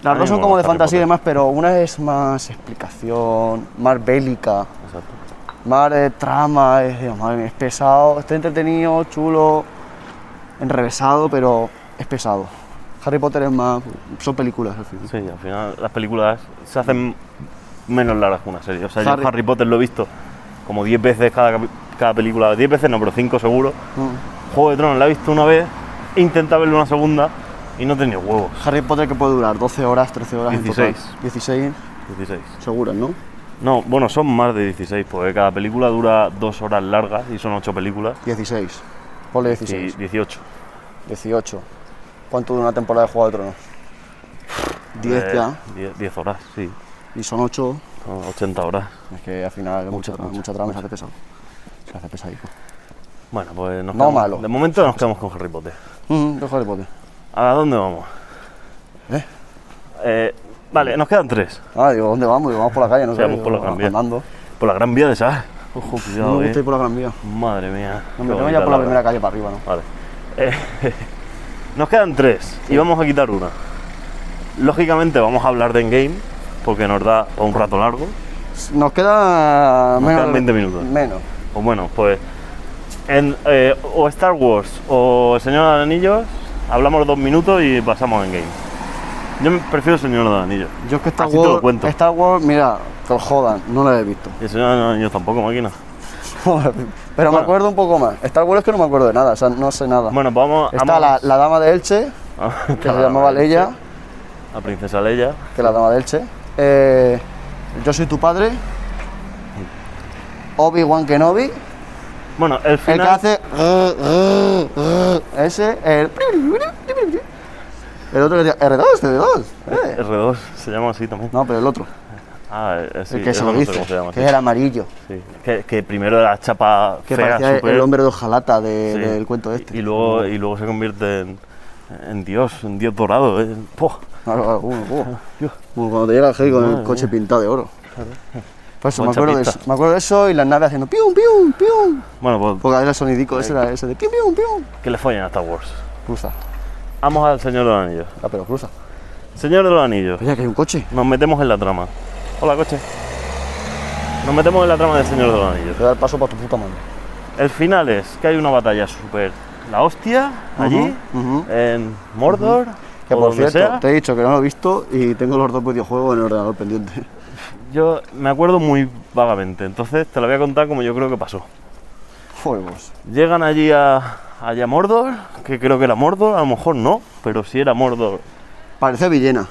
Speaker 2: A
Speaker 1: Las dos
Speaker 2: mí me
Speaker 1: son
Speaker 2: mola
Speaker 1: como de
Speaker 2: Harry
Speaker 1: fantasía y
Speaker 2: Potter.
Speaker 1: demás, pero una es más explicación, más bélica,
Speaker 2: Exacto.
Speaker 1: más de trama, es, Dios, madre mía, es pesado, está entretenido, chulo, enrevesado, pero es pesado. Harry Potter es más, son películas al final.
Speaker 2: Sí, al final las películas se hacen menos largas que una serie. O sea, yo
Speaker 1: Harry-
Speaker 2: Harry, Potter lo he visto como 10 veces cada, capi- cada película. 10 veces no, pero 5 seguro.
Speaker 1: Mm.
Speaker 2: Juego de Tronos la he visto una vez, he intentado verlo una segunda y no tenía huevos.
Speaker 1: Harry Potter que puede durar 12 horas, 13 horas en
Speaker 2: 16.
Speaker 1: total. 16
Speaker 2: 16.
Speaker 1: seguras, ¿no?
Speaker 2: No, bueno, son más de 16, porque cada película dura 2 horas largas y son 8 películas.
Speaker 1: 16. Ponle
Speaker 2: Y
Speaker 1: 16.
Speaker 2: 18.
Speaker 1: 18. ¿Cuánto dura una temporada de Juego de Tronos? 10
Speaker 2: Eh,
Speaker 1: ya.
Speaker 2: 10, 10 horas, sí.
Speaker 1: Y son 8.
Speaker 2: Son 80 horas.
Speaker 1: Es que al final mucha,
Speaker 2: Mucha,
Speaker 1: mucha,
Speaker 2: mucha,
Speaker 1: trama se hace pesado. Se hace pesadico.
Speaker 2: Bueno, pues nos
Speaker 1: No
Speaker 2: quedamos-
Speaker 1: malo.
Speaker 2: De momento nos quedamos con Harry Potter.
Speaker 1: Mm, de Harry Potter.
Speaker 2: ¿A dónde vamos?
Speaker 1: ¿Eh?
Speaker 2: Eh, vale, nos quedan tres.
Speaker 1: Ah, digo, ¿dónde vamos? Digo, vamos por la calle, no sé.
Speaker 2: Sí, vamos por la
Speaker 1: digo,
Speaker 2: Gran Vía.
Speaker 1: Andando.
Speaker 2: Por la Gran Vía de Sá. Ojo,
Speaker 1: No
Speaker 2: cuidado,
Speaker 1: me gusta
Speaker 2: eh.
Speaker 1: ir por la Gran Vía.
Speaker 2: Madre mía.
Speaker 1: No,
Speaker 2: qué
Speaker 1: me tengo
Speaker 2: bonita
Speaker 1: ya por la
Speaker 2: la
Speaker 1: primera calle para arriba, ¿no?
Speaker 2: Vale. Eh, nos quedan tres y vamos a quitar una. Lógicamente vamos a hablar de Endgame porque nos da pa' un rato largo.
Speaker 1: Nos queda menos...
Speaker 2: quedan 20 minutos.
Speaker 1: Menos.
Speaker 2: O bueno, pues en, eh, o Star Wars o El Señor de los Anillos, hablamos dos minutos y pasamos en game. Yo me- prefiero El Señor de los Anillos.
Speaker 1: Yo es que Star
Speaker 2: Así te
Speaker 1: Wars...
Speaker 2: lo cuento.
Speaker 1: Star Wars, mira, que lo jodan, no la he visto.
Speaker 2: Y El Señor de los Anillos tampoco, máquina.
Speaker 1: Pero me acuerdo un poco más. Star Wars es que no me acuerdo de nada, o sea, no sé nada.
Speaker 2: Bueno, pues vamos
Speaker 1: Está la,
Speaker 2: vamos- Ah,
Speaker 1: la dama de Elche, que se llamaba Leia,
Speaker 2: La princesa Leia.
Speaker 1: que es la dama de Elche. Eh, Yo soy tu padre. Obi-Wan Kenobi.
Speaker 2: Bueno, el
Speaker 1: El que
Speaker 2: final.
Speaker 1: hace... eh, Ese, el... El otro que decía, R2, R2. eh.
Speaker 2: R2 se llama así también.
Speaker 1: No, pero el otro,
Speaker 2: Ah, eh, sí,
Speaker 1: el que
Speaker 2: eso
Speaker 1: se lo
Speaker 2: no sé
Speaker 1: dice,
Speaker 2: cómo se llama,
Speaker 1: que
Speaker 2: sí.
Speaker 1: es el amarillo,
Speaker 2: Sí, Que, que primero era chapa
Speaker 1: que
Speaker 2: fea,
Speaker 1: parecía
Speaker 2: super,
Speaker 1: el hombre de hojalata de-
Speaker 2: sí.
Speaker 1: del cuento este.
Speaker 2: Y, y luego, y luego se convierte en, en Dios, en Dios dorado. eh. Puh.
Speaker 1: Claro, claro, uh, uh. Como cuando te llega el jefe con el
Speaker 2: Madre
Speaker 1: coche pintado de oro. Pues eso, me
Speaker 2: Mucha
Speaker 1: acuerdo de
Speaker 2: pista.
Speaker 1: eso. Me acuerdo de eso y las naves haciendo pium, pium, pium.
Speaker 2: Bueno, pues
Speaker 1: Porque era el sonidico ese, era ese de pium, pium, pium.
Speaker 2: que le follen a Star Wars.
Speaker 1: Cruza.
Speaker 2: Vamos al Señor de los Anillos.
Speaker 1: Ah, pero cruza.
Speaker 2: Señor de los Anillos,
Speaker 1: Oye, que hay un coche.
Speaker 2: nos metemos en la trama. Hola, coche. Nos metemos en la trama del Señor de los Anillos.
Speaker 1: Te da el paso para tu puta madre.
Speaker 2: El final es que hay una batalla súper la hostia allí,
Speaker 1: ujú.
Speaker 2: en Mordor.
Speaker 1: Que
Speaker 2: o
Speaker 1: por
Speaker 2: donde
Speaker 1: cierto,
Speaker 2: sea.
Speaker 1: te he dicho que no lo he visto y tengo los dos videojuegos en el ordenador pendiente.
Speaker 2: Yo me acuerdo muy vagamente, entonces te lo voy a contar como yo creo que pasó.
Speaker 1: Juegos.
Speaker 2: Llegan allí a, allá a Mordor, que creo que era Mordor, a lo mejor no, pero si era Mordor,
Speaker 1: Parece Villena.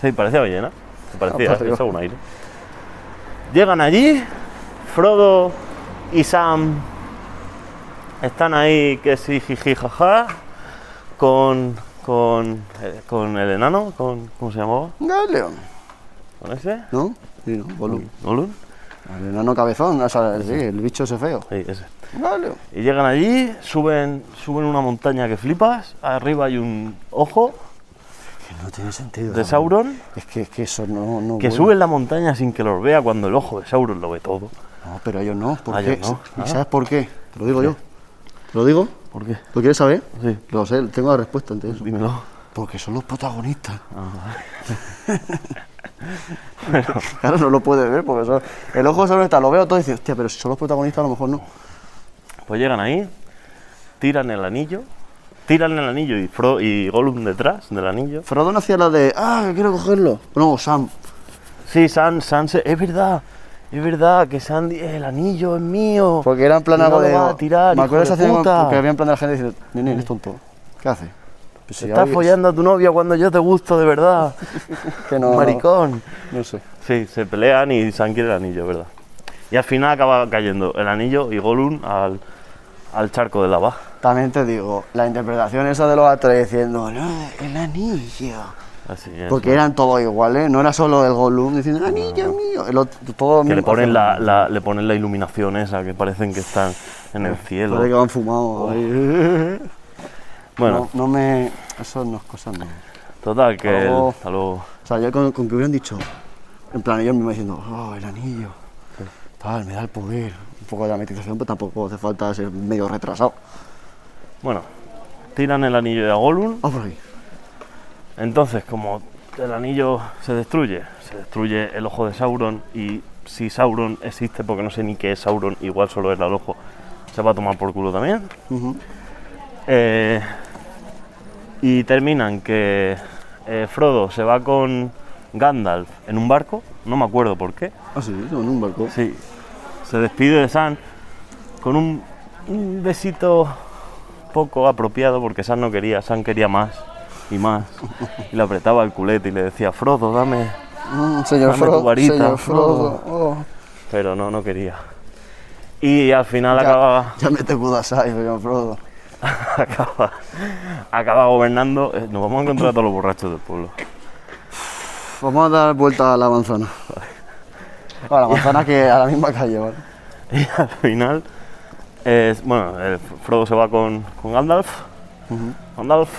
Speaker 2: sí, parecía Ballena, se parecía,
Speaker 1: Ah,
Speaker 2: es algún aire. Llegan allí, Frodo y Sam están ahí, que sí, jiji, jaja, con, con, eh, con el enano, con, ¿cómo se llamaba?
Speaker 1: León.
Speaker 2: ¿Con ese?
Speaker 1: ¿No? Sí, no, Gollum.
Speaker 2: ¿Gollum?
Speaker 1: El enano cabezón, o sea, sí, el bicho ese feo.
Speaker 2: Sí, ese.
Speaker 1: León.
Speaker 2: Y llegan allí, suben, suben una montaña que flipas, arriba hay un ojo
Speaker 1: Que no tiene sentido.
Speaker 2: de
Speaker 1: tampoco.
Speaker 2: Sauron
Speaker 1: Es que, es que eso no. no
Speaker 2: que
Speaker 1: vuela.
Speaker 2: sube la montaña sin que los vea cuando el ojo de Sauron lo ve todo.
Speaker 1: No, pero ellos no. ¿Por
Speaker 2: Ah,
Speaker 1: qué?
Speaker 2: ellos no.
Speaker 1: ¿Y
Speaker 2: Ah.
Speaker 1: sabes por qué? Te lo digo yo. ¿Te lo digo?
Speaker 2: ¿Por qué?
Speaker 1: ¿Lo quieres saber?
Speaker 2: Sí.
Speaker 1: Lo sé, tengo la respuesta ante eso.
Speaker 2: Dímelo.
Speaker 1: Porque son los protagonistas. Ah. Claro, no lo puedes ver porque son- el ojo solo está, lo veo todo y dices, hostia, pero si son los protagonistas a lo mejor no.
Speaker 2: Pues llegan ahí, tiran el anillo, tiran el anillo y, Fro y Gollum detrás del anillo.
Speaker 1: Frodo no hacía la de, ah, que quiero cogerlo. No, Sam.
Speaker 2: Sí, San, San, se- es verdad, es verdad que Sandy, el anillo es mío.
Speaker 1: Porque era en plan
Speaker 2: No
Speaker 1: algo
Speaker 2: lo
Speaker 1: de. "Oh,
Speaker 2: va a tirar,
Speaker 1: me
Speaker 2: hijo
Speaker 1: acuerdo
Speaker 2: de
Speaker 1: esa escena
Speaker 2: puta.
Speaker 1: con- que había en plan de la gente diciendo, Nini, eres tonto. ¿Qué haces? Pues
Speaker 2: Te
Speaker 1: si
Speaker 2: estás
Speaker 1: ya-
Speaker 2: follando a tu novia cuando yo te gusto de verdad,
Speaker 1: Que no, no.
Speaker 2: maricón.
Speaker 1: No, sé.
Speaker 2: Sí, se pelean y Sam quiere el anillo, ¿verdad? Y al final acaba cayendo el anillo y Gollum al, al charco de lava.
Speaker 1: También te digo, la interpretación esa de los atres diciendo, no, el anillo.
Speaker 2: Así es.
Speaker 1: Porque eran todos iguales, no era solo el Gollum diciendo, anillo mío. El otro, todo
Speaker 2: que le ponen la, la- le ponen la iluminación esa, que parecen que están en el cielo.
Speaker 1: Parece Pues que van fumados. ahí.
Speaker 2: Bueno,
Speaker 1: No, no me. Eso no es cosa mía.
Speaker 2: total, que el-
Speaker 1: Oh.
Speaker 2: hasta luego.
Speaker 1: O sea, ya con, con que hubieran dicho, en plan, ellos mismos diciendo, oh, el anillo, tal, me da el poder. Un poco de dramatización, pero tampoco hace falta ser medio retrasado.
Speaker 2: Bueno, tiran el anillo de
Speaker 1: Vamos
Speaker 2: Gollum.
Speaker 1: Ah, por aquí.
Speaker 2: Entonces, como el anillo se destruye, se destruye el ojo de Sauron. Y si Sauron existe, porque no sé ni qué es Sauron, igual solo era el ojo, se va a tomar por culo también.
Speaker 1: Ujú.
Speaker 2: Eh, y terminan que eh, Frodo se va con Gandalf en un barco, no me acuerdo por qué.
Speaker 1: Ah, sí, en un barco.
Speaker 2: Sí. Se despide de San con un, un besito poco apropiado porque San no quería, San quería más y más. Y le apretaba el culete y le decía, Frodo, dame.
Speaker 1: Mm, señor
Speaker 2: Dame tu
Speaker 1: Frodo.
Speaker 2: varita,
Speaker 1: señor
Speaker 2: Frodo.
Speaker 1: Frodo. oh.
Speaker 2: Pero no, no quería. Y al final
Speaker 1: Ya,
Speaker 2: acaba,
Speaker 1: ya me te Kudasai, señor Frodo.
Speaker 2: acaba, acaba gobernando. Eh, Nos vamos a encontrar a todos los borrachos del pueblo.
Speaker 1: Vamos a dar vuelta a la manzana. A la manzana que a la misma calle, ¿vale?
Speaker 2: Y al final, eh, bueno, eh, Frodo se va con, con Gandalf. Gandalf.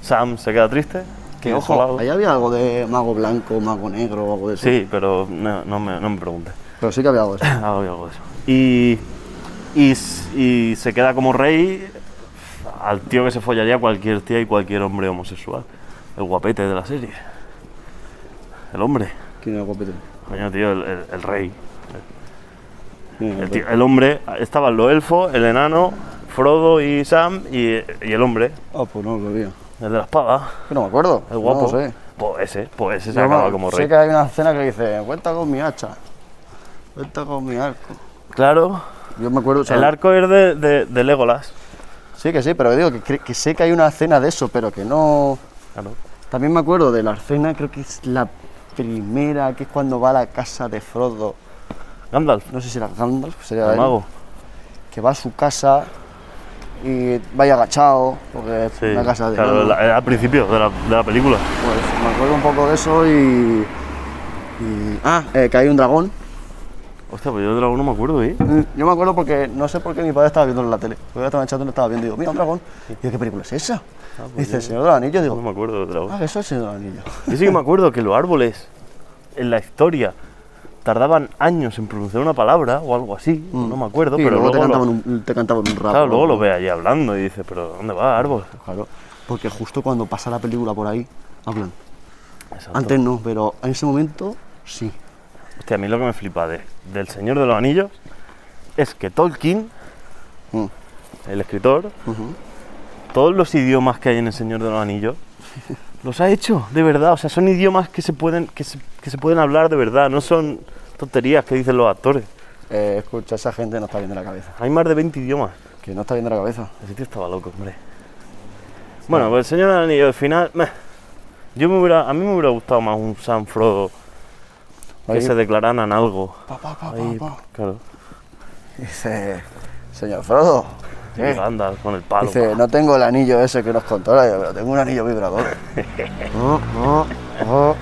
Speaker 2: Sam se queda triste.
Speaker 1: Que
Speaker 2: y
Speaker 1: ojo,
Speaker 2: desolado.
Speaker 1: ahí había algo de mago blanco, mago negro o algo de eso.
Speaker 2: Sí, pero no, no me, no me preguntes.
Speaker 1: Pero sí que había algo de eso.
Speaker 2: Hago yo Ah, algo de eso. Y, y, s- y se queda como rey al tío que se follaría a cualquier tía y cualquier hombre homosexual. El guapete de la serie. El hombre.
Speaker 1: ¿Quién era el guapete?
Speaker 2: Coño, tío, el, el- el rey.
Speaker 1: Mira,
Speaker 2: El, tío- el hombre. Estaban los elfos, el enano, Frodo y Sam y, y el hombre,
Speaker 1: Ah, pues no lo veía.
Speaker 2: el de la espada,
Speaker 1: Que no me acuerdo.
Speaker 2: el guapo.
Speaker 1: No lo sé.
Speaker 2: Pues ese, pues ese se
Speaker 1: Yo
Speaker 2: acaba
Speaker 1: no-
Speaker 2: como
Speaker 1: sé
Speaker 2: rey.
Speaker 1: que hay una escena que dice, cuenta con mi hacha, cuenta con mi arco.
Speaker 2: Claro.
Speaker 1: Yo me acuerdo, o sea,
Speaker 2: El arco es de, de, de Legolas.
Speaker 1: Sí, que sí, pero digo que, cre- que sé que hay una escena de eso, pero que no...
Speaker 2: Claro.
Speaker 1: También me acuerdo de la escena, creo que es la primera, que es cuando va a la casa de Frodo,
Speaker 2: Gandalf,
Speaker 1: no sé si era Gandalf, sería
Speaker 2: el
Speaker 1: él,
Speaker 2: mago.
Speaker 1: que va a su casa y vaya agachado, porque es
Speaker 2: Sí,
Speaker 1: una casa de...
Speaker 2: claro,
Speaker 1: enano.
Speaker 2: la- eh, al principio de la, de la película.
Speaker 1: Pues me acuerdo un poco de eso y... y- Ah, eh, que hay un dragón.
Speaker 2: Hostia, pues yo de dragón no me acuerdo, ¿eh?
Speaker 1: Mm, Yo me acuerdo porque no sé por qué mi padre estaba viendo en la tele. Porque yo estaba echando y lo estaba viendo y digo, mira, un dragón. Y yo, ¿qué película es esa? dice, El Señor de los Anillos.
Speaker 2: No
Speaker 1: Digo,
Speaker 2: me acuerdo de dragón.
Speaker 1: ah, que eso es El Señor de los Anillos.
Speaker 2: Yo sí que me acuerdo que los árboles en la historia tardaban años en pronunciar una palabra o algo así, no me acuerdo,
Speaker 1: Y
Speaker 2: pero
Speaker 1: Mm. luego,
Speaker 2: luego,
Speaker 1: te,
Speaker 2: lo,
Speaker 1: cantaban un, te cantaban un rap.
Speaker 2: claro,
Speaker 1: ¿no?
Speaker 2: luego lo ve allí hablando y dice, pero ¿dónde va árbol?
Speaker 1: Claro, porque justo cuando pasa la película por ahí, hablan.
Speaker 2: Exacto.
Speaker 1: Antes no, pero en ese momento sí.
Speaker 2: Hostia, a mí lo que me flipa de, del Señor de los Anillos es que Tolkien,
Speaker 1: Mm.
Speaker 2: el escritor, todos los idiomas que hay en el Señor de los Anillos Los ha hecho, de verdad. O sea, son idiomas que se pueden, que se, que se pueden hablar de verdad. No son tonterías que dicen los actores.
Speaker 1: Eh, escucha, esa gente no está bien de la cabeza.
Speaker 2: Hay más de 20 idiomas.
Speaker 1: Que no está bien de la cabeza.
Speaker 2: El sitio estaba loco, hombre. Bueno, pues el señor del anillo al final. meh. Yo me hubiera, a mí me hubiera gustado más un San Frodo que
Speaker 1: Ahí-
Speaker 2: se declararan algo.
Speaker 1: Pa, pa, pa, pa,
Speaker 2: Ahí,
Speaker 1: pa.
Speaker 2: claro.
Speaker 1: Dice, señor Frodo. ¿qué?".
Speaker 2: Y Gandalf con el palo.
Speaker 1: Dice, no tengo el anillo ese que nos controla, yo, pero tengo un anillo vibrador. Oh, oh,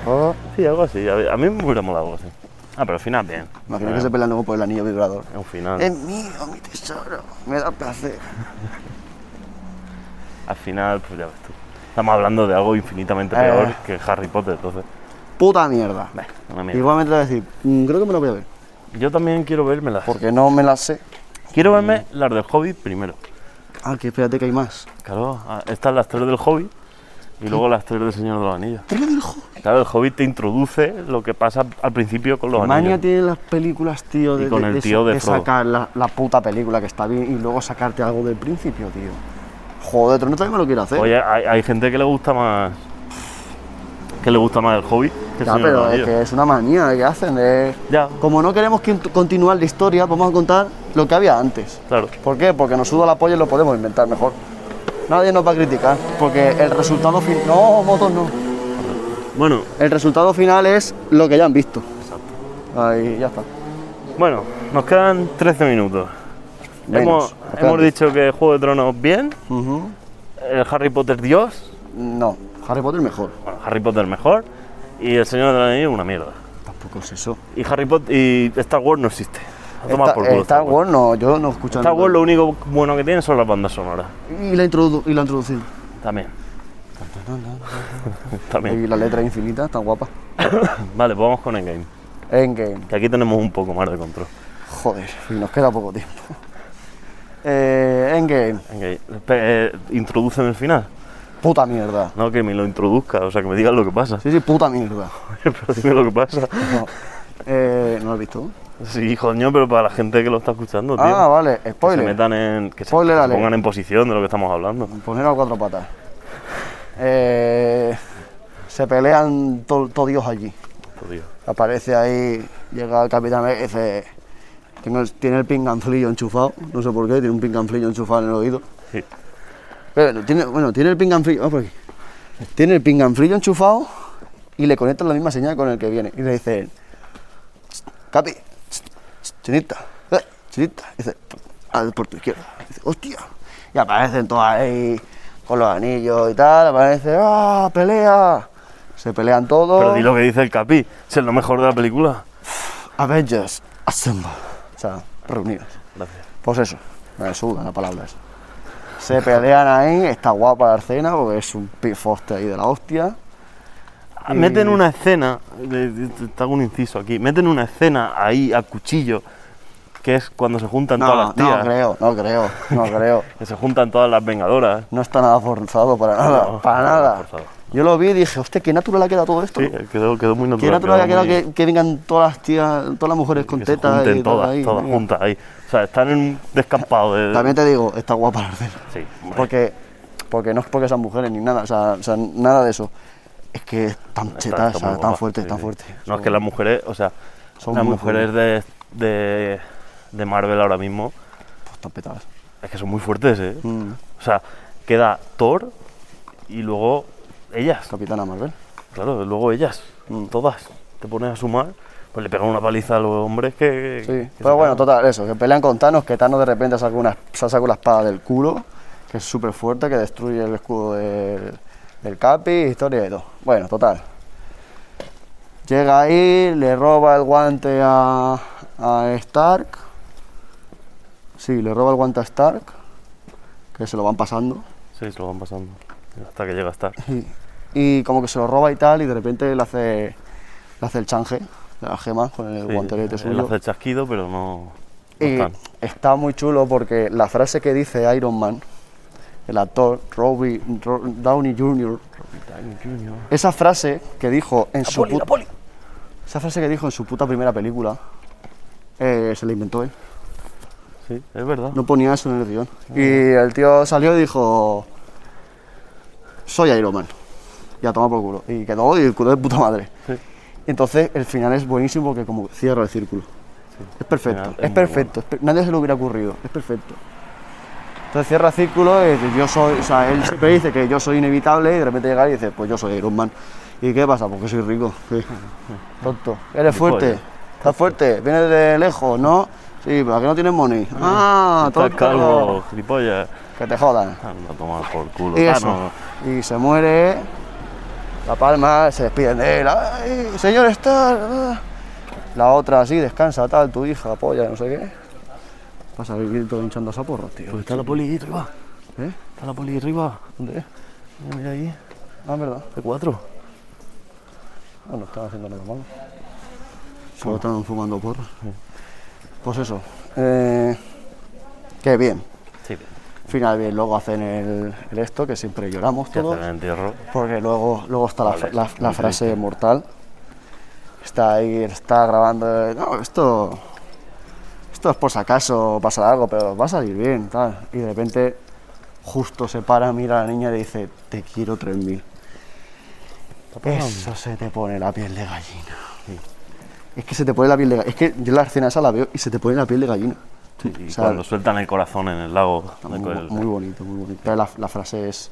Speaker 1: oh, oh.
Speaker 2: Sí, algo así. A a mí me hubiera molado algo así. Ah, pero al final bien.
Speaker 1: Imagino que se pelean luego por el anillo vibrador.
Speaker 2: Es un final.
Speaker 1: Es mío, mi tesoro. Me da placer.
Speaker 2: Al final, pues ya ves tú. Estamos hablando de algo infinitamente
Speaker 1: Eh.
Speaker 2: peor que Harry Potter, entonces.
Speaker 1: Puta mierda.
Speaker 2: meh, una mierda.
Speaker 1: Igualmente te voy a decir, "Mm, creo que me lo voy a ver.
Speaker 2: Yo también quiero verme
Speaker 1: Porque no me la sé.
Speaker 2: Quiero verme las del Hobbit primero.
Speaker 1: Ah, que espérate que hay más.
Speaker 2: Claro, ah, están las tres del Hobbit y luego las tres del Señor de los Anillos.
Speaker 1: ¿Tres del Hobbit?
Speaker 2: Claro, el Hobbit te introduce lo que pasa al principio con los
Speaker 1: Mania
Speaker 2: anillos.
Speaker 1: tiene las películas, tío,
Speaker 2: Y
Speaker 1: de,
Speaker 2: con
Speaker 1: de-
Speaker 2: el
Speaker 1: de
Speaker 2: tío
Speaker 1: sa-
Speaker 2: de
Speaker 1: de
Speaker 2: Frodo.
Speaker 1: sacar la, la puta película que está bien y luego sacarte algo del principio, tío. Joder, tú no también me lo quiero hacer.
Speaker 2: Oye, hay, hay gente que le gusta más que le gusta más el Hobbit que el
Speaker 1: ya,
Speaker 2: Señor de
Speaker 1: pero
Speaker 2: los
Speaker 1: es
Speaker 2: Anillos.
Speaker 1: que es una manía que hacen. de-
Speaker 2: Ya.
Speaker 1: Como no queremos que- continuar la historia, vamos a contar lo que había antes.
Speaker 2: Claro,
Speaker 1: ¿Por qué? Porque nos suda la polla y lo podemos inventar mejor. Nadie nos va a criticar, porque el resultado final... No, motos no.
Speaker 2: bueno,
Speaker 1: El resultado final es lo que ya han visto. Exacto. Ahí ya está.
Speaker 2: bueno, nos quedan 13 minutos.
Speaker 1: Menos,
Speaker 2: hemos
Speaker 1: nos quedan
Speaker 2: hemos
Speaker 1: diez.
Speaker 2: dicho que Juego de Tronos bien,
Speaker 1: Ujú.
Speaker 2: el Harry Potter Dios,
Speaker 1: No, Harry Potter mejor.
Speaker 2: bueno, Harry Potter mejor y el Señor de los Anillos una mierda.
Speaker 1: Tampoco es eso.
Speaker 2: Y Harry Potter y Star Wars no existe. A tomar
Speaker 1: Está, eh,
Speaker 2: por culo
Speaker 1: Star Wars no, yo no escucho
Speaker 2: Star
Speaker 1: nada.
Speaker 2: Wars lo único bueno que tiene son las bandas sonoras.
Speaker 1: Y la, introdu y la introducción.
Speaker 2: También.
Speaker 1: Y
Speaker 2: También.
Speaker 1: la letra infinita, tan guapa.
Speaker 2: Vale, pues vamos con Endgame.
Speaker 1: Endgame.
Speaker 2: Que aquí tenemos un poco más de control.
Speaker 1: Joder, y nos queda poco tiempo. Eh, Endgame.
Speaker 2: Endgame. Pe- eh, Introducen el final.
Speaker 1: Puta mierda.
Speaker 2: No, que me lo introduzca, o sea, que me digan lo que pasa.
Speaker 1: Sí, sí, puta mierda.
Speaker 2: pero dime lo que pasa.
Speaker 1: No, Eh, ¿no lo has visto?
Speaker 2: Sí, coño, pero para la gente que lo está escuchando, tío.
Speaker 1: Ah, vale,
Speaker 2: que se
Speaker 1: spoiler.
Speaker 2: metan en. Que se,
Speaker 1: Spoiler
Speaker 2: que se
Speaker 1: alert.
Speaker 2: pongan en posición de lo que estamos hablando.
Speaker 1: Poner a cuatro patas. Eh, se pelean to- todos Dios allí.
Speaker 2: Pues, tío,
Speaker 1: Aparece ahí, llega el capitán y dice, "Tengo el- tiene el pinganflillo enchufado, no sé por qué, tiene un pinganflillo enchufado en el oído.
Speaker 2: Sí.
Speaker 1: Pero tiene, bueno, tiene el pinganflillo, vamos por aquí. Tiene el pinganflillo enchufado y le conectan la misma señal con el que viene. Y le dice, Capi, tss, tss, chinita, eh, chinita. Y dice, al por tu izquierda. Y dice, hostia. Y aparecen todos ahí con los anillos y tal, aparece, ah, pelea. Se pelean todos.
Speaker 2: Pero di lo que dice el Capi. Si es lo mejor de la película.
Speaker 1: Avengers Assemble. O sea, reunidos.
Speaker 2: Gracias.
Speaker 1: Pues eso, me suda la palabra esa. Se pelean ahí, está guapa la escena porque es un pifoste ahí de la hostia.
Speaker 2: Ah, Meten una escena, de- de- de- te hago un inciso aquí, meten una escena ahí a cuchillo, que es cuando se juntan
Speaker 1: No,
Speaker 2: todas las
Speaker 1: no
Speaker 2: tías,
Speaker 1: creo, no creo, no creo.
Speaker 2: que se juntan todas las vengadoras. ¿eh?
Speaker 1: No está nada forzado para nada,
Speaker 2: No,
Speaker 1: para
Speaker 2: no,
Speaker 1: nada.
Speaker 2: forzado.
Speaker 1: Yo lo vi y dije, hostia, qué natural ha quedado todo esto.
Speaker 2: Sí, quedó, quedó muy
Speaker 1: Qué
Speaker 2: natural.
Speaker 1: natural ha
Speaker 2: quedó
Speaker 1: quedado
Speaker 2: muy-
Speaker 1: que, que vengan todas las tías, todas las mujeres con
Speaker 2: que se
Speaker 1: tetas
Speaker 2: junten
Speaker 1: y todo
Speaker 2: todas,
Speaker 1: ahí.
Speaker 2: todas
Speaker 1: venga.
Speaker 2: juntas ahí. O sea, están en un descampado de...
Speaker 1: También te digo, está guapa la escena.
Speaker 2: Sí, hombre.
Speaker 1: Porque, porque no es porque sean mujeres ni nada, o sea, o sea, nada de eso. Es que es tan
Speaker 2: Está-
Speaker 1: chetas,
Speaker 2: está
Speaker 1: o sea,
Speaker 2: muy
Speaker 1: tan
Speaker 2: guapa,
Speaker 1: fuerte,
Speaker 2: sí,
Speaker 1: tan
Speaker 2: sí.
Speaker 1: fuerte.
Speaker 2: No, es que las mujeres, o sea,
Speaker 1: son
Speaker 2: las
Speaker 1: muy
Speaker 2: mujeres de, de, de Marvel ahora mismo,
Speaker 1: Pues, están petadas.
Speaker 2: es que son muy fuertes, ¿eh?
Speaker 1: Mm.
Speaker 2: O sea, queda Thor y luego ellas,
Speaker 1: Capitana Marvel.
Speaker 2: claro, luego ellas,
Speaker 1: Mm.
Speaker 2: todas, te pones a sumar, pues le pegan una paliza a los hombres que...
Speaker 1: Sí,
Speaker 2: que se
Speaker 1: pero bueno,
Speaker 2: cagan.
Speaker 1: total, eso, que pelean con Thanos, que Thanos de repente saca una, se saca una espada del culo, que es súper fuerte, que destruye el escudo del, del Capi, historia y todo. Bueno, total. Llega ahí, le roba el guante a, a Stark. Sí, le roba el guante a Stark, que se lo van pasando.
Speaker 2: Sí, se lo van pasando, hasta que llega a estar.
Speaker 1: Y, y como que se lo roba y tal, y de repente le hace, le hace el change de las gemas con el guantelete
Speaker 2: Él
Speaker 1: suyo.
Speaker 2: hace el chasquido, pero no... no
Speaker 1: Y
Speaker 2: están.
Speaker 1: está muy chulo porque la frase que dice Iron Man, el actor Robbie Ro- Downey Jr., esa frase que dijo en su
Speaker 2: Poli, la
Speaker 1: puta-
Speaker 2: poli.
Speaker 1: esa frase que dijo en su puta primera película, eh, se la inventó él.
Speaker 2: Sí, es verdad. Ah.
Speaker 1: No ponía eso en el guión. Y el tío salió y dijo, soy Iron Man. y a tomar por culo. Y quedó y el culo de puta madre. Y entonces el final es buenísimo porque como cierra el círculo. Es
Speaker 2: Al
Speaker 1: perfecto,
Speaker 2: final
Speaker 1: es,
Speaker 2: es muy
Speaker 1: perfecto. es per- nadie se lo hubiera ocurrido, es perfecto. Entonces cierra el círculo y dice, yo soy, o sea, él siempre dice que yo soy inevitable y de repente llega y dice, pues yo soy Iron Man. ¿Y qué pasa? Porque soy rico. sí. Tonto. Eres fuerte.
Speaker 2: Joder.
Speaker 1: Estás fuerte. Vienes de lejos, ¿no? Sí, pero aquí no tienes money. Ah,
Speaker 2: Estás
Speaker 1: tonto.
Speaker 2: calvo, gilipollas.
Speaker 1: Que te jodan.
Speaker 2: Anda a tomar por culo.
Speaker 1: Y
Speaker 2: Ah,
Speaker 1: eso.
Speaker 2: no.
Speaker 1: Y se muere. La palma, se despiden de él. ¡Ay, señor Star! ah. La otra así, descansa, tal, tu hija, polla, no sé qué. Vas a vivir todo hinchando a porra, tío.
Speaker 2: Pues está la poli ahí arriba.
Speaker 1: ¿Eh?
Speaker 2: Está la poli ahí arriba.
Speaker 1: ¿Dónde es?
Speaker 2: Mira, mira ahí.
Speaker 1: Ah, es verdad. Ah,
Speaker 2: De cuatro.
Speaker 1: No, no están haciendo nada malo. Solo están fumando porra. Pues eso. Eh, qué bien.
Speaker 2: Sí.
Speaker 1: Final bien, luego hacen el, el esto, que siempre lloramos
Speaker 2: Ya
Speaker 1: todos.
Speaker 2: está en el entierro.
Speaker 1: Porque luego, luego está la,
Speaker 2: Vale,
Speaker 1: la- la
Speaker 2: muy
Speaker 1: frase mortal. Está ahí, está grabando. eh, No, esto. Esto es por si acaso pasará algo, pero va a salir bien, tal. Y de repente, justo se para, mira a la niña y le dice: Te quiero 3000. Eso se te pone la piel de gallina. Es que se te pone la piel de gallina. Es que yo la escena esa la veo y se te pone la piel de gallina.
Speaker 2: Y
Speaker 1: O sea,
Speaker 2: cuando sueltan el corazón en el lago.
Speaker 1: muy,
Speaker 2: con
Speaker 1: bo-
Speaker 2: el-
Speaker 1: muy bonito, muy bonito. Pero la, la frase es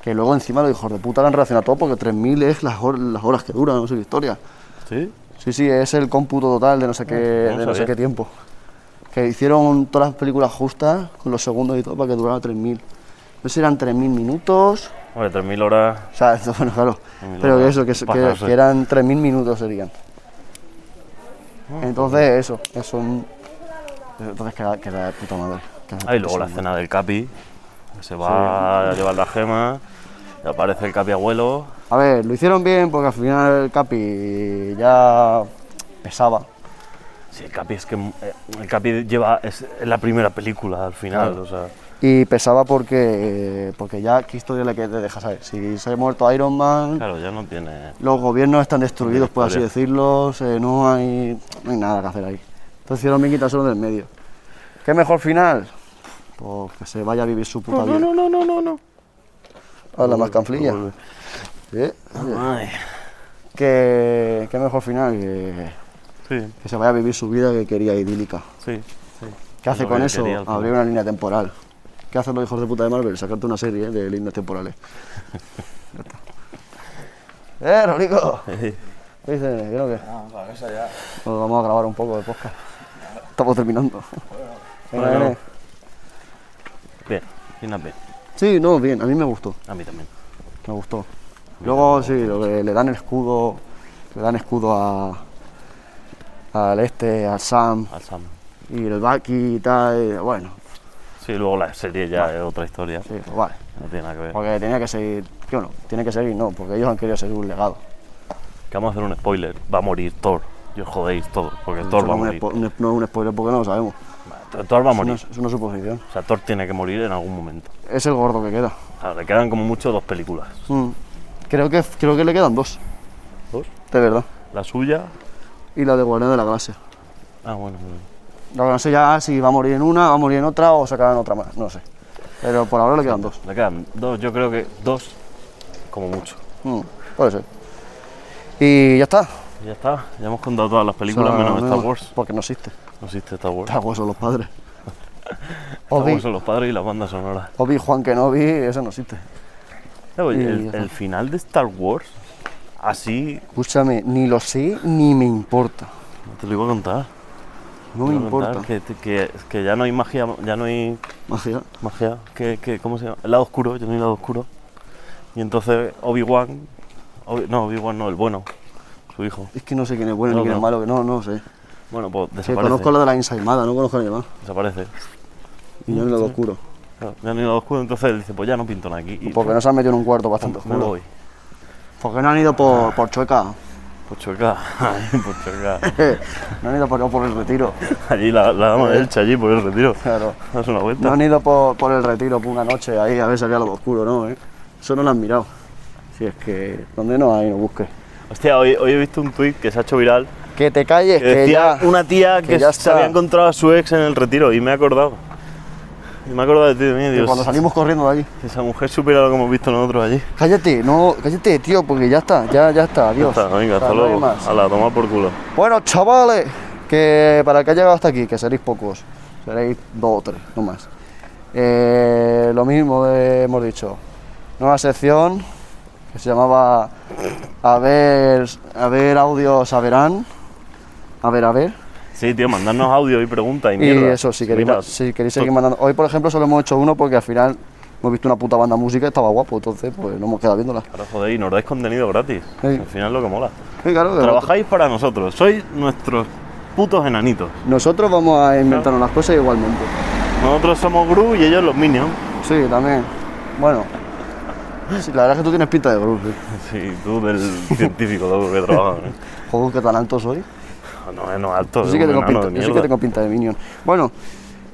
Speaker 1: que luego encima los hijos de puta la han relacionado todo porque 3.000 es las, hor- las horas que duran, no sé qué historia.
Speaker 2: ¿Sí?
Speaker 1: Sí, sí, es el cómputo total de no sé qué,
Speaker 2: Ah, no
Speaker 1: de no sé
Speaker 2: sabía.
Speaker 1: qué tiempo. Que hicieron todas las películas justas con los segundos y todo para que durara 3.000. No sé si eran 3.000 minutos.
Speaker 2: Hombre, 3.000 horas.
Speaker 1: O sea, esto, bueno, claro.
Speaker 2: Mil
Speaker 1: Pero que
Speaker 2: horas,
Speaker 1: eso, que, es- que-
Speaker 2: pasarse.
Speaker 1: que eran 3.000 minutos serían.
Speaker 2: Ah,
Speaker 1: Entonces, eso, eso. un- Entonces queda, queda de puta madre. queda de
Speaker 2: Ah, y luego la
Speaker 1: putísima
Speaker 2: escena del Capi, que se va a llevar la gema, y aparece el Capi abuelo.
Speaker 1: A ver, lo hicieron bien porque al final el Capi ya pesaba.
Speaker 2: Sí, el Capi es que eh, el Capi lleva es la primera película al final, o sea,
Speaker 1: Y pesaba porque, porque ya, ¿qué historia le que te deja saber? Si se ha muerto Iron Man,
Speaker 2: claro, ya no tiene
Speaker 1: los gobiernos están destruidos, por así
Speaker 2: historia.
Speaker 1: decirlo, se- no, hay, no hay nada que hacer ahí. Entonces hicieron bien quitárselo del medio. ¿Qué mejor final? Pues que se vaya a vivir su puta vida. No, no, no, no, no. A la mascanflilla. ¿Eh?
Speaker 2: Ay,
Speaker 1: ¿Qué, qué mejor final? Que,
Speaker 2: sí,
Speaker 1: que se vaya a vivir su vida que quería idílica.
Speaker 2: sí, sí.
Speaker 1: ¿Qué hace
Speaker 2: lo que
Speaker 1: con
Speaker 2: yo
Speaker 1: eso?
Speaker 2: quería al final.
Speaker 1: Abrir una línea temporal. ¿Qué hacen los hijos de puta de Marvel? Sacarte una serie de líneas temporales. Ya está. ¡Eh, Rodrigo! ¿Qué dices? ¿Bien o qué? Pues vamos a grabar un poco de podcast. Estamos terminando. Venga,
Speaker 2: Bueno.
Speaker 1: nene.
Speaker 2: Bien, final bien,
Speaker 1: Sí, no, bien, a mí me gustó.
Speaker 2: a mí también.
Speaker 1: Me gustó. Luego sí, lo que le dan el escudo. Le dan escudo a. al este, al Sam
Speaker 2: Al Sam.
Speaker 1: y el Bucky y tal. y bueno,
Speaker 2: Sí, luego la serie ya es otra historia,
Speaker 1: sí, pues vale.
Speaker 2: no tiene nada que ver.
Speaker 1: Porque tenía que seguir. que bueno, tiene que seguir, no, porque ellos han querido seguir un legado.
Speaker 2: Que vamos a hacer un spoiler, va a morir Thor. Yo os jodéis todo, porque Thor va
Speaker 1: no,
Speaker 2: a morir.
Speaker 1: es un spo- un- no es un spoiler porque no lo sabemos.
Speaker 2: Thor va a
Speaker 1: Es una,
Speaker 2: morir.
Speaker 1: es una suposición.
Speaker 2: O sea, Thor tiene que morir en algún momento.
Speaker 1: Es el gordo que queda.
Speaker 2: Ahora, le quedan como mucho dos películas.
Speaker 1: Mm. Creo, que, creo que le quedan dos,
Speaker 2: ¿Dos?
Speaker 1: de verdad.
Speaker 2: La suya.
Speaker 1: Y la de Guardián de la Galaxia.
Speaker 2: Ah, bueno, bueno.
Speaker 1: La Galaxia ya si va a morir en una, va a morir en otra o sacarán otra más, no sé. Pero por ahora le quedan dos.
Speaker 2: Le quedan dos, yo creo que dos, como mucho.
Speaker 1: Mm, Puede ser. Y ya está.
Speaker 2: Y Ya está, ya hemos contado todas las películas
Speaker 1: O sea,
Speaker 2: menos
Speaker 1: no-
Speaker 2: Star Wars.
Speaker 1: Porque no existe.
Speaker 2: No existe Star Wars.
Speaker 1: Star Wars son los padres.
Speaker 2: Star
Speaker 1: Obi,
Speaker 2: Wars son los padres y las bandas sonoras.
Speaker 1: Obi Juan Kenobi, eso no existe.
Speaker 2: Claro,
Speaker 1: Y
Speaker 2: El,
Speaker 1: ya está.
Speaker 2: el final de Star Wars, así,
Speaker 1: Escúchame, ni lo sé ni me importa.
Speaker 2: no te lo iba a contar.
Speaker 1: No
Speaker 2: Te
Speaker 1: me
Speaker 2: iba a contar
Speaker 1: importa.
Speaker 2: Que, que- que ya no hay magia, ya no hay
Speaker 1: Magia.
Speaker 2: magia. Que, que- ¿Cómo se llama? El lado oscuro, ya no hay lado oscuro. Y entonces Obi-Wan, Obi- no, Obi-Wan no, el bueno, su hijo.
Speaker 1: Es que no sé quién es bueno
Speaker 2: No,
Speaker 1: ni quién
Speaker 2: no.
Speaker 1: es malo, que no, no sé.
Speaker 2: Bueno, pues
Speaker 1: Que
Speaker 2: desaparece.
Speaker 1: conozco lo de la ensaimada, no conozco a nadie más.
Speaker 2: Desaparece.
Speaker 1: Y yo en lo oscuro.
Speaker 2: Claro, ya no hay lado oscuro, entonces él dice, pues ya no pinto nada aquí. Y
Speaker 1: Porque no se han metido en un cuarto bastante
Speaker 2: me
Speaker 1: oscuro.
Speaker 2: voy.
Speaker 1: Porque no han ido por, por Chueca.
Speaker 2: Pues choca, pues choca.
Speaker 1: no han ido por, por el retiro.
Speaker 2: Allí la, la dama de Elche, allí por el retiro.
Speaker 1: Claro.
Speaker 2: Haz una
Speaker 1: No
Speaker 2: vuelta.
Speaker 1: han ido por, por el retiro por una noche ahí a ver si había lo oscuro, no, eh. Eso no lo han mirado. Si es que donde no hay, no busques.
Speaker 2: Hostia, hoy, hoy he visto un tuit que se ha hecho viral
Speaker 1: Que te calles,
Speaker 2: que
Speaker 1: que
Speaker 2: decía
Speaker 1: ya.
Speaker 2: una tía que,
Speaker 1: que ya
Speaker 2: se
Speaker 1: está.
Speaker 2: había encontrado a su ex en el retiro y me he acordado. Y me he acordado de ti, de mí,
Speaker 1: que
Speaker 2: Dios.
Speaker 1: cuando salimos corriendo de allí.
Speaker 2: Esa mujer supera lo que hemos visto nosotros allí.
Speaker 1: Cállate, no, cállate, tío, porque ya está, ya, ya está, adiós.
Speaker 2: Está, venga,
Speaker 1: O sea,
Speaker 2: hasta
Speaker 1: no hay
Speaker 2: luego.
Speaker 1: más.
Speaker 2: A la toma por culo.
Speaker 1: Bueno, chavales, que para el que ha llegado hasta aquí, que seréis pocos, seréis dos o tres, no más. Eh, lo mismo de- hemos dicho, nueva sección que se llamaba A ver, a ver audios, a verán, a ver, a ver.
Speaker 2: Sí, tío, mandarnos audio y preguntas y
Speaker 1: Y
Speaker 2: mierda.
Speaker 1: eso, si queréis,
Speaker 2: Mira,
Speaker 1: si queréis seguir mandando. Hoy, por ejemplo, solo hemos hecho uno porque al final hemos visto una puta banda de música y estaba guapo, entonces pues no hemos quedado viéndola.
Speaker 2: Ahora, joder, y nos dais contenido gratis.
Speaker 1: Sí.
Speaker 2: Al final lo que mola.
Speaker 1: Sí, claro, de-
Speaker 2: Trabajáis para nosotros. Sois nuestros putos enanitos.
Speaker 1: Nosotros vamos a inventarnos las cosas igualmente.
Speaker 2: Nosotros somos Gru y ellos los Minions.
Speaker 1: Sí, también. Bueno. Sí, la verdad es que tú tienes pinta de ¿eh? Bruce.
Speaker 2: Sí, tú del científico loco que trabaja. ¿eh?
Speaker 1: Joder, qué tan alto soy.
Speaker 2: No, no, alto.
Speaker 1: Yo
Speaker 2: es
Speaker 1: sí, que
Speaker 2: un
Speaker 1: tengo
Speaker 2: enano
Speaker 1: pinta,
Speaker 2: de
Speaker 1: yo sí que
Speaker 2: mierda.
Speaker 1: tengo pinta de Minion. Bueno,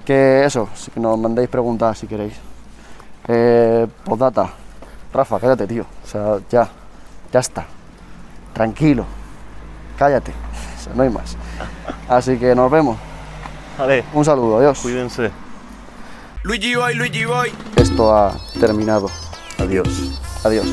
Speaker 1: que eso, sí que nos mandéis preguntas si queréis. Eh, postdata. Rafa, cállate, tío. O sea, ya. Ya está. Tranquilo. Cállate. O sea, no hay más. Así que nos vemos.
Speaker 2: Vale,
Speaker 1: Un saludo, adiós.
Speaker 2: cuídense.
Speaker 3: Luigi Boy, Luigi Boy.
Speaker 1: Esto ha terminado.
Speaker 2: Adiós.
Speaker 1: Adiós.